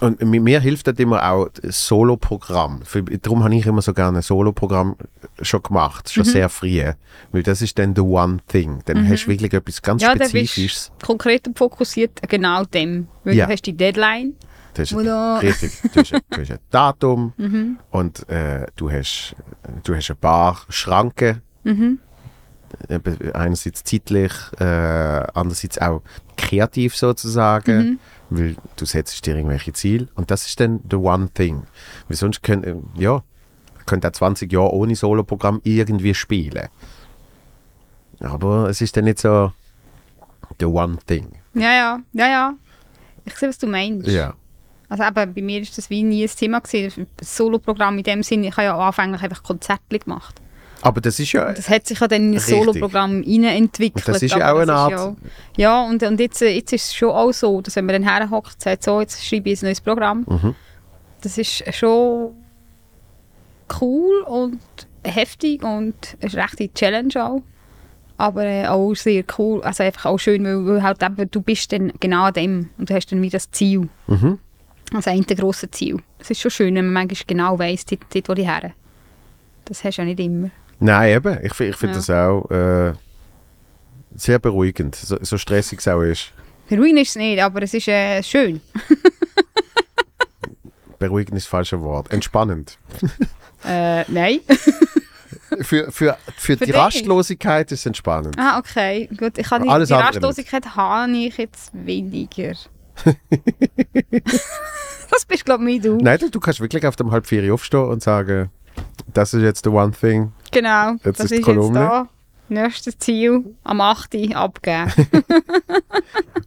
Speaker 1: Und mi- mir hilft das immer auch das Solo-Programm. Für- Darum habe ich immer so gerne ein Solo-Programm schon gemacht,
Speaker 2: Mhm.
Speaker 1: schon sehr früh. Weil das ist dann the one thing. Dann hast du wirklich etwas ganz
Speaker 2: Ja, dann bist
Speaker 1: Spezifisches.
Speaker 2: du konkret und fokussiert genau dem. Weil
Speaker 1: Ja.
Speaker 2: du hast die Deadline.
Speaker 1: Du hast,
Speaker 2: Voilà. Mhm.
Speaker 1: richtig, du hast, du hast ein Datum und äh, du, hast, du hast ein paar Schranken.
Speaker 2: Mhm.
Speaker 1: Eben Einerseits zeitlich, äh, andererseits auch kreativ sozusagen,
Speaker 2: Mhm.
Speaker 1: weil du setzt dir irgendwelche Ziele und das ist dann the one thing. Weil sonst könnte, ja, könnte auch 20 Jahre ohne Soloprogramm irgendwie spielen. Aber es ist dann nicht so the one thing.
Speaker 2: Ja, ja, ja, ja. Ich sehe, was du meinst.
Speaker 1: Ja.
Speaker 2: Also eben, bei mir war das wie nie ein Thema. Gewesen. Das Solo-Programm in dem Sinne, ich habe ja anfänglich einfach Konzerte gemacht.
Speaker 1: Aber das ist ja.
Speaker 2: Und das hat sich ja dann in ein
Speaker 1: Richtig.
Speaker 2: Solo-Programm entwickelt.
Speaker 1: Und das ist ja auch eine Art-
Speaker 2: Ja, und, und jetzt, äh, jetzt ist es schon auch so, dass wenn man dann herhockt, sagt so, jetzt schreibe ich ein neues Programm.
Speaker 1: Mhm.
Speaker 2: Das ist schon cool und heftig und ist eine rechte Challenge auch. Aber äh, auch sehr cool, also einfach auch schön, weil, weil halt eben, du bist dann genau an dem und du hast dann wie das Ziel.
Speaker 1: Mhm.
Speaker 2: Also ein grosses Ziel. Es ist schon schön, wenn man manchmal genau weiss, dort, dort wo ich her. Das hast du ja nicht immer.
Speaker 1: Nein, eben. Ich, fi- ich finde
Speaker 2: Ja.
Speaker 1: das auch äh, sehr beruhigend, so, so stressig es auch ist.
Speaker 2: Ruin ist es nicht, aber es ist äh, schön.
Speaker 1: Beruhigend ist das falsche Wort. Entspannend.
Speaker 2: Äh, nein.
Speaker 1: Für, für, für, die
Speaker 2: dich?
Speaker 1: Rastlosigkeit ist es entspannend.
Speaker 2: ah, okay. Gut, ich kann die,
Speaker 1: Alles
Speaker 2: die
Speaker 1: andere
Speaker 2: Rastlosigkeit habe ich jetzt weniger. das bist, glaube ich, du.
Speaker 1: Nein, du, du kannst wirklich auf dem halb vier aufstehen und sagen, das ist jetzt the one thing.
Speaker 2: Genau.
Speaker 1: Jetzt ist
Speaker 2: das ist,
Speaker 1: die
Speaker 2: jetzt
Speaker 1: Kolumne.
Speaker 2: da. Nächstes Ziel am 8. Uhr abgeben.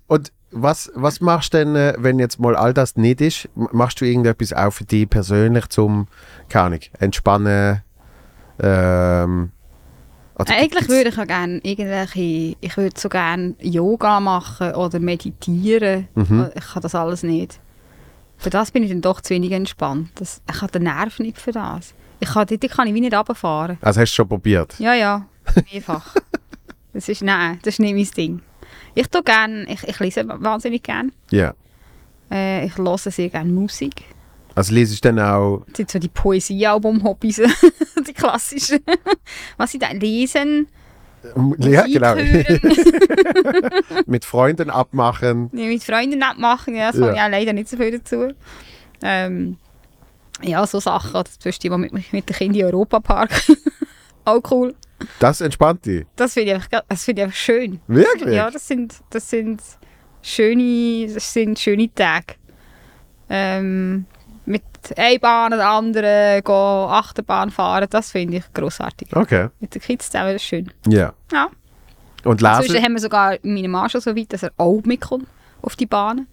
Speaker 1: Und was, was machst du denn, äh, wenn jetzt mal all das nicht ist? M- Machst du irgendetwas auch für dich persönlich zum, keine Ahnung, entspannen? Ähm, also
Speaker 2: Eigentlich
Speaker 1: gibt's-
Speaker 2: würde ich ja gerne irgendwelche, ich würde so gerne Yoga machen oder meditieren.
Speaker 1: Mhm. Hm.
Speaker 2: Ich kann das alles nicht. Für das bin ich dann doch zu wenig entspannt. Das, ich habe den Nerv nicht für das. Ich kann, dort kann ich wie nicht runterfahren.
Speaker 1: Also hast du schon probiert?
Speaker 2: Ja, ja, mehrfach. das ist, nein, das ist nicht mein Ding. Ich tue gerne, ich, ich lese wahnsinnig gerne.
Speaker 1: Ja.
Speaker 2: Äh, ich höre sehr gerne Musik.
Speaker 1: Also lese ich dann auch,
Speaker 2: Das sind so die Poesiealbum-Hobbys, die klassischen. Was ich da lesen,
Speaker 1: ja,
Speaker 2: Musik
Speaker 1: genau,
Speaker 2: hören.
Speaker 1: mit Freunden abmachen.
Speaker 2: Nee, mit Freunden nicht machen, ja, das ja. habe ich
Speaker 1: Ja.
Speaker 2: auch leider nicht so viel dazu. Ähm, ja, so Sachen, oder zum Beispiel mal mit, mit den Kindern in den Europapark. auch cool.
Speaker 1: Das entspannt dich.
Speaker 2: Das finde ich, einfach ge- das finde ich einfach schön.
Speaker 1: Wirklich?
Speaker 2: Ja, das sind, das sind schöne, das sind schöne Tage. Ähm, mit einer Bahn oder anderen gehen, Achterbahn fahren, das finde ich grossartig.
Speaker 1: Okay.
Speaker 2: Mit den Kids zusammen, das ist schön.
Speaker 1: Ja.
Speaker 2: Ja.
Speaker 1: Und lesen?
Speaker 2: Inzwischen haben wir sogar meinen Mann schon so weit, dass er auch mitkommt auf die Bahnen.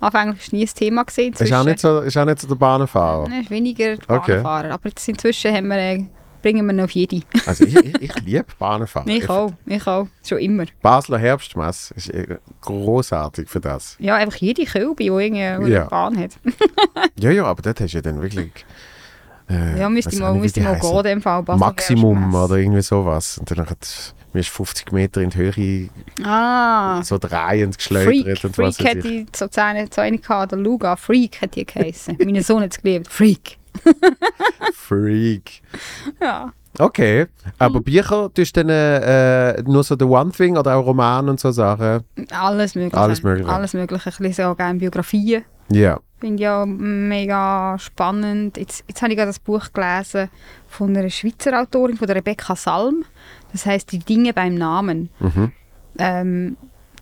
Speaker 2: Anfänglich war es nie ein Thema. Gewesen.
Speaker 1: Ist auch, nicht so, ist auch nicht so der Bahnenfahrer.
Speaker 2: Er ist weniger die
Speaker 1: Okay.
Speaker 2: Bahnfahrer. Aber jetzt inzwischen haben wir, äh, bringen wir noch auf jede.
Speaker 1: Also ich, ich, ich liebe Bahnenfahren.
Speaker 2: Ich auch, ich auch. Schon immer.
Speaker 1: Basler Herbstmesse ist eh großartig für das.
Speaker 2: Ja, einfach jede Kölbe, die eh, irgendwie eine
Speaker 1: Ja.
Speaker 2: Bahn hat.
Speaker 1: Ja, ja, aber dort hast du ja dann wirklich. Äh,
Speaker 2: Ja, müsste
Speaker 1: weiss
Speaker 2: ich
Speaker 1: auch
Speaker 2: mal,
Speaker 1: nicht, wie
Speaker 2: müsste
Speaker 1: die
Speaker 2: mal
Speaker 1: heissen.
Speaker 2: gehen, dem Fall. Basel
Speaker 1: Maximum
Speaker 2: Herbstmesse.
Speaker 1: oder irgendwie sowas. Und dann hat mir ist 50 Meter in die Höhe
Speaker 2: Ah,
Speaker 1: so drehend geschleudert
Speaker 2: Freak.
Speaker 1: und
Speaker 2: Freak
Speaker 1: was weiß
Speaker 2: hätte
Speaker 1: ich.
Speaker 2: ich so eine, so eine gehabt, der Luga. Freak hätte ich geheißen. Mein Sohn hat es geliebt. Freak.
Speaker 1: Freak.
Speaker 2: Ja.
Speaker 1: Okay. Aber
Speaker 2: Hm.
Speaker 1: Bücher, du hast dann äh, nur so The One Thing oder auch Roman und so Sachen.
Speaker 2: Alles Mögliche.
Speaker 1: Alles Mögliche.
Speaker 2: Alles Mögliche. Ich lese auch gerne Biografien.
Speaker 1: Ja.
Speaker 2: Finde ich auch mega spannend. Jetzt, jetzt habe ich gerade das Buch gelesen von einer Schweizer Autorin, von der Rebecca Salm. Das heißt Die Dinge beim Namen.
Speaker 1: Mhm.
Speaker 2: Ähm,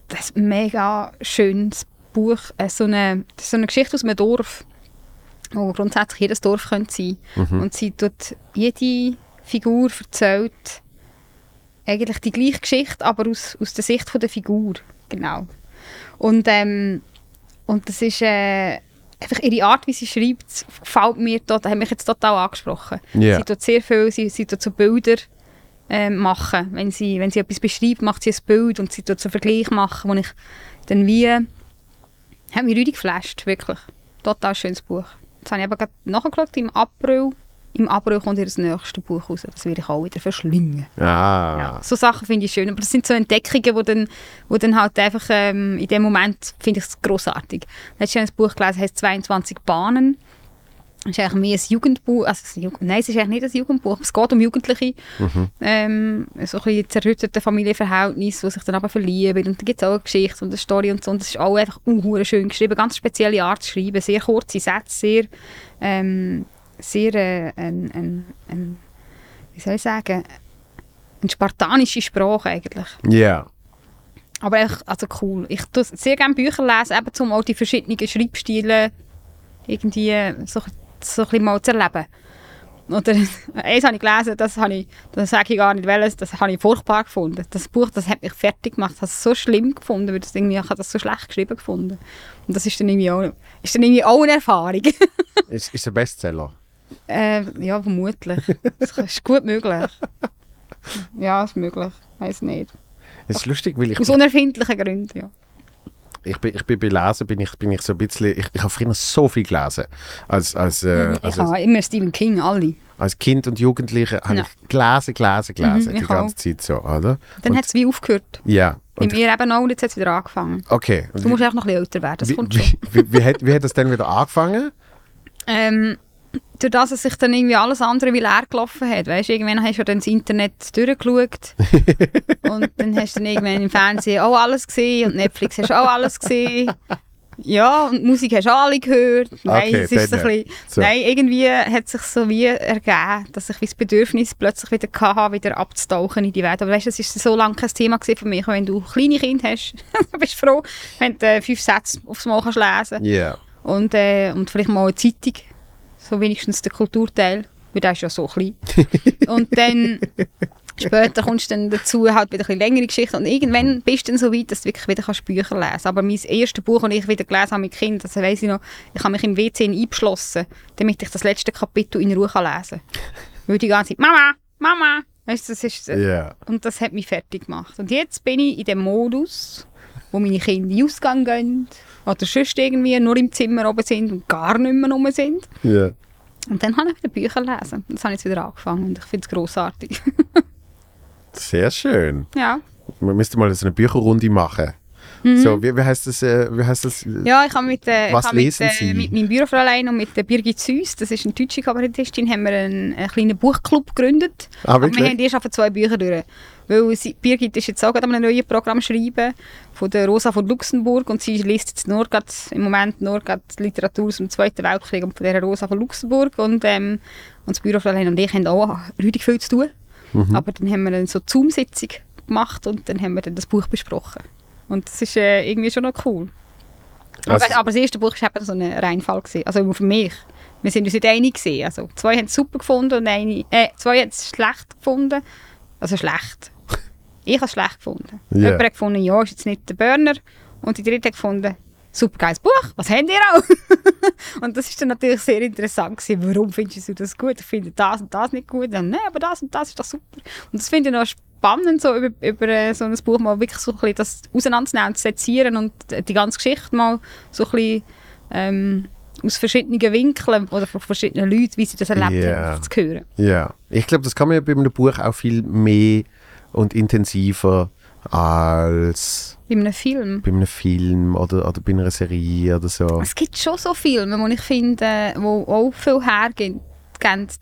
Speaker 2: das ist ein mega schönes Buch. Äh, so, eine, das ist so eine Geschichte aus einem Dorf, wo grundsätzlich jedes Dorf könnte sein Und sie tut jede Figur erzählt eigentlich die gleiche Geschichte, aber aus, aus der Sicht von der Figur. Genau. Und, ähm, und das ist äh, einfach ihre Art, wie sie schreibt, s- gefällt mir total, hat mich jetzt total angesprochen.
Speaker 1: Ja.
Speaker 2: Sie tut sehr viel, sie, sie tut so Bilder ähm, machen. Wenn sie, wenn sie etwas beschreibt, macht sie ein Bild und sie tut so einen Vergleich machen, wo ich dann wie... Hat mich richtig geflasht, wirklich. Total schönes Buch. Jetzt habe ich eben gerade nachgeschaut, im April, im April kommt ihr das nächste Buch raus. Das werde ich auch wieder verschlingen. Ja,
Speaker 1: Ah.
Speaker 2: so Sachen finde ich schön. Aber das sind so Entdeckungen, wo dann, wo dann halt einfach ähm, in dem Moment finde ich es grossartig. Letztes Jahr ein Buch gelesen, heißt 22 Bahnen. Das ist eigentlich mehr ein Jugendbuch. Also es ist ein Jugend, nein, es ist eigentlich nicht ein Jugendbuch. Es geht um Jugendliche. Ähm, so ein bisschen zerrüttete Familienverhältnisse, die sich dann aber verlieben. Und da gibt es auch eine Geschichte und eine Story und so. Und das ist auch einfach unhure schön geschrieben. Ganz spezielle Art zu schreiben. Sehr kurze Sätze, sehr, ähm, sehr äh, ein, ein, ein, wie soll ich sagen, eine spartanische Sprache eigentlich.
Speaker 1: Ja.
Speaker 2: Aber echt, also cool. Ich tue sehr gerne Bücher lesen, eben um auch die verschiedenen Schreibstile irgendwie so, so ein bisschen mal zu erleben. Oder eins habe ich gelesen, das, habe ich, das sage ich gar nicht welches, das habe ich furchtbar gefunden. Das Buch, das hat mich fertig gemacht, das habe ich so schlimm gefunden, weil das irgendwie, ich habe das so schlecht geschrieben gefunden. Und das ist dann irgendwie auch, ist dann irgendwie auch eine Erfahrung.
Speaker 1: Ist, ist ein Bestseller.
Speaker 2: äh, ja, vermutlich. Das ist gut möglich. Ja, ist möglich. Weiß nicht.
Speaker 1: Es ist lustig, weil ich,
Speaker 2: Aus unerfindlichen Gründen, ja.
Speaker 1: ich, bin, ich bin bei Lesen bin ich, bin ich so ein bisschen, ich, ich habe früher so viel gelesen. Als, als, äh,
Speaker 2: Ich
Speaker 1: als,
Speaker 2: habe immer Stephen King, alle.
Speaker 1: als Kind und Jugendliche habe
Speaker 2: Ja.
Speaker 1: ich gelesen, gelesen, gelesen,
Speaker 2: Mhm,
Speaker 1: die
Speaker 2: ich
Speaker 1: ganze Zeit so, oder?
Speaker 2: Dann
Speaker 1: Und-
Speaker 2: hat es wie aufgehört.
Speaker 1: Ja.
Speaker 2: Bei
Speaker 1: Und,
Speaker 2: mir eben auch und jetzt hat es wieder angefangen.
Speaker 1: okay. Und
Speaker 2: Du musst einfach noch ein bisschen älter werden, das
Speaker 1: wie,
Speaker 2: kommt schon.
Speaker 1: wie, wie, wie, hat, wie hat das denn wieder angefangen?
Speaker 2: Ähm, durch das, dass sich dann irgendwie alles andere wie leer gelaufen hat. Weißt, irgendwann hast du ja dann das Internet durchgeschaut und dann hast du dann irgendwann im Fernsehen auch alles gesehen und Netflix hast du auch alles gesehen. Ja, und die Musik hast du auch alle gehört. Nein,
Speaker 1: Okay,
Speaker 2: es ist so
Speaker 1: dann
Speaker 2: ein bisschen,
Speaker 1: So.
Speaker 2: Nein, irgendwie hat sich so wie ergeben, dass ich wie das Bedürfnis plötzlich wieder hatte, wieder abzutauchen in die Welt. Aber weißt du, das ist so lange kein Thema gewesen für mich. Und Wenn du kleine Kinder hast, dann bist du froh, wenn du äh, fünf Sätze aufs Mal kannst lesen
Speaker 1: Ja.
Speaker 2: und, äh, und vielleicht mal eine Zeitung. So wenigstens der Kulturteil. Weil der ist ja so klein. und dann später kommst du dann dazu, halt wieder eine längere Geschichte. Und irgendwann bist du dann so weit, dass du wirklich wieder kannst Bücher lesen kannst. Aber mein erstes Buch, das ich wieder gelesen habe mit Kind, das weiss ich noch, ich habe mich im WC eingeschlossen, damit ich das letzte Kapitel in Ruhe kann lesen kann. Weil die ganze Zeit, Mama, Mama, weißt du, das ist... äh,
Speaker 1: Ja.
Speaker 2: Und das hat mich fertig gemacht. Und jetzt bin ich in dem Modus, wo meine Kinder in den Ausgang gehen oder sonst irgendwie nur im Zimmer oben sind und gar nicht mehr rum sind.
Speaker 1: Ja.
Speaker 2: Und dann habe ich wieder Bücher lesen. Das habe ich jetzt wieder angefangen und ich finde es grossartig.
Speaker 1: Sehr schön.
Speaker 2: ja.
Speaker 1: Wir müssten mal so eine Bücherrunde machen. So, wie, wie heißt das? Äh, wie heißt das?
Speaker 2: ja, ich habe mit, äh,
Speaker 1: Was
Speaker 2: ich habe mit,
Speaker 1: lesen Sie?
Speaker 2: äh, mit meinem Bürofräulein und mit der Birgit Süß, das ist eine deutsche Kabarettistin, haben wir einen, einen kleinen Buchclub gegründet.
Speaker 1: Ah,
Speaker 2: Aber
Speaker 1: wirklich?
Speaker 2: wir haben erst auf zwei Bücher durch. Weil sie, Birgit ist jetzt auch gerade an einem neuen Programm schreiben von der Rosa von Luxemburg und sie liest jetzt nur grad, im Moment nur grad Literatur aus dem Zweiten Weltkrieg und von der Rosa von Luxemburg und, ähm, und das Bürofräulein und ich haben auch richtig viel zu tun. Aber dann haben wir dann so die Zoom-Sitzung gemacht und dann haben wir dann das Buch besprochen. Und das ist äh, irgendwie schon noch cool.
Speaker 1: Also-
Speaker 2: aber, aber das erste Buch war eben so ein Reinfall. Gewesen. Also für mich. Wir sind uns nicht einig. Gewesen. Also, zwei haben es super gefunden und eine, äh, zwei haben es schlecht gefunden. Also schlecht. Ich habe es schlecht gefunden.
Speaker 1: Ja.
Speaker 2: Jemand hat gefunden, ja, ist jetzt nicht der Burner. Und die dritte hat gefunden, super geiles Buch, was habt ihr auch? und das ist dann natürlich sehr interessant gewesen. Warum findest du das gut? Ich finde das und das nicht gut. Dann, Nein, aber das und das ist doch super. Und das finde ich noch spannend, so über, über äh, so ein Buch mal wirklich so ein bisschen das auseinanderzunehmen, und zu sezieren und die ganze Geschichte mal so ein bisschen ähm, aus verschiedenen Winkeln oder von verschiedenen Leuten, wie sie das erlebt
Speaker 1: Ja.
Speaker 2: haben, zu hören.
Speaker 1: Ja, ich glaube, das kann man ja bei einem Buch auch viel mehr und intensiver als
Speaker 2: Bei einem Film.
Speaker 1: bei einem Film oder, oder bei einer Serie oder so.
Speaker 2: Es gibt schon so Filme, wo ich finde, äh, wo auch viel hergeben,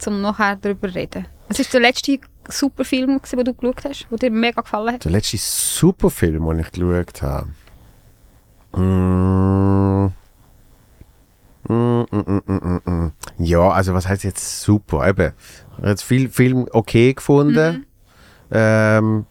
Speaker 2: um nachher darüber zu reden. Es war der letzte super Film, gewesen, den du geschaut hast, der dir mega gefallen hat.
Speaker 1: Der letzte Superfilm, den ich geschaut habe. Mm. Mm, mm, mm, mm, mm, mm. Ja, also was heißt jetzt super? Eben, ich habe viel Film okay gefunden. Ähm,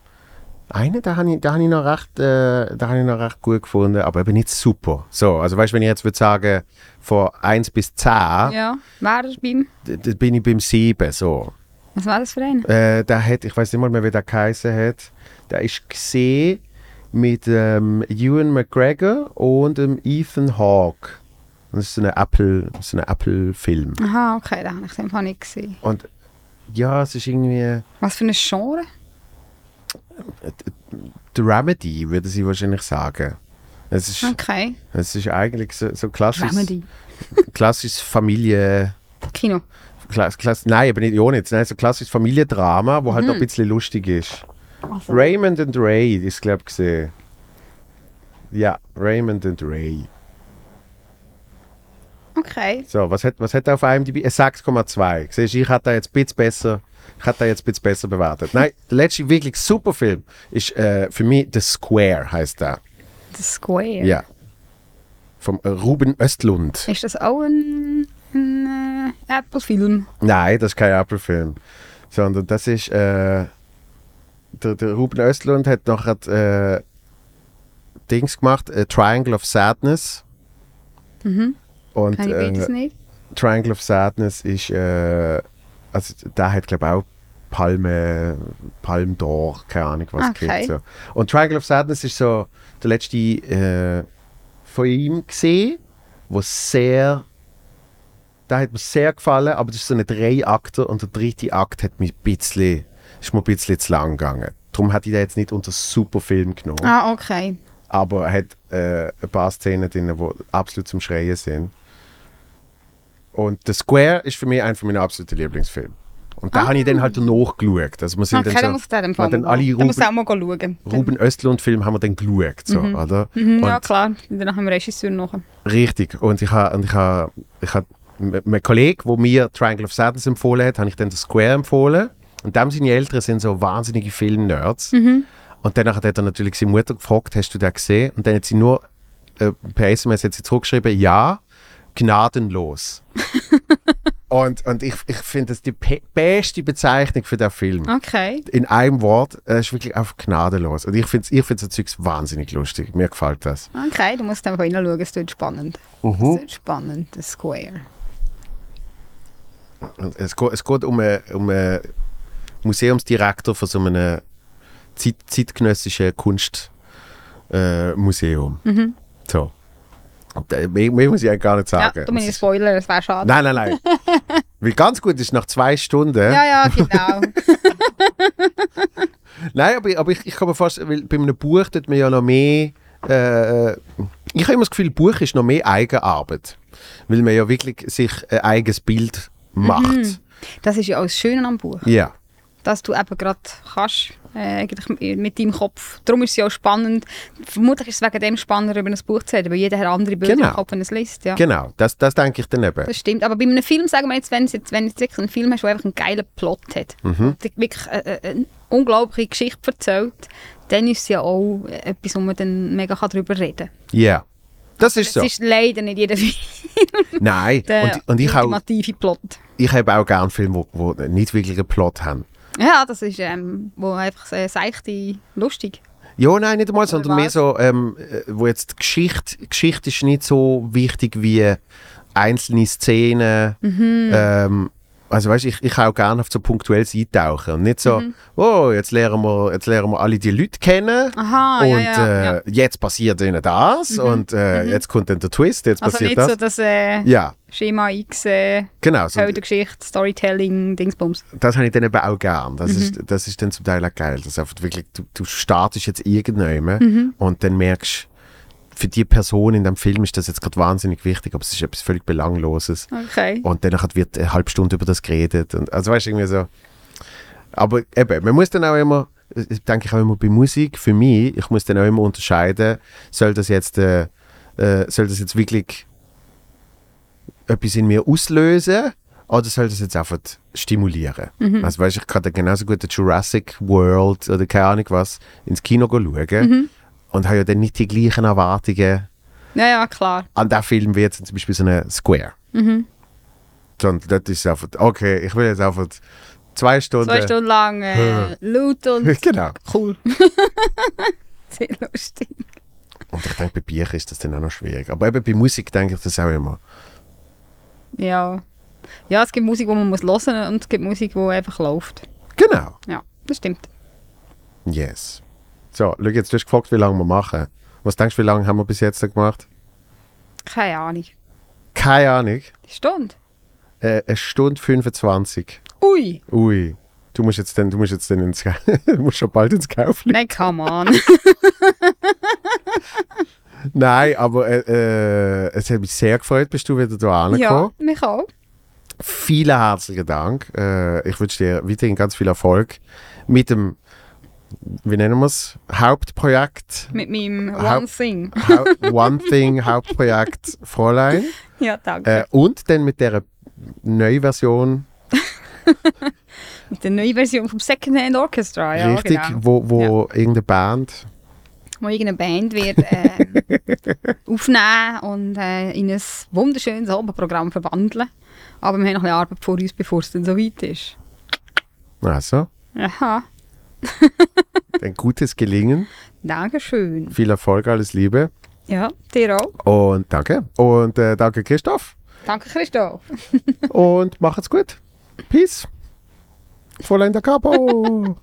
Speaker 1: einen, da habe ich, da hab ich, noch recht, äh, da hab ich noch recht gut gefunden, aber eben nicht super. So, also weißt du, wenn ich jetzt würde sagen, von 1 bis 10,
Speaker 2: Ja, war das beim.
Speaker 1: d- d- bin ich beim 7, so.
Speaker 2: Was war das für ein?
Speaker 1: Äh, der hat, ich weiß nicht mal mehr, wie der geheißen hat, der ist gesehen mit ähm, Ewan McGregor und dem Ethan Hawke. Das ist so ein Apple, so ein Apple-Film.
Speaker 2: Aha, okay, den habe ich einfach nicht gesehen.
Speaker 1: Und ja, es ist irgendwie
Speaker 2: Was für ein Genre?
Speaker 1: Dramedy, würde sie wahrscheinlich sagen. Es ist,
Speaker 2: Okay,
Speaker 1: es ist eigentlich so, so klassisch,
Speaker 2: Dramedy.
Speaker 1: klassisches Familie.
Speaker 2: Kino.
Speaker 1: Klass, klass, nein, aber nicht, ja nicht. Nein, so klassisches Familiendrama, wo halt
Speaker 2: Mhm.
Speaker 1: noch ein bisschen lustig ist. Also. Raymond and Ray ist, glaube ich, gesehen. Ja, Raymond and Ray.
Speaker 2: Okay.
Speaker 1: So, was hat, was hat er auf IMDb? Äh, 6,2. Siehst du, ich hatte da jetzt ein bisschen besser, ich hatte da jetzt ein bisschen besser bewertet. Nein, der letzte wirklich super Film ist äh, für mich The Square, heißt der.
Speaker 2: The Square.
Speaker 1: Ja. Vom äh, Ruben Östlund.
Speaker 2: Ist das auch ein, ein äh, Apple-Film?
Speaker 1: Nein, das ist kein Apple-Film. Sondern das ist. Äh, der, der Ruben Östlund hat noch äh, Dings gemacht, äh, Triangle of Sadness. Und
Speaker 2: Nein, ich weiß
Speaker 1: äh,
Speaker 2: es nicht.
Speaker 1: Triangle of Sadness ist äh, also der hat glaube ich auch Palme, Palm d'Or, keine Ahnung was
Speaker 2: Okay.
Speaker 1: gekriegt. So. Und Triangle of Sadness ist so der letzte äh, von ihm gesehen, wo sehr da hat mir sehr gefallen, aber das ist so ein Drei-Akter und der dritte Akt hat mich ein bisschen, ist mir ein bisschen zu lang gegangen. Darum hätte ich den jetzt nicht unter Superfilm genommen.
Speaker 2: Ah, okay.
Speaker 1: Aber er hat äh, ein paar Szenen drin, die absolut zum Schreien sind. Und The Square ist für mich einer meiner absoluten Lieblingsfilme. Und da habe ich dann halt nachgeschaut. Also wir sind
Speaker 2: Okay, dann
Speaker 1: dann
Speaker 2: Ah. muss
Speaker 1: so,
Speaker 2: ich den
Speaker 1: wir
Speaker 2: empfangen.
Speaker 1: haben dann alle
Speaker 2: muss ich
Speaker 1: Ruben,
Speaker 2: auch mal schauen.
Speaker 1: Ruben Östlund-Filme haben wir dann geschaut, so, oder?
Speaker 2: Mhm,
Speaker 1: und
Speaker 2: ja, klar. Danach haben wir Regisseur noch.
Speaker 1: Richtig. Und ich habe ich ha, ich ha, m- mein Kollege, der mir Triangle of Sadness empfohlen hat, habe ich dann The Square empfohlen. Und dem seine Eltern sind so wahnsinnige Film-Nerds. Und danach hat er natürlich seine Mutter gefragt, hast du den gesehen? Und dann hat sie nur äh, per SMS hat sie zurückgeschrieben, ja, gnadenlos. und, und ich, ich finde das die pe- beste Bezeichnung für den Film.
Speaker 2: Okay.
Speaker 1: In einem Wort, äh, es ist wirklich einfach gnadenlos. Und ich finde ich find so Zeugs wahnsinnig lustig. Mir gefällt das.
Speaker 2: Okay, du musst einfach hineinschauen. Es wird spannend.
Speaker 1: Mhm.
Speaker 2: Es wird spannend, das Square.
Speaker 1: Und Es geht, es geht um einen, um einen Museumsdirektor von so einem zeit, zeitgenössischen Kunstmuseum. Äh, Museum.
Speaker 2: Mhm.
Speaker 1: So. Und, äh, Mehr, mehr muss ich eigentlich gar nicht
Speaker 2: Ja,
Speaker 1: sagen.
Speaker 2: du musst
Speaker 1: Es
Speaker 2: nicht
Speaker 1: ist-
Speaker 2: Spoiler, das wäre schade.
Speaker 1: nein, nein, nein. Weil ganz gut ist, nach zwei Stunden.
Speaker 2: Ja, ja, genau.
Speaker 1: Nein, aber, aber ich, ich kann mir fast, weil bei einem Buch tut man ja noch mehr. Äh, ich habe immer das Gefühl, Buch ist noch mehr Eigenarbeit. Weil man ja wirklich sich ein eigenes Bild macht.
Speaker 2: Mhm. Das ist ja auch das Schöne am Buch.
Speaker 1: Ja.
Speaker 2: dass du eben gerade kannst, äh, eigentlich mit deinem Kopf. Darum ist es ja auch spannend. Vermutlich ist es wegen dem spannender, über ein Buch zu reden, weil jeder hat andere Bilder
Speaker 1: Genau.
Speaker 2: im Kopf, wenn er es liest. Ja.
Speaker 1: Genau, das, das denke ich dann eben.
Speaker 2: Das stimmt. Aber bei einem Film, sagen wir jetzt, wenn es jetzt, wenn jetzt wirklich einen Film hast, der einfach einen geilen Plot hat,
Speaker 1: Mhm.
Speaker 2: der wirklich äh, äh, eine unglaubliche Geschichte erzählt, dann ist es ja auch etwas, wo man dann mega kann darüber reden kann.
Speaker 1: Ja. Das ist
Speaker 2: Es
Speaker 1: so.
Speaker 2: ist leider nicht jeder Film
Speaker 1: Nein.
Speaker 2: der
Speaker 1: Und, und ich, auch,
Speaker 2: ultimative Plot.
Speaker 1: ich habe auch gerne Filme, die wo, wo nicht wirklich einen Plot haben.
Speaker 2: Ja, das ist ähm, wo einfach äh, seichte, lustig.
Speaker 1: Ja, nein, nicht einmal, sondern
Speaker 2: was?
Speaker 1: mehr so, ähm, äh, wo jetzt die Geschichte, Geschichte ist nicht so wichtig wie einzelne Szenen.
Speaker 2: Mhm.
Speaker 1: Ähm, also weißt, ich, ich kann auch gerne auf so punktuelles Eintauchen und nicht
Speaker 2: Mhm.
Speaker 1: so, oh, jetzt lernen, wir, jetzt lernen wir alle die Leute kennen
Speaker 2: Aha,
Speaker 1: und
Speaker 2: ja, ja,
Speaker 1: äh,
Speaker 2: ja. Mhm.
Speaker 1: jetzt passiert ihnen das und äh, jetzt kommt dann der Twist, jetzt
Speaker 2: Also
Speaker 1: passiert
Speaker 2: nicht
Speaker 1: das.
Speaker 2: so, dass äh,
Speaker 1: ja,
Speaker 2: Schema X, äh,
Speaker 1: genau. So,
Speaker 2: Heldengeschichte, Storytelling, Dingsbums.
Speaker 1: das habe ich dann eben auch gern. Das, ist, das ist dann zum Teil auch geil. Dass einfach wirklich, du, du startest jetzt irgendjemanden und dann merkst, für die Person in dem Film ist das jetzt gerade wahnsinnig wichtig, aber es ist etwas völlig Belangloses.
Speaker 2: Okay.
Speaker 1: Und danach hat- wird eine halbe Stunde über das geredet. Und, also weißt du, irgendwie so. Aber eben, man muss dann auch immer, das denke ich auch immer bei Musik, für mich, ich muss dann auch immer unterscheiden, soll das jetzt, äh, äh, soll das jetzt wirklich etwas in mir auslösen oder soll das jetzt einfach stimulieren? Also weißt du, ich kann dann genauso gut den Jurassic World oder keine Ahnung was ins Kino schauen und habe ja dann nicht die gleichen Erwartungen
Speaker 2: Ja, ja, klar.
Speaker 1: an diesen Film wie jetzt zum Beispiel so eine Square.
Speaker 2: Mhm.
Speaker 1: Sondern das ist einfach, okay, ich will jetzt einfach zwei Stunden.
Speaker 2: Zwei Stunden lang äh, laut und
Speaker 1: genau.
Speaker 2: cool. Sehr lustig.
Speaker 1: Und ich denke, bei Büchern ist das dann auch noch schwierig. Aber eben bei Musik denke ich das auch immer.
Speaker 2: Ja. Ja, es gibt Musik, die man muss hören und es gibt Musik, die einfach läuft.
Speaker 1: Genau.
Speaker 2: Ja, das stimmt.
Speaker 1: Yes. So, schau, jetzt du hast gefragt, wie lange wir machen. Was denkst du, wie lange haben wir bis jetzt gemacht?
Speaker 2: Keine Ahnung.
Speaker 1: Keine Ahnung.
Speaker 2: Die Stunde.
Speaker 1: Äh, eine Stunde 25.
Speaker 2: Ui.
Speaker 1: Ui. Du musst jetzt dann, du musst jetzt dann ins, du musst schon bald ins Kauf
Speaker 2: Nein, come on.
Speaker 1: Nein, aber äh, äh, es hat mich sehr gefreut, bist du wieder da angekommen.
Speaker 2: ja, mich auch.
Speaker 1: vielen herzlichen Dank. Äh, ich wünsche dir weiterhin ganz viel Erfolg mit dem, wie nennen wir es, Hauptprojekt.
Speaker 2: Mit meinem
Speaker 1: Hau-
Speaker 2: One Thing.
Speaker 1: Hau- One Thing Hauptprojekt Fräulein.
Speaker 2: Ja, danke.
Speaker 1: Äh, und dann mit der neuen Version,
Speaker 2: Mit der neuen Version vom Secondhand Orchestra. Ja,
Speaker 1: richtig,
Speaker 2: genau.
Speaker 1: wo, wo irgendeine Band.
Speaker 2: wo irgendeine Band wird ähm, aufnehmen und äh, in ein wunderschönes Abendprogramm verwandeln. Aber wir haben noch ein bisschen Arbeit vor uns, bevor es dann so weit ist.
Speaker 1: Also,
Speaker 2: Aha,
Speaker 1: ein gutes Gelingen,
Speaker 2: Dankeschön.
Speaker 1: viel Erfolg, alles Liebe
Speaker 2: Ja, dir auch.
Speaker 1: und danke. Und äh, danke Christoph
Speaker 2: Danke, Christoph.
Speaker 1: und macht's gut. Peace. Fräulein da Capo.